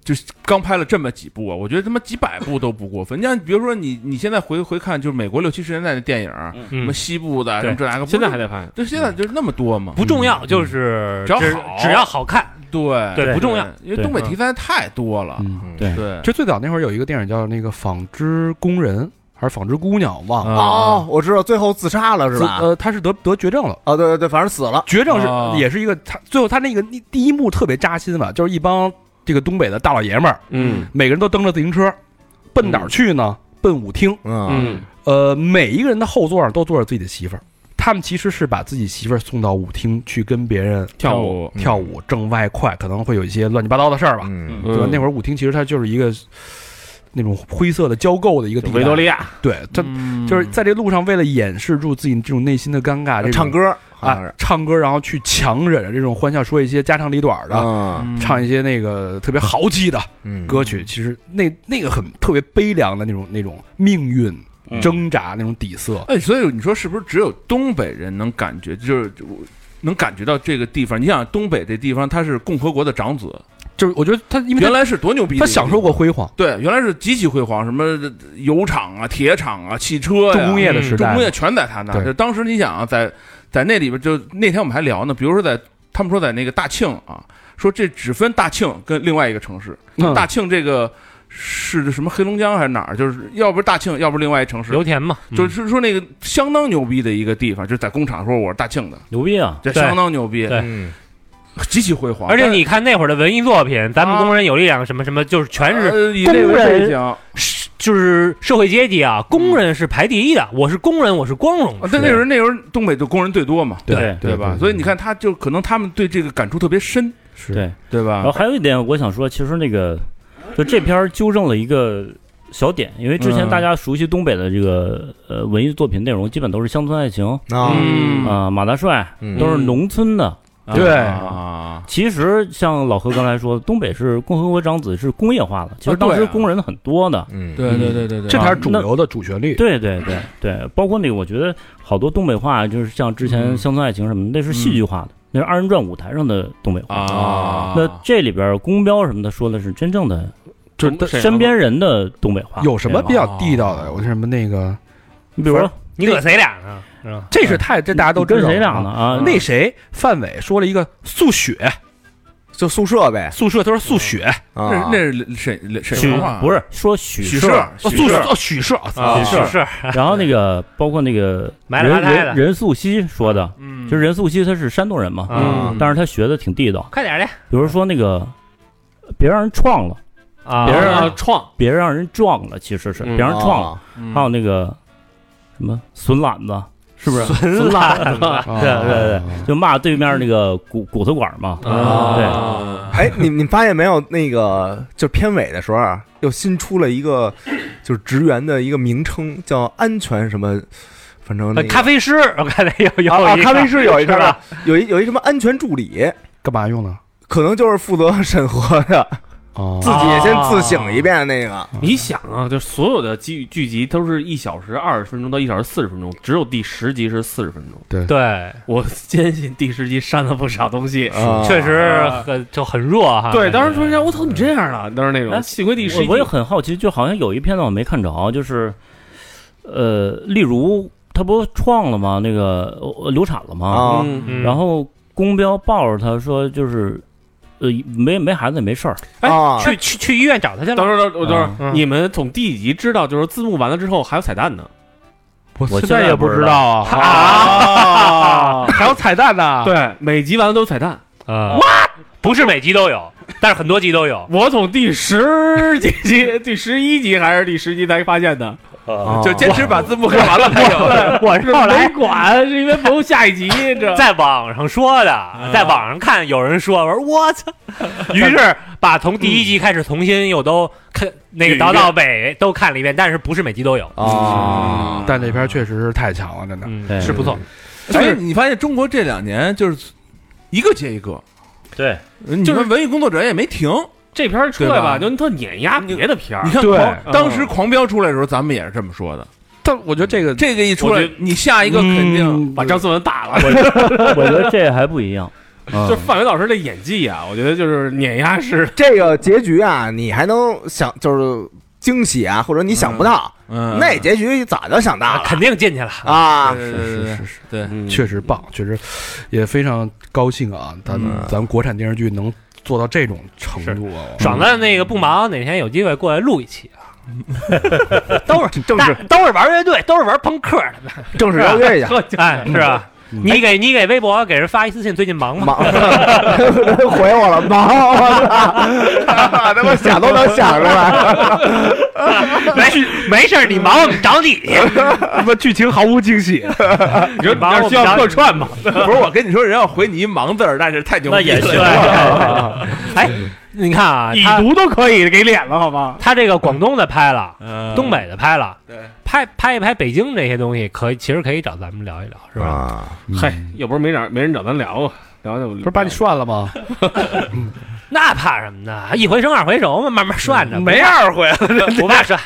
Speaker 5: 就是刚拍了这么几部啊，我觉得他妈几百部都不过分。你像比如说你你现在回回看，就是美国六七十年代的电影，什么
Speaker 2: 嗯，
Speaker 5: 西部的，什
Speaker 2: 对
Speaker 5: 么这那个，
Speaker 7: 现在还在拍。
Speaker 5: 对，现在就是那么多嘛。
Speaker 2: 不重要，就是
Speaker 5: 只要
Speaker 2: 只
Speaker 5: 好
Speaker 2: 只要好看，
Speaker 5: 对
Speaker 2: 对不重要，
Speaker 5: 因为东北题材太多了。
Speaker 6: 嗯，对，
Speaker 5: 对
Speaker 3: 其，实最早那会儿有一个电影叫那个《纺织工人》还是《纺织姑娘》，忘
Speaker 5: 啊
Speaker 3: 了。
Speaker 4: 哦，我知道，最后自杀
Speaker 7: 啊
Speaker 4: 了是
Speaker 3: 自
Speaker 4: 吧？
Speaker 3: 呃，他是得得绝症了。
Speaker 4: 啊，对对对，反正死了。
Speaker 3: 绝症是、
Speaker 7: 啊
Speaker 5: 哦
Speaker 3: 也是一个他最后他那个那第一幕特别扎心吧，就是一帮这个东北的大老爷们儿，
Speaker 7: 嗯
Speaker 3: 每个人都蹬着自行车，奔哪儿去呢？奔舞厅。
Speaker 4: 嗯，
Speaker 7: 嗯
Speaker 3: 呃，每一个人的后座上都坐着自己的媳妇儿，他们其实是把自己媳妇儿送到舞厅去跟别人
Speaker 7: 跳舞嗯
Speaker 3: 跳舞挣外快，可能会有一些乱七八糟的事儿吧。
Speaker 4: 嗯
Speaker 3: 对吧？
Speaker 7: 嗯
Speaker 3: 那会儿舞厅其实它就是一个那种灰色的交媾的一个地
Speaker 7: 维多
Speaker 3: 带，
Speaker 7: 利亚，
Speaker 3: 对，它
Speaker 5: 嗯
Speaker 3: 就是在这路上为了掩饰住自己这种内心的尴尬，这种
Speaker 4: 唱歌好像
Speaker 3: 啊
Speaker 4: 是，
Speaker 3: 唱歌，然后去强忍着这种欢笑，说一些家长里短的，
Speaker 5: 嗯
Speaker 4: 啊，
Speaker 3: 唱一些那个特别豪气的
Speaker 4: 嗯
Speaker 3: 歌曲。其实那那个很特别悲凉的那种那种命运
Speaker 5: 嗯
Speaker 3: 挣扎那种底色，
Speaker 5: 哎，所以你说是不是只有东北人能感觉，就是能感觉到这个地方？你想东北这地方，它是共和国的长子，
Speaker 3: 就是我觉得他因为
Speaker 5: 原
Speaker 3: 他
Speaker 5: 来是多牛逼的一
Speaker 3: 他
Speaker 5: 个地方，
Speaker 3: 享受过辉煌，
Speaker 5: 对，原来是极其辉煌，什么油厂啊、铁厂啊、汽车呀、
Speaker 3: 重工业的时
Speaker 5: 重
Speaker 3: 代
Speaker 5: 工，业全在他那儿。
Speaker 3: 对
Speaker 5: 就当时你想啊，在在那里边就，那天我们还聊呢，比如说在他们说在那个大庆啊，说这只分大庆跟另外一个城市，
Speaker 3: 嗯
Speaker 5: 大庆这个是什么黑龙江还是哪儿，就是要不是大庆，要不是另外一城市。
Speaker 2: 油田嘛，
Speaker 5: 就是说那个相当牛逼的一个地方，就是在工厂说我是大庆的，
Speaker 6: 牛逼啊！
Speaker 5: 这
Speaker 2: 对
Speaker 5: 相当牛逼，
Speaker 2: 对
Speaker 4: 嗯
Speaker 5: 极其辉煌。
Speaker 2: 而且
Speaker 5: 但是
Speaker 2: 你看那会儿的文艺作品，咱们工人有力量什么什么，就是全是
Speaker 5: 呃以这
Speaker 2: 工
Speaker 5: 个背
Speaker 2: 人
Speaker 5: 景啊，
Speaker 2: 是就是社会阶级啊，工人是排第一的，我是工人，我是光荣的。
Speaker 5: 啊但那时候那时候东北就工人最多嘛，
Speaker 6: 对
Speaker 5: 对吧？所以你看，他就可能他们对这个感触特别深，
Speaker 6: 对，
Speaker 5: 对吧
Speaker 6: 然后？还有一点我想说，其实那个就这篇儿纠正了一个小点，因为之前
Speaker 5: 嗯
Speaker 6: 大家熟悉东北的这个呃文艺作品内容，基本都是乡村爱情
Speaker 4: 啊，
Speaker 5: 嗯
Speaker 6: 啊、马大帅
Speaker 4: 嗯
Speaker 6: 都是农村的。啊
Speaker 3: 对
Speaker 5: 啊，
Speaker 6: 其实像老何刚才说，东北是共和国长子是工业化的，其实当
Speaker 5: 啊对啊
Speaker 6: 时工人很多的。
Speaker 4: 嗯，
Speaker 5: 对对对对对，
Speaker 3: 这才是
Speaker 6: 啊
Speaker 3: 主
Speaker 6: 那
Speaker 3: 流的主旋律。
Speaker 6: 对对对对，包括那个，我觉得好多东北话，就是像之前
Speaker 5: 嗯
Speaker 6: 《乡村爱情》什么的，那是戏剧化的，那是二人转舞台上的东北话。
Speaker 5: 啊，
Speaker 6: 那这里边儿公标什么的说的是真正的，
Speaker 3: 就是
Speaker 7: 东沈阳
Speaker 6: 身边人的东北
Speaker 5: 啊
Speaker 6: 话。
Speaker 3: 有什么
Speaker 6: 对吧
Speaker 3: 比
Speaker 5: 哦
Speaker 3: 较地道的？我什么那个，
Speaker 6: 你比如说
Speaker 2: 你搁谁俩呢？是吧？
Speaker 3: 这是太这大家都知
Speaker 6: 跟
Speaker 3: 道
Speaker 6: 谁俩
Speaker 3: 啊
Speaker 6: 呢？啊，
Speaker 3: 那谁范伟说了一个宿雪
Speaker 4: 就宿舍呗
Speaker 3: 宿舍，他说宿雪
Speaker 4: 啊，
Speaker 5: 那那是沈沈
Speaker 6: 许
Speaker 5: 阳话，
Speaker 6: 不是说许
Speaker 5: 许
Speaker 6: 氏，
Speaker 5: 氏
Speaker 3: 哦宿舍哦许舍啊
Speaker 2: 啊，是是，
Speaker 6: 然后 那个包括那个
Speaker 2: 埋了
Speaker 6: 任
Speaker 2: 埋汰的
Speaker 6: 任任素汐说的，
Speaker 2: 嗯
Speaker 6: 就是任素汐她是山东人嘛，嗯
Speaker 2: 啊，
Speaker 6: 但是她学的挺地道，
Speaker 2: 快点儿的
Speaker 6: 比如说那个别让人撞了，
Speaker 2: 啊，
Speaker 6: 别人
Speaker 7: 啊创，
Speaker 6: 别让人撞了，其实是
Speaker 7: 嗯
Speaker 6: 别让人
Speaker 3: 哦
Speaker 6: 撞了，
Speaker 4: 啊，
Speaker 6: 还有那个什么损懒子。是不是
Speaker 2: 纯拉的嘛，
Speaker 6: 对对对，就骂对面那个骨骨头馆
Speaker 3: 嗯
Speaker 6: 嘛，
Speaker 7: 啊，
Speaker 4: 哎，你你发现没有？那个就片尾的时候啊，又新出了一个，就是职员的一个名称叫安全什么，反正那
Speaker 2: 呃
Speaker 4: 个
Speaker 2: 咖啡师，我看见有有
Speaker 4: 啊，
Speaker 2: 一个
Speaker 4: 咖啡师有一个
Speaker 2: 是吧？
Speaker 4: 有一有一什么安全助理，
Speaker 3: 干嘛用呢？
Speaker 4: 可能就是负责 审核的，
Speaker 3: 哦
Speaker 4: 自己先自省一遍那个。
Speaker 7: 你想啊，就所有的剧剧集都是一小时二十分钟到一小时四十分钟，只有第十集是四十分钟。
Speaker 2: 对，
Speaker 6: 啊
Speaker 7: 我 坚信第十集删了不少东西。
Speaker 4: 啊
Speaker 2: 确实很就很弱哈。
Speaker 7: 对，当时说人家我操你这样啊了，当时那
Speaker 6: 哎
Speaker 7: 种，幸亏第十
Speaker 6: 我
Speaker 7: 集
Speaker 6: 我也很好奇，就好像有一片段我没看着，就是，呃，例如他不创了吗？那个呃流产了吗？
Speaker 4: 啊，
Speaker 7: 嗯，
Speaker 2: 嗯
Speaker 6: 然后公标抱着他说，就是，呃，没没孩子也没事儿，
Speaker 7: 哎
Speaker 4: 啊
Speaker 2: 去去去医院找他去
Speaker 7: 当
Speaker 2: 了。
Speaker 7: 时我当时
Speaker 2: 嗯
Speaker 7: 你们从第几集知道，就是字幕完了之后还有彩蛋呢？
Speaker 6: 我
Speaker 3: 我
Speaker 6: 现在也不知道
Speaker 3: 啊，
Speaker 7: 啊，
Speaker 3: 还有彩蛋呢。
Speaker 7: 对，每集完了都有彩蛋。
Speaker 2: 啊，不是每集都有，但是很多集都有。
Speaker 7: 我从第十几集、第十一集还是第十集才发现的，
Speaker 4: 啊
Speaker 5: 就坚持把字幕看完了才有。
Speaker 2: 我
Speaker 7: 是哎没管，是因为不用下一集，啊你知道吗？
Speaker 2: 在网上说的，在网上看有人说，我说我 操，于是把从第一
Speaker 7: 嗯
Speaker 2: 集开始重新又都看那个倒到北都看了一遍，但是不是每集都有，
Speaker 4: 啊，
Speaker 3: 但这片确实是太强了，真的。
Speaker 2: 嗯，
Speaker 6: 对
Speaker 2: 是不错。
Speaker 5: 所以你发现中国这两年就是一个接一个，呃
Speaker 6: 对，
Speaker 5: 你们文艺工作者也没停，
Speaker 7: 这片儿出来吧，
Speaker 5: 对
Speaker 7: 就特碾压别的片儿
Speaker 5: 你。看
Speaker 1: 对
Speaker 5: 狂，当时
Speaker 7: 嗯
Speaker 5: 狂飙出来的时候，咱们也是这么说的。
Speaker 3: 但我觉得这个
Speaker 5: 这个一出
Speaker 7: 我
Speaker 5: 来
Speaker 7: 觉得，嗯
Speaker 5: 你下一个肯定
Speaker 7: 把张颂文打了，
Speaker 6: 我觉得这还不一样。
Speaker 7: 就范伟老师的演技啊，我觉得就是碾压式
Speaker 4: 这个结局啊，你还能想就是惊喜啊，或者你想不到，
Speaker 5: 嗯，
Speaker 4: 那结局早就想到
Speaker 2: 啊，
Speaker 4: 了
Speaker 2: 肯定进去了。
Speaker 4: 啊。
Speaker 5: 对对对对对对，
Speaker 7: 嗯
Speaker 8: 呃确实棒，确实也非常高兴啊！咱们、
Speaker 4: 嗯
Speaker 8: 咱们国产电视剧能做到这种程度啊，
Speaker 2: 爽子那个不忙，哪天有机会过来录一期 啊。都是
Speaker 4: 正式
Speaker 2: 大都是玩乐队，都是玩朋克的，
Speaker 7: 哎
Speaker 4: 正式邀 约一下，
Speaker 2: 哎，是吧？
Speaker 7: 嗯
Speaker 2: 你给你给微博给人发一私信，最近忙吗？
Speaker 4: 忙，回我了，忙，我 操，他妈想都能想出来。
Speaker 2: 没没事儿，你忙我们找你。
Speaker 8: 他妈剧情毫无惊喜，
Speaker 7: 你说你那需要客串吗？
Speaker 5: 不是我跟你说，人要回你一忙字儿，那是太牛
Speaker 6: 那
Speaker 5: 逼
Speaker 6: 也
Speaker 5: 了。
Speaker 6: 是
Speaker 2: 哎，你看啊，
Speaker 8: 已
Speaker 2: 他
Speaker 8: 读都可以给脸了，好吗？
Speaker 2: 他这个广东的拍了，
Speaker 5: 嗯
Speaker 2: 东北的拍了，
Speaker 5: 对，
Speaker 2: 拍拍一拍北京这些东西，可以其实可以找咱们聊一聊，是吧？
Speaker 4: 啊，
Speaker 7: 嗨，要不是没找没人找咱聊啊，聊聊
Speaker 8: 嗯不是把你涮了吗？
Speaker 2: 那怕什么呢？一回生二回熟嘛，慢慢涮着，
Speaker 5: 没二回
Speaker 2: 不怕涮。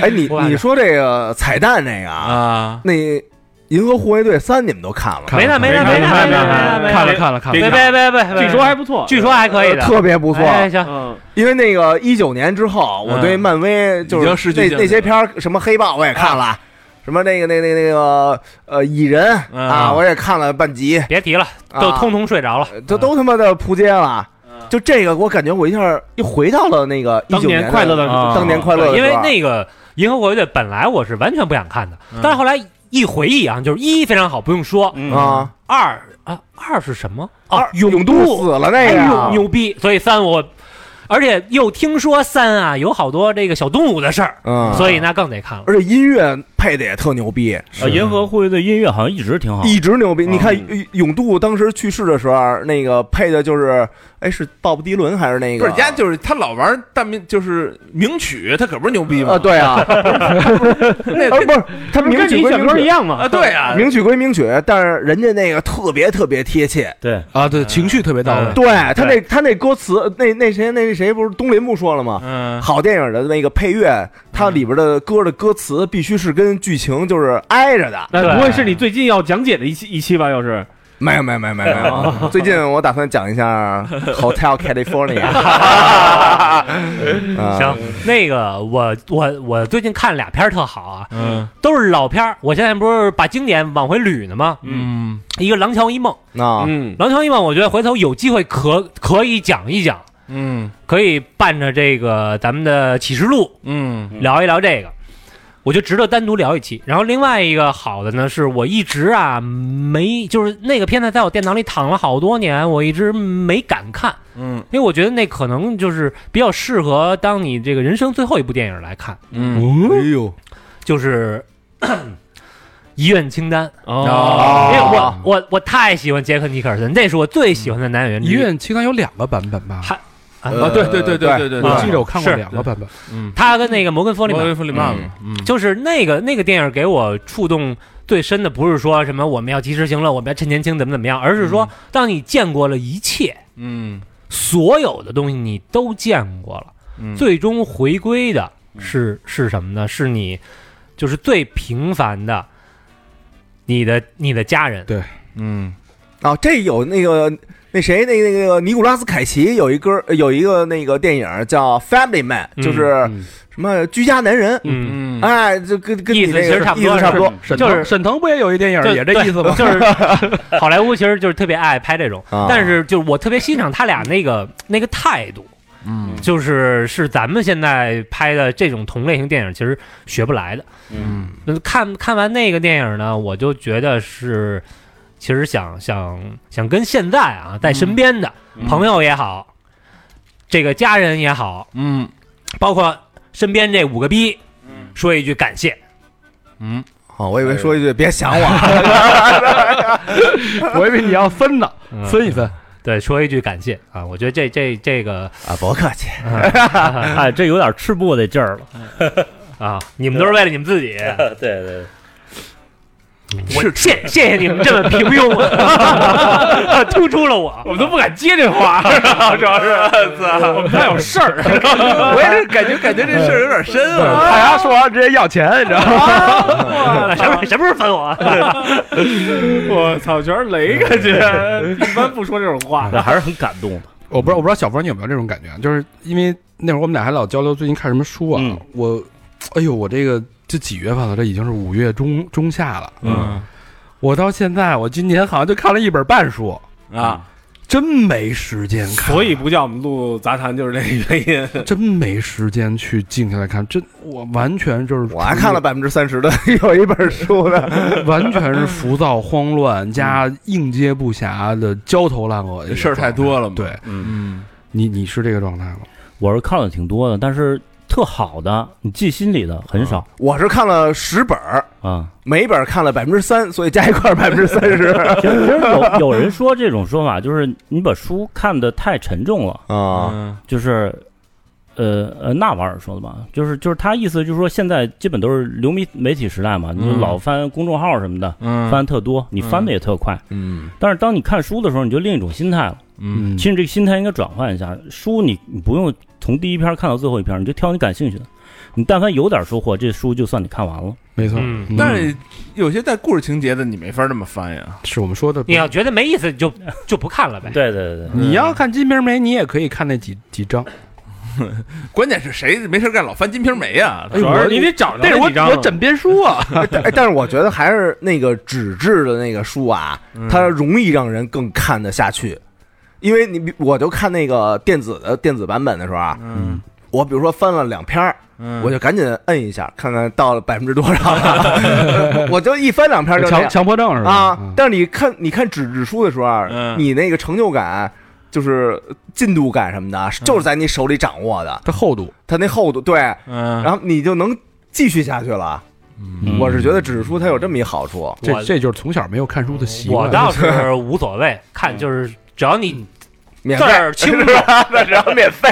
Speaker 4: 哎，你
Speaker 2: 我看看
Speaker 4: 你说这个彩蛋这个啊，
Speaker 5: 啊，
Speaker 4: 那《银河护卫队三》你们都看了吗？
Speaker 2: 没呢没呢没呢没呢没呢，
Speaker 8: 看了看了看了，
Speaker 2: 别别别别，别
Speaker 7: 据说还不错，
Speaker 2: 据说还可以的，
Speaker 4: 呃特别不错，
Speaker 2: 哎行，
Speaker 7: 嗯，
Speaker 4: 因为那个一九年之后，我对漫威就
Speaker 5: 已经失
Speaker 4: 是
Speaker 5: 去
Speaker 4: 那
Speaker 5: 兴趣
Speaker 4: 那些片儿，什么黑豹我也看了，什么那个那那那个呃蚁人
Speaker 5: 嗯
Speaker 4: 啊，我也看了半集，
Speaker 2: 别提了，
Speaker 4: 啊
Speaker 2: 都通通睡着了。
Speaker 4: 都都他妈的扑街了。
Speaker 5: 嗯
Speaker 4: 就这个，我感觉我一下又回到了那个一
Speaker 7: 当
Speaker 4: 九
Speaker 7: 年快乐的时候
Speaker 5: 啊
Speaker 4: 当年快乐的
Speaker 2: 对，
Speaker 4: 时
Speaker 2: 因
Speaker 4: 候，
Speaker 2: 为那个《银河护卫队》本来我是完全不想看的，但是后来一回忆啊，就是一非常好，不用说，
Speaker 4: 啊，
Speaker 2: 二啊二是什么？哦
Speaker 7: 啊
Speaker 4: 二，
Speaker 2: 勇
Speaker 4: 度死了那
Speaker 2: 哎
Speaker 4: 个
Speaker 2: 呦
Speaker 4: 啊，
Speaker 2: 牛逼！所以三我，而且又听说三啊有好多这个小动物的事儿，
Speaker 4: 嗯，
Speaker 2: 所以那更得看了。
Speaker 4: 而且音乐配的也特牛
Speaker 7: 啊
Speaker 4: 逼，
Speaker 6: 呃，银河护卫队音乐好像一直挺好，
Speaker 4: 一直牛逼。你看
Speaker 7: 嗯
Speaker 4: 永度当时去世的时候，那个配的就是，哎，是鲍勃迪伦还是那
Speaker 5: 不
Speaker 4: 个？
Speaker 5: 是人家就是他老玩但名就是名曲，他可不是牛逼
Speaker 4: 啊，
Speaker 5: 吗？
Speaker 4: 对 啊，
Speaker 5: 那
Speaker 4: 呃，不是，他
Speaker 7: 跟
Speaker 4: 名曲
Speaker 7: 你
Speaker 4: 归
Speaker 7: 小
Speaker 4: 名
Speaker 7: 哥一
Speaker 4: 曲，
Speaker 7: 样嘛。
Speaker 5: 啊，对啊，
Speaker 4: 名曲归名曲，但是人家那个特别特别贴切。
Speaker 6: 对，
Speaker 8: 啊，对，情绪特别 到位，
Speaker 4: 对他那他那歌词，那那谁那谁不是东林不说了吗？
Speaker 5: 嗯，
Speaker 4: 好电影的那个配乐，它里边的歌的歌词必须是跟剧情就是挨着的。
Speaker 7: 那
Speaker 2: 对
Speaker 7: 呃不会是你最近要讲解的一期一期吧？又是
Speaker 4: 没有没有没有没有没 有，最近我打算讲一下 Hotel California。啊
Speaker 2: 行，那个我我我最近看俩片儿特好啊，
Speaker 5: 嗯
Speaker 2: 都是老片儿。我现在不是把经典往回捋呢吗？
Speaker 5: 嗯，
Speaker 2: 一个《廊桥遗梦》，
Speaker 4: 啊，
Speaker 7: 嗯
Speaker 2: 《廊桥遗梦》，我觉得回头有机会可可以讲一讲，
Speaker 7: 啊
Speaker 5: 嗯
Speaker 2: 可以伴着这个咱们的启示录
Speaker 5: 嗯
Speaker 2: 聊一聊这个，我就值得单独聊一期。然后另外一个好的呢，是我一直啊没，就是那个片子在我电脑里躺了好多年，我一直没敢看，
Speaker 5: 嗯
Speaker 2: 因为我觉得那可能就是比较适合当你这个人生最后一部电影来看，
Speaker 5: 嗯，
Speaker 4: 哎呦，
Speaker 2: 就是。 遗愿清单，
Speaker 7: 哦，
Speaker 2: 因为我我我太喜欢杰克尼克尔森，那是我最喜欢的男演员
Speaker 5: 嗯
Speaker 8: 医
Speaker 2: 之一。
Speaker 8: 院清单有两个版本吧？
Speaker 2: 还
Speaker 4: 呃
Speaker 5: 啊，对对对对
Speaker 4: 嗯
Speaker 5: 对
Speaker 8: 我
Speaker 5: 对，
Speaker 8: 记得我看过
Speaker 2: 是
Speaker 8: 两个版本，
Speaker 5: 嗯，
Speaker 2: 他跟那个摩根·弗里曼
Speaker 5: 莫，弗里曼，嗯，
Speaker 2: 就是那个那个电影给我触动最深的，不是说什么我们要及时行乐，我们要趁年轻怎么怎么样，而是说，当你见过了一切，
Speaker 5: 嗯
Speaker 2: 所有的东西你都见过了，
Speaker 5: 嗯
Speaker 2: 最终回归的是是什么呢？是你就是最平凡的，你的你的家人。
Speaker 5: 嗯
Speaker 4: 啊，这有那个那谁，那那个尼古拉斯凯奇有一歌，有一个那个电影叫《Family Man》，
Speaker 2: 嗯
Speaker 4: 就是
Speaker 8: 嗯
Speaker 4: 什么居家男人，
Speaker 2: 嗯，
Speaker 5: 嗯
Speaker 4: 哎，就跟跟
Speaker 2: 意思
Speaker 4: 你那个
Speaker 2: 其实差不
Speaker 4: 意
Speaker 2: 多
Speaker 4: 思差不多
Speaker 8: 沈
Speaker 2: 就是
Speaker 8: 腾沈腾不也有一电影
Speaker 2: 就
Speaker 8: 也这意思吗？
Speaker 2: 就是 好莱坞其实就是特别爱拍这种，
Speaker 4: 啊
Speaker 2: 但是就是我特别欣赏他俩那个那个态度。
Speaker 5: 嗯
Speaker 2: 就是是咱们现在拍的这种同类型电影，其实学不来的。
Speaker 5: 嗯
Speaker 2: 嗯看看完那个电影呢，我就觉得是，其实想想想跟现在啊，在身边的、
Speaker 5: 嗯
Speaker 2: 朋友也好，这个家人也好，
Speaker 5: 嗯
Speaker 2: 包括身边这五个逼，说一句感谢。
Speaker 5: 嗯，
Speaker 4: 哦，我以为说
Speaker 2: 哎
Speaker 4: 一句别想我，
Speaker 8: 我以为你要分呢，
Speaker 5: 嗯
Speaker 3: 啊
Speaker 8: 分一分。
Speaker 2: 对，说一句感谢啊！我觉得这这这个
Speaker 4: 啊，不客气，
Speaker 6: 哎，这有点吃播的劲儿了。
Speaker 2: 啊，你们都是为了你们自己。
Speaker 6: 对对，
Speaker 2: 我谢谢谢你们这么平庸， 突出了我。
Speaker 7: 我们都不敢接 这话，主要是我们怕有事儿。
Speaker 9: 我也是感觉感觉这事儿有点深啊。
Speaker 4: 大家哎说完直接要钱，你知道吗？
Speaker 2: 什么什么时候烦我？
Speaker 7: 我操，全是雷，感觉一般不说这种话的。
Speaker 6: 还是很感动的。
Speaker 3: 我不知道，我不知道小峰你有没有这种感觉啊？就是因为那会儿我们俩还老交流最近看什么书啊。
Speaker 6: 嗯
Speaker 3: 我，哎呦，我这个这几月份了？这已经是五月中中下了。
Speaker 5: 嗯
Speaker 3: 我到现在，我今年好像就看了一本半书，
Speaker 5: 啊，
Speaker 3: 真没时间看，
Speaker 7: 所以不叫我们录杂谈，就是这个原因。
Speaker 3: 真没时间去静下来看。真，我完全就是
Speaker 4: 我还看
Speaker 2: 嗯
Speaker 4: 了百分之三十的 有一本书呢，
Speaker 3: 完全是浮躁、慌乱加应接不暇的焦头烂额，
Speaker 5: 事儿太。多了嘛。
Speaker 3: 哎对
Speaker 5: 嗯，
Speaker 3: 你，你是这个状态吗？
Speaker 6: 我是看了挺多的，但是特好的你记心里的很少
Speaker 4: 我是看了十本儿，
Speaker 7: 嗯
Speaker 6: 啊。
Speaker 4: 每本儿看了百分之三，所以加一块百分之三十
Speaker 6: 其实其实有 有人说这种说法，就是你把书看得太沉重了，
Speaker 4: 啊。
Speaker 5: 嗯
Speaker 6: 就是。呃呃，纳瓦尔说的吧，就是就是他意思就是说，现在基本都是流媒媒体时代嘛，你就
Speaker 5: 嗯
Speaker 6: 老翻公众号什么的，
Speaker 5: 嗯
Speaker 6: 翻特多，你翻的也特快。
Speaker 4: 嗯，
Speaker 6: 但是当你看书的时候，你就另一种心态了。
Speaker 5: 嗯
Speaker 6: 其实这个心态应该转换一下，书你你不用从第一篇看到最后一篇，你就挑你感兴趣的。你但凡有点收获，这书就算你看完了。
Speaker 3: 没错，
Speaker 2: 嗯
Speaker 3: 嗯
Speaker 5: 但是有些带故事情节的，你没法这么翻呀。
Speaker 3: 是我们说的，
Speaker 2: 你要觉得没意思，你就就不看了呗。
Speaker 6: 对对对
Speaker 3: 你要看《金瓶梅》，你也可以看那几几章。
Speaker 5: 关键是谁没事干老翻《金瓶梅》啊呀？
Speaker 3: 哎呦
Speaker 7: 主要是你得找着那几张了。
Speaker 3: 编书啊，
Speaker 4: 哎，但哎但是我觉得还是那个纸质的那个书啊，
Speaker 2: 嗯
Speaker 4: 它容易让人更看得下去，因为你比我就看那个电子的电子版本的时候啊，
Speaker 6: 嗯，
Speaker 4: 我比如说翻了两篇儿，
Speaker 2: 嗯
Speaker 4: 我就赶紧摁一下，看看到了百分之多少了， 我就一翻两篇就那
Speaker 3: 强
Speaker 4: 样
Speaker 3: 强迫症是吧？
Speaker 4: 啊
Speaker 3: 嗯。
Speaker 4: 但是你看，你看纸质书的时候啊，
Speaker 5: 嗯
Speaker 4: 你那个成就感。就是进度感什么的，就是在你手里掌握的，
Speaker 3: 它厚度，
Speaker 4: 它那厚度对，
Speaker 5: 嗯
Speaker 4: 然后你就能继续下去了。
Speaker 6: 嗯
Speaker 4: 我是觉得纸质书它有这么一好处，
Speaker 3: 这
Speaker 2: 我
Speaker 3: 这就是从小没有看书的习
Speaker 2: 我
Speaker 3: 惯。
Speaker 2: 倒是无所谓，看就是只要你
Speaker 4: 免
Speaker 2: 字
Speaker 4: 费
Speaker 2: 儿清楚，
Speaker 4: 然后免费。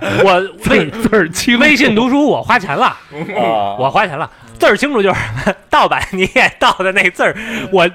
Speaker 2: 我微微信读书我花钱了，嗯我花钱了，字儿清楚就是 盗版，你也盗的那字儿。我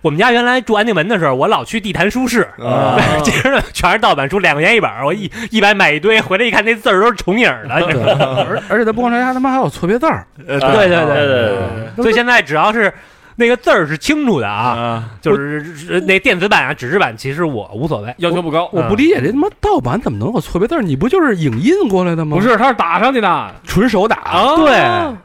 Speaker 2: 我们家原来住安定门的时候，我老去地坛书市，
Speaker 4: 嗯
Speaker 2: 其实全是盗版书，两块钱一本儿，我一一百买一堆，回来一看那字儿都是重影儿
Speaker 3: 嗯
Speaker 2: 的。你知道吗
Speaker 3: 而而且它不光这样，他妈还有错别字儿。
Speaker 5: 呃
Speaker 4: 嗯
Speaker 2: 对对
Speaker 6: 对
Speaker 2: 对，
Speaker 6: 对对，
Speaker 2: 所以现在只要是。那个字儿是清楚的啊，
Speaker 5: 啊，
Speaker 2: 就是呃那电子版啊、纸质版，其实我无所谓。
Speaker 7: 要求不高，
Speaker 3: 我不理解这他妈盗版怎么能有错别字儿？你不就是影印过来的吗？
Speaker 7: 不，是，他是打上去的。
Speaker 3: 纯手打。
Speaker 7: 啊，
Speaker 2: 对，
Speaker 4: 啊，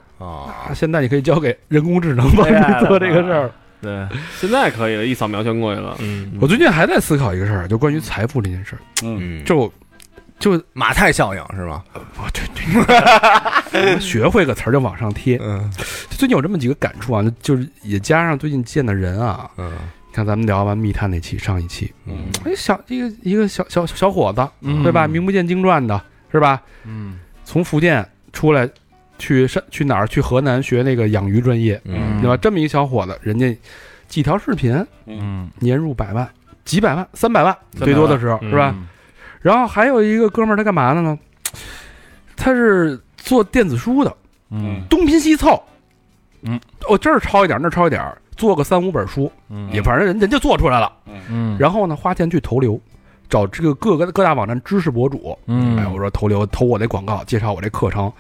Speaker 3: 现在你可以交给人工智能帮
Speaker 2: 啊
Speaker 3: 你 做这个事儿。
Speaker 7: 对，现在可以了，一扫描全过去了。
Speaker 2: 嗯，
Speaker 3: 我最近还在思考一个事儿，就关于财富这件事儿。
Speaker 4: 嗯，
Speaker 3: 就就
Speaker 4: 马太效应是吗？
Speaker 3: 学会个词儿就往上贴。
Speaker 4: 嗯
Speaker 3: 最近有这么几个感触啊，就是也加上最近见的人啊，
Speaker 4: 嗯
Speaker 3: 看咱们聊完密探那期上一期，
Speaker 4: 嗯，
Speaker 3: 哎，小一个一个小小小伙子，
Speaker 5: 嗯
Speaker 3: 对吧？名不见经传的，是吧？
Speaker 5: 嗯
Speaker 3: 从福建出来，去山去哪儿？去河南学那个养鱼专业，
Speaker 4: 嗯
Speaker 3: 对吧？这么一小伙子，人家几条视频，
Speaker 5: 嗯，
Speaker 3: 年入百万、几百万、三百万，
Speaker 5: 万嗯
Speaker 3: 最多的时候，是吧？？然后还有一个哥们儿，他干嘛的呢？他是做电子书的，
Speaker 5: 嗯
Speaker 3: 东拼西凑，
Speaker 5: 嗯，
Speaker 3: 我这儿抄一点儿，那儿抄一点儿，做个三五本书，
Speaker 5: 嗯
Speaker 3: 也反正人人就做出来了。
Speaker 5: 嗯
Speaker 3: 然后呢，花钱去投流，找这个各个各大网站知识博主，
Speaker 5: 嗯
Speaker 3: 哎，我说投流投我这广告，介绍我这课程，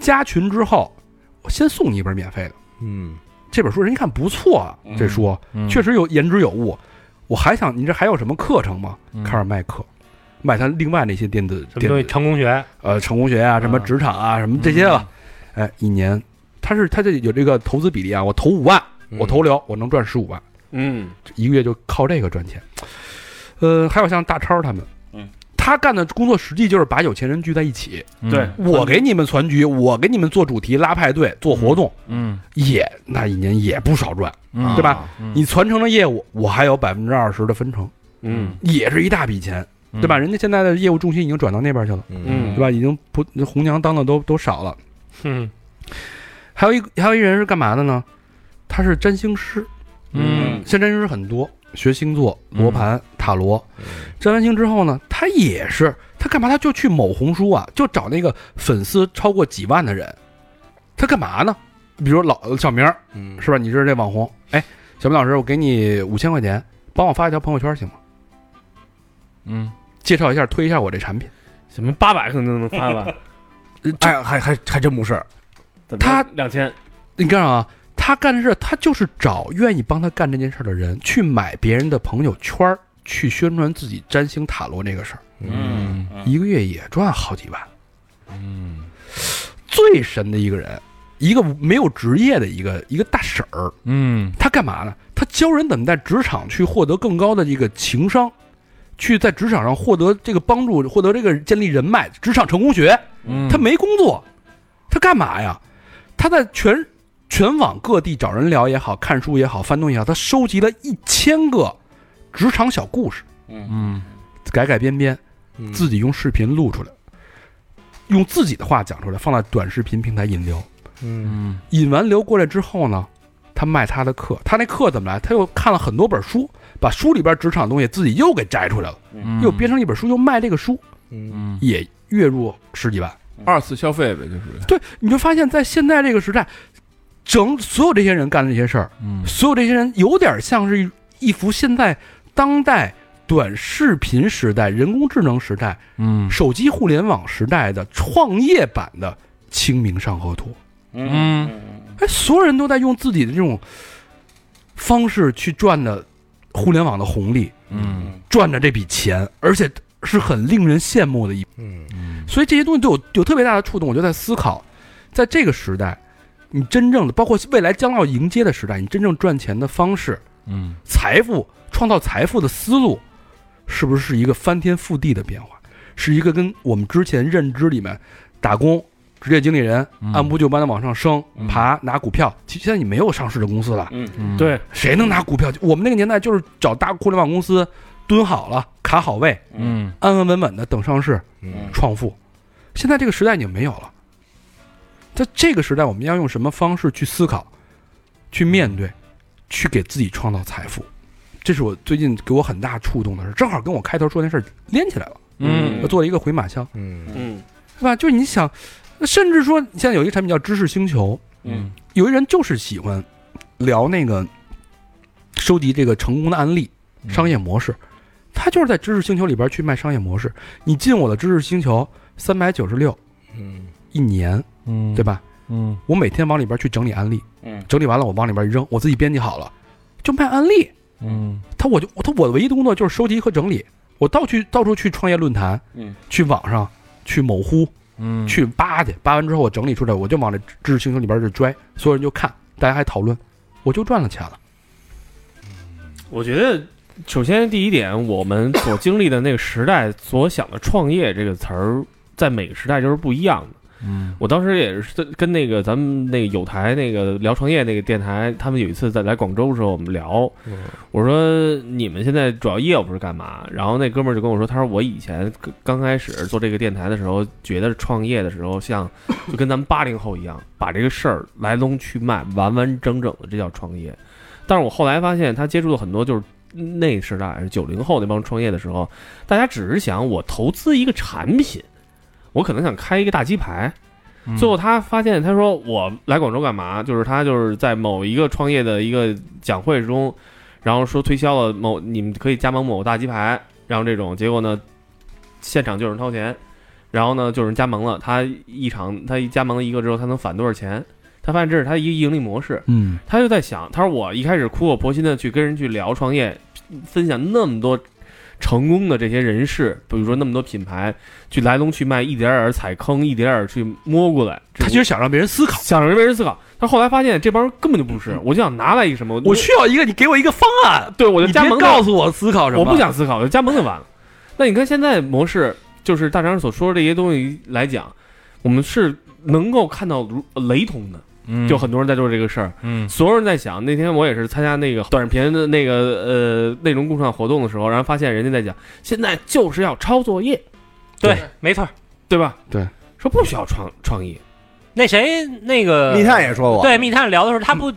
Speaker 3: 加群之后，我先送你一本免费的，
Speaker 4: 嗯
Speaker 3: 这本书人一看不错啊，
Speaker 5: 嗯
Speaker 3: 这书、
Speaker 1: 嗯
Speaker 3: 确实有言之有物，我还想你这还有什么课程吗？开始卖课，卖他另外那些电子
Speaker 2: 什么
Speaker 3: 电
Speaker 2: 东西
Speaker 3: 子
Speaker 2: 成功学，
Speaker 3: 呃成功学啊，什么职场啊，什么这些了，哎，一年他是他这有这个投资比例啊，我投五万，
Speaker 4: 嗯
Speaker 3: 我投流我能赚十五万。
Speaker 7: 嗯，
Speaker 3: 一个月就靠这个赚钱。呃，还有像大超他们，
Speaker 6: 嗯，
Speaker 3: 他干的工作实际就是把有钱人聚在一起，
Speaker 5: 对，
Speaker 7: 嗯
Speaker 3: 我给你们攒局，我给你们做主题、拉派对、做活动，
Speaker 5: 嗯
Speaker 3: 也那一年也不少赚，
Speaker 5: 嗯
Speaker 3: 对吧？你传承了业务，我还有百分之二十的分成，
Speaker 7: 嗯，
Speaker 3: 也是一大笔钱，
Speaker 1: 嗯
Speaker 3: 对吧？人家现在的业务重心已经转到那边去了，
Speaker 4: 嗯
Speaker 3: 对吧？已经不红娘当的都都少了。
Speaker 2: 嗯，
Speaker 3: 还有一个还有一人是干嘛的呢？他是占星师，
Speaker 5: 嗯
Speaker 3: 现在占星师很多，学星座、罗盘、塔罗
Speaker 4: 嗯。
Speaker 3: 占完星之后呢，他也是他干嘛？他就去某红书啊，就找那个粉丝超过几万的人。他干嘛呢？比如老小明儿
Speaker 4: 嗯
Speaker 3: 是吧？你知道这网红，哎，小明老师，我给你五千块钱，帮我发一条朋友圈行吗？
Speaker 1: 嗯，
Speaker 3: 介绍一下，推一下我这产品。
Speaker 7: 什么八百可能能 发吧？
Speaker 3: 嗯
Speaker 4: 哎，还还还真不是，
Speaker 7: 怎么
Speaker 3: 他
Speaker 7: 两千，
Speaker 3: 你看啊，他干的事儿，他就是找愿意帮他干这件事儿的人，去买别人的朋友圈儿，去宣传自己占星塔罗这个事儿，
Speaker 1: 嗯
Speaker 3: 一个月也赚好几万。最神的一个人，一个没有职业的一个一个大婶儿，
Speaker 1: 嗯
Speaker 3: 她干嘛呢？她教人怎么在职场去获得更高的这个情商，去在职场上获得这个帮助，获得这个建立人脉，职场成功学。
Speaker 1: 嗯，
Speaker 3: 他没工作，他干嘛呀？他在全全网各地找人聊也好看书也好，翻东西也好，他收集了一千个职场小故事，
Speaker 1: 嗯
Speaker 3: 改改编编，自己用视频录出来，用自己的话讲出来，放在短视频平台引流。
Speaker 4: 嗯
Speaker 1: 嗯
Speaker 3: 引完流过来之后呢，他卖他的课，他那课怎么来？他又看了很多本书，把书里边职场的东西自己又给摘出来了，
Speaker 1: 嗯，
Speaker 3: 又编成一本书，又卖这个书，
Speaker 4: 嗯
Speaker 1: 嗯
Speaker 3: 也月入十几万。
Speaker 1: 二次消费呗，就是
Speaker 3: 对，你就发现，在现在这个时代，整所有这些人干的这些事儿，
Speaker 1: 嗯
Speaker 3: 所有这些人有点像是一一幅现在当代短视频时代、人工智能时代、
Speaker 1: 嗯
Speaker 3: 手机互联网时代的创业版的《清明上河图》。
Speaker 1: 嗯
Speaker 3: 哎，所有人都在用自己的这种方式去赚的互联网的红利，
Speaker 1: 嗯
Speaker 3: 赚着这笔钱，而且是很令人羡慕的一
Speaker 4: 嗯
Speaker 3: 所以这些东西对我有特别大的触动。我就在思考，在这个时代，你真正的包括未来将要迎接的时代，你真正赚钱的方式、
Speaker 1: 嗯
Speaker 3: 财富、创造财富的思路，是不是一个翻天覆地的变化？是一个跟我们之前认知里面打工、职业经理人
Speaker 1: 嗯
Speaker 3: 按部就班的往上升、
Speaker 1: 嗯
Speaker 3: 爬、拿股票。其实现在你没有上市的公司了，
Speaker 1: 嗯，
Speaker 7: 对，
Speaker 3: 谁能拿股票？我们那个年代就是找大互联网公司蹲好了、卡好位，
Speaker 1: 嗯
Speaker 3: 安安稳稳的等上市。
Speaker 4: 嗯
Speaker 3: 创富。现在这个时代已经没有了，在这个时代，我们要用什么方式去思考、去面对、去给自己创造财富？这是我最近给我很大触动的事，正好跟我开头说那事儿连起来了。
Speaker 1: 嗯
Speaker 3: 我做了一个回马枪，
Speaker 4: 嗯
Speaker 7: 嗯
Speaker 3: 对吧？就是你想，呃甚至说现在有一个产品叫知识星球，
Speaker 1: 嗯
Speaker 3: 有一人就是喜欢聊那个收集这个成功的案例、
Speaker 1: 嗯
Speaker 3: 商业模式，他就是在知识星球里边去卖商业模式。你进我的知识星球三百九十六
Speaker 4: 嗯
Speaker 3: 一年，
Speaker 1: 嗯
Speaker 3: 对？吧？
Speaker 1: 嗯
Speaker 3: 我每天往里边去整理案例，
Speaker 7: 嗯，
Speaker 3: 整理完了我往里边一扔，我自己编辑好了，就卖案例。
Speaker 1: 嗯
Speaker 3: 他我就他我唯一的工作就是收集和整理。我到去到处去创业论坛，
Speaker 7: 嗯，
Speaker 3: 去网上，去某乎，
Speaker 1: 嗯，
Speaker 3: 去扒去，扒完之后我整理出来，我就往这知识星球里边就拽，所有人就看，大家还讨论，我就赚了钱了。
Speaker 7: 我觉得首先第一点，我们所经历的那个时代所想的创业这个词儿，在每个时代就是不一样的。
Speaker 1: 嗯
Speaker 7: 我当时也是跟那个咱们那个有台那个聊创业那个电台，他们有一次在来广州的时候，我们聊，我说你们现在主要业务是干嘛？然后那哥们儿就跟我说，他说我以前刚刚开始做这个电台的时候，觉得创业的时候像就跟咱们八零后一样，把这个事儿来龙去脉完完整整的，这叫创业。但是我后来发现，他接触的很多就是那时代九零后那帮创业的时候，大家只是想我投资一个产品，我可能想开一个大鸡排。最后他发现，他说我来广州干嘛？就是他就是在某一个创业的一个讲会中，然后说推销了某你们可以加盟某大鸡排，然后这种结果呢，现场就有人掏钱，然后呢就有人加盟了。他一场他一加盟了一个之后，他能返多少钱？他发现这是他一个盈利模式，
Speaker 3: 嗯
Speaker 7: 他就在想，他说我一开始苦口婆心的去跟人去聊创业，分享那么多成功的这些人士，比如说那么多品牌，去来龙去脉，一点点踩坑，一点点去摸过来。
Speaker 3: 他其实想让别人思考，
Speaker 7: 想着为人思考，但后来发现这帮人根本就不是。我就想拿来一个什么，
Speaker 3: 嗯我需要一个你给我一个方案，
Speaker 7: 对我就
Speaker 3: 你
Speaker 7: 加
Speaker 3: 别
Speaker 7: 盟
Speaker 3: 告诉我思考什么，
Speaker 7: 我不想思考，我就加盟就完了。那你看现在模式，就是大张所说的这些东西来讲，我们是能够看到如雷同的，
Speaker 1: 嗯
Speaker 7: 就很多人在做这个事儿。
Speaker 1: 嗯
Speaker 7: 所有人在想，那天我也是参加那个短视频的那个呃内容共创活动的时候，然后发现人家在讲，现在就是要抄作业，
Speaker 2: 对，没错儿。
Speaker 7: 对吧？
Speaker 3: 对，
Speaker 7: 说不需要创创意，
Speaker 2: 那谁那个呃
Speaker 4: 密探也说过，
Speaker 2: 对密探聊的时候，他不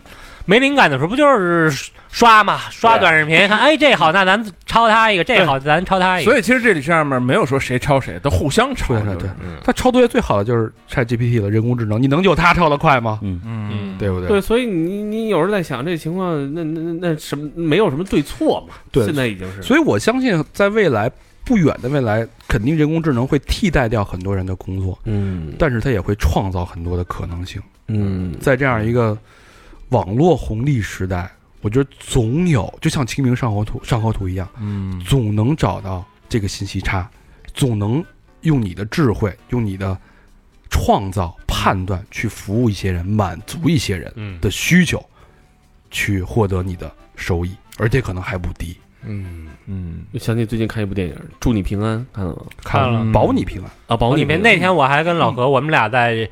Speaker 2: 没灵感的时候，不就是刷嘛，刷短视频，看哎这好，那咱抄他一个，这好，咱抄他一个。
Speaker 5: 所以其实这里上面没有说谁抄谁，都互相抄
Speaker 3: 互相抄。
Speaker 5: 就是
Speaker 7: 嗯
Speaker 3: 它抄作业最好的就是 ChatGPT 了，人工智能，你能有它抄得快吗？
Speaker 5: 嗯，
Speaker 3: 对不对？
Speaker 7: 对，所以你你有时候在想这情况，那那那那什么没有什么对错嘛？
Speaker 3: 对
Speaker 7: 现在已经是
Speaker 3: 所以我相信，在未来不远的未来，肯定人工智能会替代掉很多人的工作，
Speaker 7: 嗯
Speaker 3: 但是它也会创造很多的可能性。
Speaker 7: 嗯
Speaker 3: 在这样一个网络红利时代，我觉得总有，就像《清明上河图》上河图一样，
Speaker 5: 嗯，
Speaker 3: 总能找到这个信息差，总能用你的智慧，用你的创造、判断去服务一些人，满足一些人
Speaker 2: 嗯，
Speaker 3: 的需求，去获得你的收益，而且可能还不低。
Speaker 4: 嗯，
Speaker 5: 嗯，
Speaker 7: 就想起最近看一部电影《祝你平安》，看了吗？
Speaker 2: 看了
Speaker 3: 嗯保你嗯平安。
Speaker 7: 啊，保
Speaker 2: 里
Speaker 7: 平
Speaker 2: 面
Speaker 7: 安
Speaker 2: 那天我还跟老何，我们俩在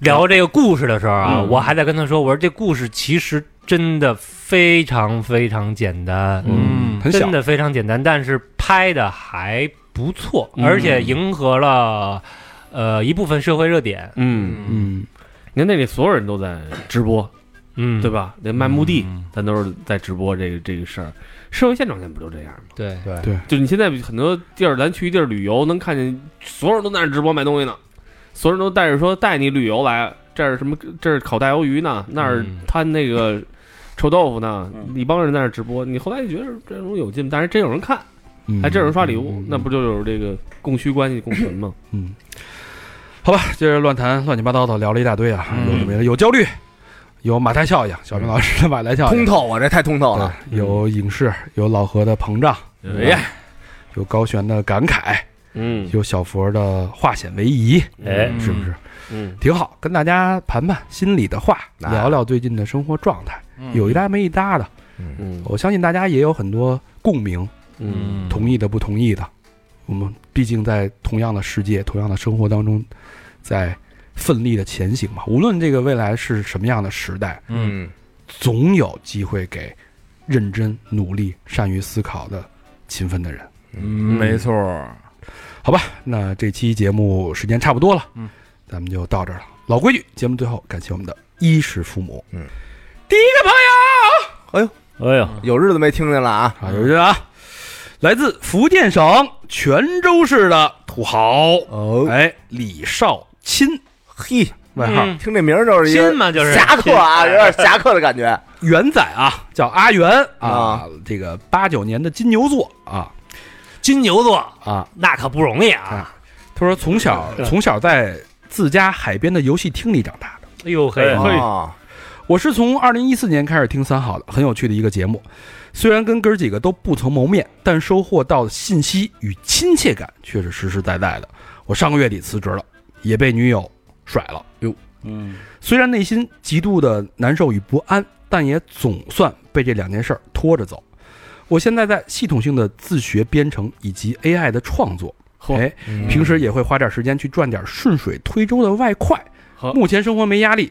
Speaker 2: 聊这个故事的时候啊，
Speaker 7: 嗯
Speaker 2: 我还在跟他说，我说这故事其实真的非常非常简单，
Speaker 7: 嗯
Speaker 3: 很小
Speaker 2: 真的非常简单，但是拍的还不错，
Speaker 3: 嗯
Speaker 2: 而且迎合了呃一部分社会热点，
Speaker 7: 嗯，
Speaker 3: 嗯，
Speaker 7: 你看那里所有人都在直播，
Speaker 2: 嗯，
Speaker 7: 对？吧？连卖墓
Speaker 3: 嗯
Speaker 7: 地，咱都是在直播这个这个事儿。社会现状现在不就这样吗？
Speaker 2: 对，
Speaker 7: 就你现在很多地儿，咱去一地儿旅游，能看见所有人都在那儿直播卖东西呢，所有人都带着说带你旅游来，这儿什么这儿烤大鱿鱼呢，那儿
Speaker 2: 嗯
Speaker 7: 摊那个臭豆腐呢，一帮人在那儿直播。你后来就觉得这种有劲，但是真有人看，
Speaker 3: 嗯
Speaker 7: 还哎真有人刷礼物，那不就有这个供需关系共存吗？
Speaker 3: 嗯，好吧，接着乱谈乱七八糟的聊了一大堆啊，
Speaker 7: 嗯
Speaker 3: 有什么呀有焦虑，有马太效应，小明老师的马太效应
Speaker 4: 通，透啊，这太通透了。
Speaker 7: 嗯
Speaker 3: 对有影视，有老何的膨胀，
Speaker 7: 哎呀，
Speaker 3: 有高璇的感慨，
Speaker 7: 嗯
Speaker 3: 有小佛的化险为夷，
Speaker 6: 哎，
Speaker 3: 是不是
Speaker 7: 嗯
Speaker 3: 挺好？跟大家盘盘心里的话，
Speaker 4: 哎
Speaker 3: 聊聊最近的生活状态，有一搭没一搭的。
Speaker 7: 嗯
Speaker 3: 我相信大家也有很多共鸣，
Speaker 7: 嗯
Speaker 3: 同意的、不同意的。我们毕竟在同样的世界、同样的生活当中，在奋力的前行嘛。无论这个未来是什么样的时代，
Speaker 4: 嗯，
Speaker 3: 总有机会给认真、努力、善于思考的勤奋的人。
Speaker 5: 没错，
Speaker 3: 那这期节目时间差不多了，
Speaker 5: 嗯，
Speaker 3: 咱们就到这儿了。老规矩，节目最后感谢我们的衣食父母
Speaker 6: 哎呦，
Speaker 4: 有日子没听见了啊，
Speaker 3: 啊，有人啊，来自福建省泉州市的土豪，
Speaker 4: 哦，
Speaker 3: 哎，李少钦，
Speaker 4: 嘿，
Speaker 3: 外号、
Speaker 2: 嗯
Speaker 4: 听这名儿就是一
Speaker 2: 亲
Speaker 4: 个
Speaker 2: 嘛就是
Speaker 4: 侠客啊，有点侠客的感 觉。
Speaker 3: 元仔啊，叫阿元啊
Speaker 4: 啊，
Speaker 3: 这个八九年的金牛座啊
Speaker 2: 金牛座
Speaker 3: 啊，
Speaker 2: 那可不容易啊，
Speaker 3: 他说从小从小在自家海边的游戏厅里长大的。
Speaker 2: 哎呦嘿，
Speaker 6: 哎
Speaker 4: 啊，
Speaker 3: 我是从二零一四年开始听三好的，很有趣的一个节目。虽然跟哥儿几个都不曾谋面，但收获到的信息与亲切感却是实实在在的。我上个月底辞职了，也被女友甩了。哟，
Speaker 6: 嗯，
Speaker 3: 虽然内心极度的难受与不安，但也总算被这两件事儿拖着走。我现在在系统性的自学编程以及 AI 的创作，
Speaker 7: 嚯
Speaker 3: 哎，
Speaker 4: 嗯
Speaker 3: 平时也会花点时间去赚点顺水推舟的外快
Speaker 7: 呵。
Speaker 3: 目前生活没压力，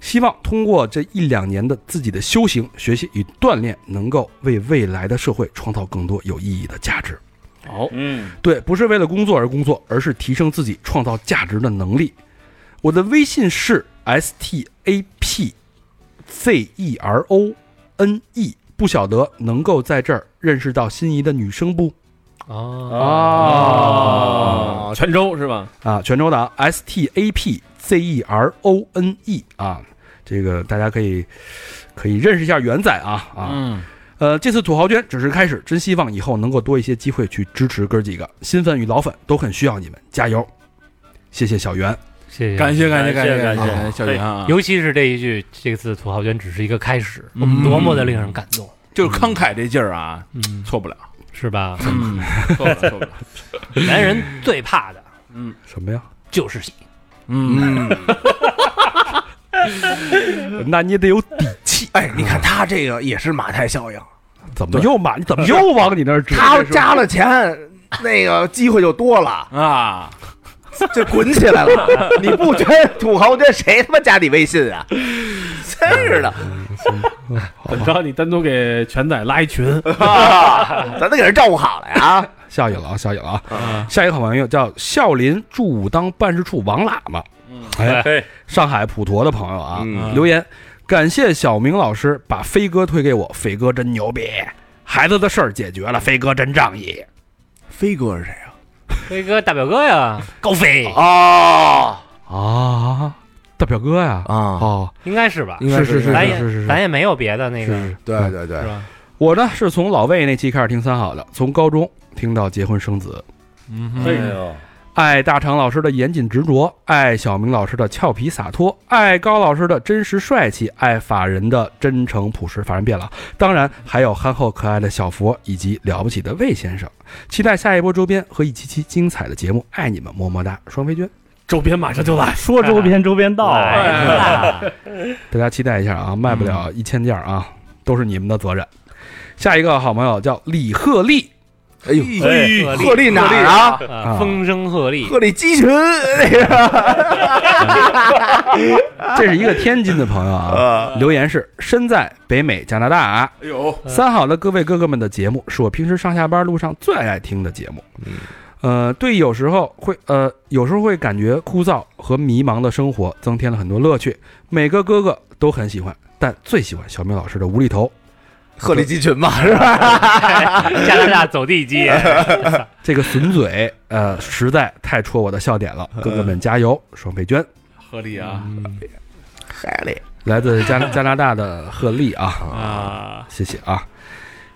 Speaker 3: 希望通过这一两年的自己的修行、学习与锻炼，能够为未来的社会创造更多有意义的价值。
Speaker 7: 好
Speaker 6: 嗯，
Speaker 3: 对，不是为了工作而工作，而是提升自己创造价值的能力。我的微信是 s t a p z e r o n e，不晓得能够在这儿认识到心仪的女生不？
Speaker 2: 哦，
Speaker 3: 哦
Speaker 7: 啊，泉州是吧？
Speaker 3: 啊，泉州的 S T A P Z E R O N E 啊，这个大家可以可以认识一下元仔啊啊。
Speaker 5: 嗯，
Speaker 3: 呃，这次土豪捐只是开始，真希望以后能够多一些机会去支持哥几个，新粉与老粉都很需要你们，加油！谢谢小袁，
Speaker 2: 谢谢，
Speaker 5: 感谢感谢
Speaker 6: 感谢
Speaker 5: 谢
Speaker 6: 感谢
Speaker 5: 感谢小袁啊，
Speaker 2: 尤其是这一句，这次土豪捐只是一个开始，多么的令人感动，
Speaker 5: 就是慷慨这劲儿啊，
Speaker 2: 嗯，
Speaker 5: 错不了，
Speaker 2: 是吧？
Speaker 5: 嗯错不了，错不了，
Speaker 2: 男人最怕的
Speaker 3: 什么呀？
Speaker 2: 就是喜
Speaker 5: 嗯，
Speaker 3: 那你也得有底气，
Speaker 4: 哎，你看他这个也是马太效应，
Speaker 3: 怎么又马？你怎么又往你那儿指？
Speaker 4: 他加了钱，那个机会就多了。
Speaker 5: 啊，
Speaker 4: 就滚起来 了！你不捐土豪捐谁他妈加你微信啊？真 是的，
Speaker 7: 怎么着？你单独给全仔拉一 群，
Speaker 4: 啊、咱得给人照顾好了呀！
Speaker 3: 下一个了啊，下一个了啊，下一个好朋友叫孝林驻武当办事处王喇嘛，哎，上海普陀的朋友啊，
Speaker 4: 嗯
Speaker 3: 留言。感谢小明老师把飞哥推给我，飞哥真牛逼，孩子的事儿解决了，飞哥真仗义。
Speaker 4: 飞哥是谁啊？
Speaker 2: 飞哥大表哥呀，高飞
Speaker 4: 哦
Speaker 3: 啊，大表哥呀！
Speaker 4: 啊，
Speaker 3: 哦，
Speaker 2: 应该是吧？
Speaker 4: 应该
Speaker 3: 是是是
Speaker 2: 咱
Speaker 3: 是
Speaker 2: 也
Speaker 3: 是是
Speaker 2: 咱也没有别的那个，
Speaker 3: 是
Speaker 4: 对对对
Speaker 2: 是，吧？
Speaker 3: 我呢是从老魏那期开始听三好的，从高中听到结婚生子，
Speaker 5: 嗯
Speaker 6: 哎呦，
Speaker 3: 爱大肠老师的严谨执着，爱小明老师的俏皮洒脱，爱高老师的真实帅气，爱法人的真诚朴实，法人变了，当然还有憨厚可爱的小佛以及了不起的魏先生。期待下一波周边和一期期精彩的节目，爱你们，么么哒，双飞娟，
Speaker 7: 周边马上就来，
Speaker 6: 哎说周边周边到
Speaker 2: 哎
Speaker 6: 啊，
Speaker 2: 来啦
Speaker 3: 大家期待一下啊，卖不了一千件啊，都是你们的责任。下一个好朋友叫李鹤立，
Speaker 4: 哎呦，
Speaker 2: 哎
Speaker 4: 鹤立哪儿啊？
Speaker 2: 啊风声鹤唳，
Speaker 4: 鹤立鸡群，哎那个
Speaker 3: 这是一个天津的朋友啊，留言是身在北美加拿大啊，
Speaker 5: 呦，
Speaker 3: 三好的各位哥哥们的节目是我平时上下班路上最爱听的节目。呃，对，有时候会呃，有时候会感觉枯燥和迷茫的生活增添了很多乐趣。每个哥哥都很喜欢，但最喜欢小明老师的无厘头。
Speaker 4: 鹤立鸡群嘛， 是吧？
Speaker 2: 加拿大走地鸡，
Speaker 3: 这个损嘴，呃，实在太戳我的笑点了。哥哥们加油，双倍捐！
Speaker 5: 合理啊，
Speaker 4: 海里
Speaker 3: 来自加 加拿大的鹤立啊啊，谢谢啊。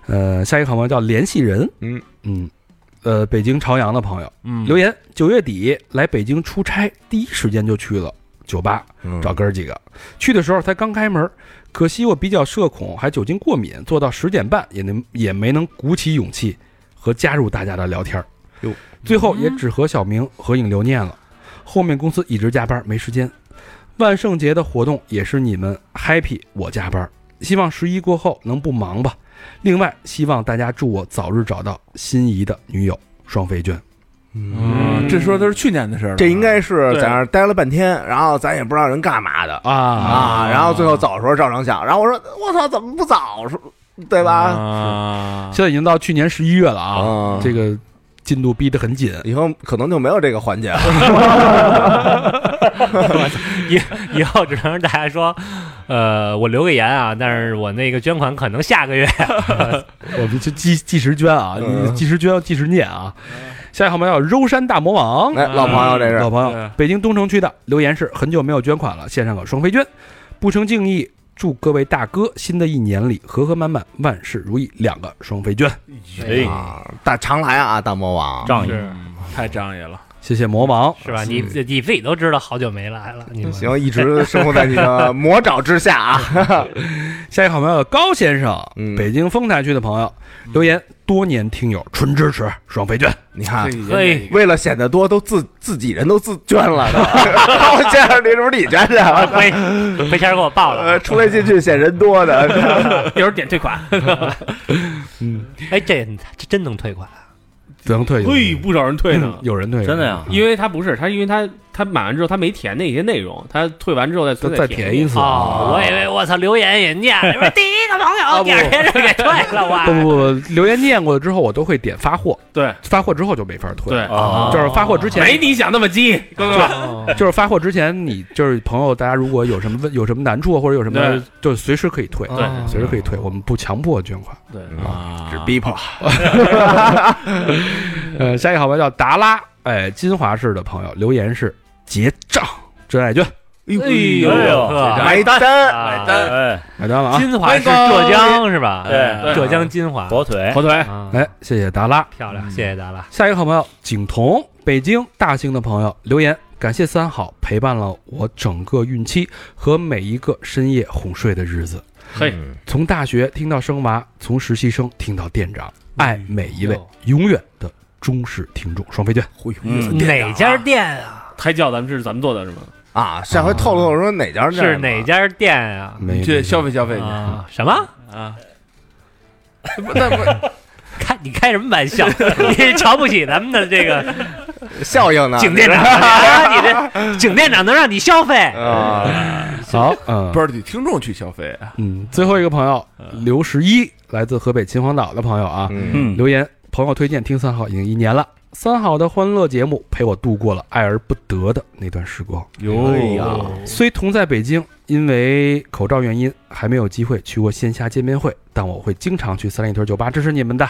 Speaker 3: 呃，下一个好朋友叫联系人，
Speaker 4: 嗯
Speaker 3: 嗯，呃，北京朝阳的朋友
Speaker 5: 嗯
Speaker 3: 留言，九月底来北京出差，第一时间就去了酒吧找
Speaker 4: 找
Speaker 3: 哥儿几个。去的时候才刚开门，可惜我比较社恐，还酒精过敏，做到十点半也能也没能鼓起勇气和加入大家的聊天儿
Speaker 4: 哟，
Speaker 3: 最后也只和小明合影留念了。后面公司一直加班没时间，万圣节的活动也是你们 happy 我加班，希望十一过后能不忙吧。另外，希望大家祝我早日找到心仪的女友双飞娟。
Speaker 5: 嗯，这说的是去年的事儿了，
Speaker 4: 这应该是
Speaker 5: 对
Speaker 4: 在那儿待了半天，然后咱也不知道人干嘛的
Speaker 3: 啊
Speaker 4: 啊，然后最后走的时候照张相，然后我说我操，怎么不早说，对吧？
Speaker 5: 啊，
Speaker 3: 现在已经到去年十一月了啊，
Speaker 4: 啊
Speaker 3: 这个进度逼得很紧。
Speaker 4: 以后可能就没有这个环节了。
Speaker 2: 以后只能让大家说，呃，我留个言啊，但是我那个捐款可能下个月，
Speaker 3: 我们就计计时捐啊，
Speaker 4: 嗯
Speaker 3: 计时捐要计时念啊。下一个好朋友柔山大魔王，
Speaker 4: 哎，老朋友，这是
Speaker 3: 老朋友，北京东城区的留言是很久没有捐款了，献上个双飞捐，不成敬意。祝各位大哥新的一年里和和满满，万事如意，两个双飞捐，
Speaker 6: 哎，
Speaker 4: 啊，大常来啊，大魔王，
Speaker 6: 仗义，
Speaker 5: 太仗义了，
Speaker 3: 谢谢魔王。
Speaker 2: 是吧？你你自己都知道好久没来了，你们
Speaker 4: 行，一直生活在你的魔爪之下啊。
Speaker 3: 下一个好朋友高先生，
Speaker 4: 嗯
Speaker 3: 北京丰台区的朋友留言，多年听友，纯支持双飞捐。
Speaker 4: 你看，
Speaker 2: 嘿，
Speaker 4: 为了显得多，都自自己人都自捐了。都我这样，你是不是你捐的？
Speaker 2: 回回钱给我报了
Speaker 4: 呃，，出来进去显人多的，
Speaker 2: 一会儿点退款。哎，这这真能退款，啊
Speaker 3: 不能退，
Speaker 4: 哎
Speaker 3: 嗯
Speaker 7: 嘿，哎不少人退呢。
Speaker 3: 有人退，
Speaker 6: 真
Speaker 4: 嗯
Speaker 6: 的呀，
Speaker 7: 因为他不是他，因为他他买完之后他没填那些内容，他退完之后再
Speaker 3: 再
Speaker 7: 再
Speaker 3: 再填一次啊
Speaker 6: 啊
Speaker 2: 哦，我以为我操，留言也念了，说第一个朋友，第二天就给退了，
Speaker 3: 不
Speaker 2: 我
Speaker 3: 不不，留言念过之后，我都会点发货，
Speaker 7: 对
Speaker 3: 发货之后就没法退。
Speaker 7: 对，，
Speaker 2: 哦
Speaker 3: 就是发货之前，
Speaker 7: 没你想那么鸡，哥哥们。
Speaker 3: 就是发货之前，你就是朋友，大家如果有什么问、有什么难处啊或者有什么
Speaker 7: 对，
Speaker 3: 就随时可以退，
Speaker 7: 对
Speaker 3: 随时可以退，我们不强迫捐款。
Speaker 7: 对
Speaker 2: 哦
Speaker 4: 只逼迫。
Speaker 3: 呃，下一个好朋友叫达拉，哎，金华市的朋友留言是结账，真爱捐，
Speaker 2: 哎呦呵，
Speaker 4: 买单，
Speaker 2: 买
Speaker 6: 哎，
Speaker 3: 买单了啊！
Speaker 2: 金华是浙江是吧？
Speaker 6: 对
Speaker 2: 浙江金华。
Speaker 6: 火腿，
Speaker 7: 火腿，
Speaker 2: 啊，
Speaker 3: 哎，谢谢达拉。
Speaker 2: 漂亮，谢谢大家。
Speaker 3: 下一个好朋友景彤，北京大兴的朋友留言，感谢三好陪伴了我整个孕期和每一个深夜哄睡的日子。
Speaker 7: 嘿，
Speaker 3: 从大学听到生娃，从实习生听到店长，
Speaker 5: 嗯
Speaker 3: 爱每一位永远的忠实听众。双飞卷，
Speaker 5: 嗯
Speaker 4: 哎
Speaker 2: 哪家店啊？
Speaker 7: 胎教咱们是咱们做的是吗？
Speaker 4: 啊！下回透露说哪家
Speaker 2: 是哪
Speaker 4: 家？
Speaker 2: 家店啊？
Speaker 3: 没
Speaker 5: 去消费消费去，
Speaker 2: 啊，什么？
Speaker 5: 啊，
Speaker 2: 开你开什么玩笑？你是瞧不起咱们的这个
Speaker 4: 效应呢？
Speaker 2: 景店长？啊你这景店长能让你消费？
Speaker 4: 啊，
Speaker 3: 好，嗯，
Speaker 5: 不是嗯得听众去消费
Speaker 4: 哎
Speaker 5: 啊，
Speaker 3: 嗯，最后一个朋友刘十一，来自河北秦皇岛的朋友啊，
Speaker 4: 嗯，
Speaker 6: 嗯，
Speaker 3: 留言朋友推荐听三好已经一年了，三好的欢乐节目陪我度过了爱而不得的那段时光。
Speaker 4: 哎呀，
Speaker 3: 虽同在北京，因为口罩原因还没有机会去过线下见面会，但我会经常去三里屯酒吧支持你们的。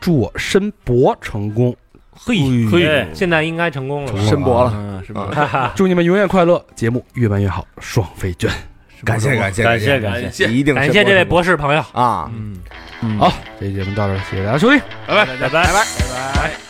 Speaker 3: 祝我申博成功，
Speaker 2: 嘿
Speaker 5: 嘿
Speaker 2: 现在应该成功了吧。
Speaker 4: 申博了，
Speaker 10: 嗯，是吧？
Speaker 3: 祝你们永远快乐，节目越办越好，爽飞卷。
Speaker 4: 感谢感谢
Speaker 5: 感
Speaker 4: 谢
Speaker 5: 谢感谢，
Speaker 4: 谢，一定
Speaker 2: 感
Speaker 4: 申
Speaker 2: 谢
Speaker 4: 博
Speaker 2: 这位
Speaker 4: 成功
Speaker 2: 博士朋友。
Speaker 4: 啊。
Speaker 5: 嗯
Speaker 3: 好，这期节目到这儿，谢谢大家收听。
Speaker 5: 拜拜拜拜。
Speaker 2: 拜拜。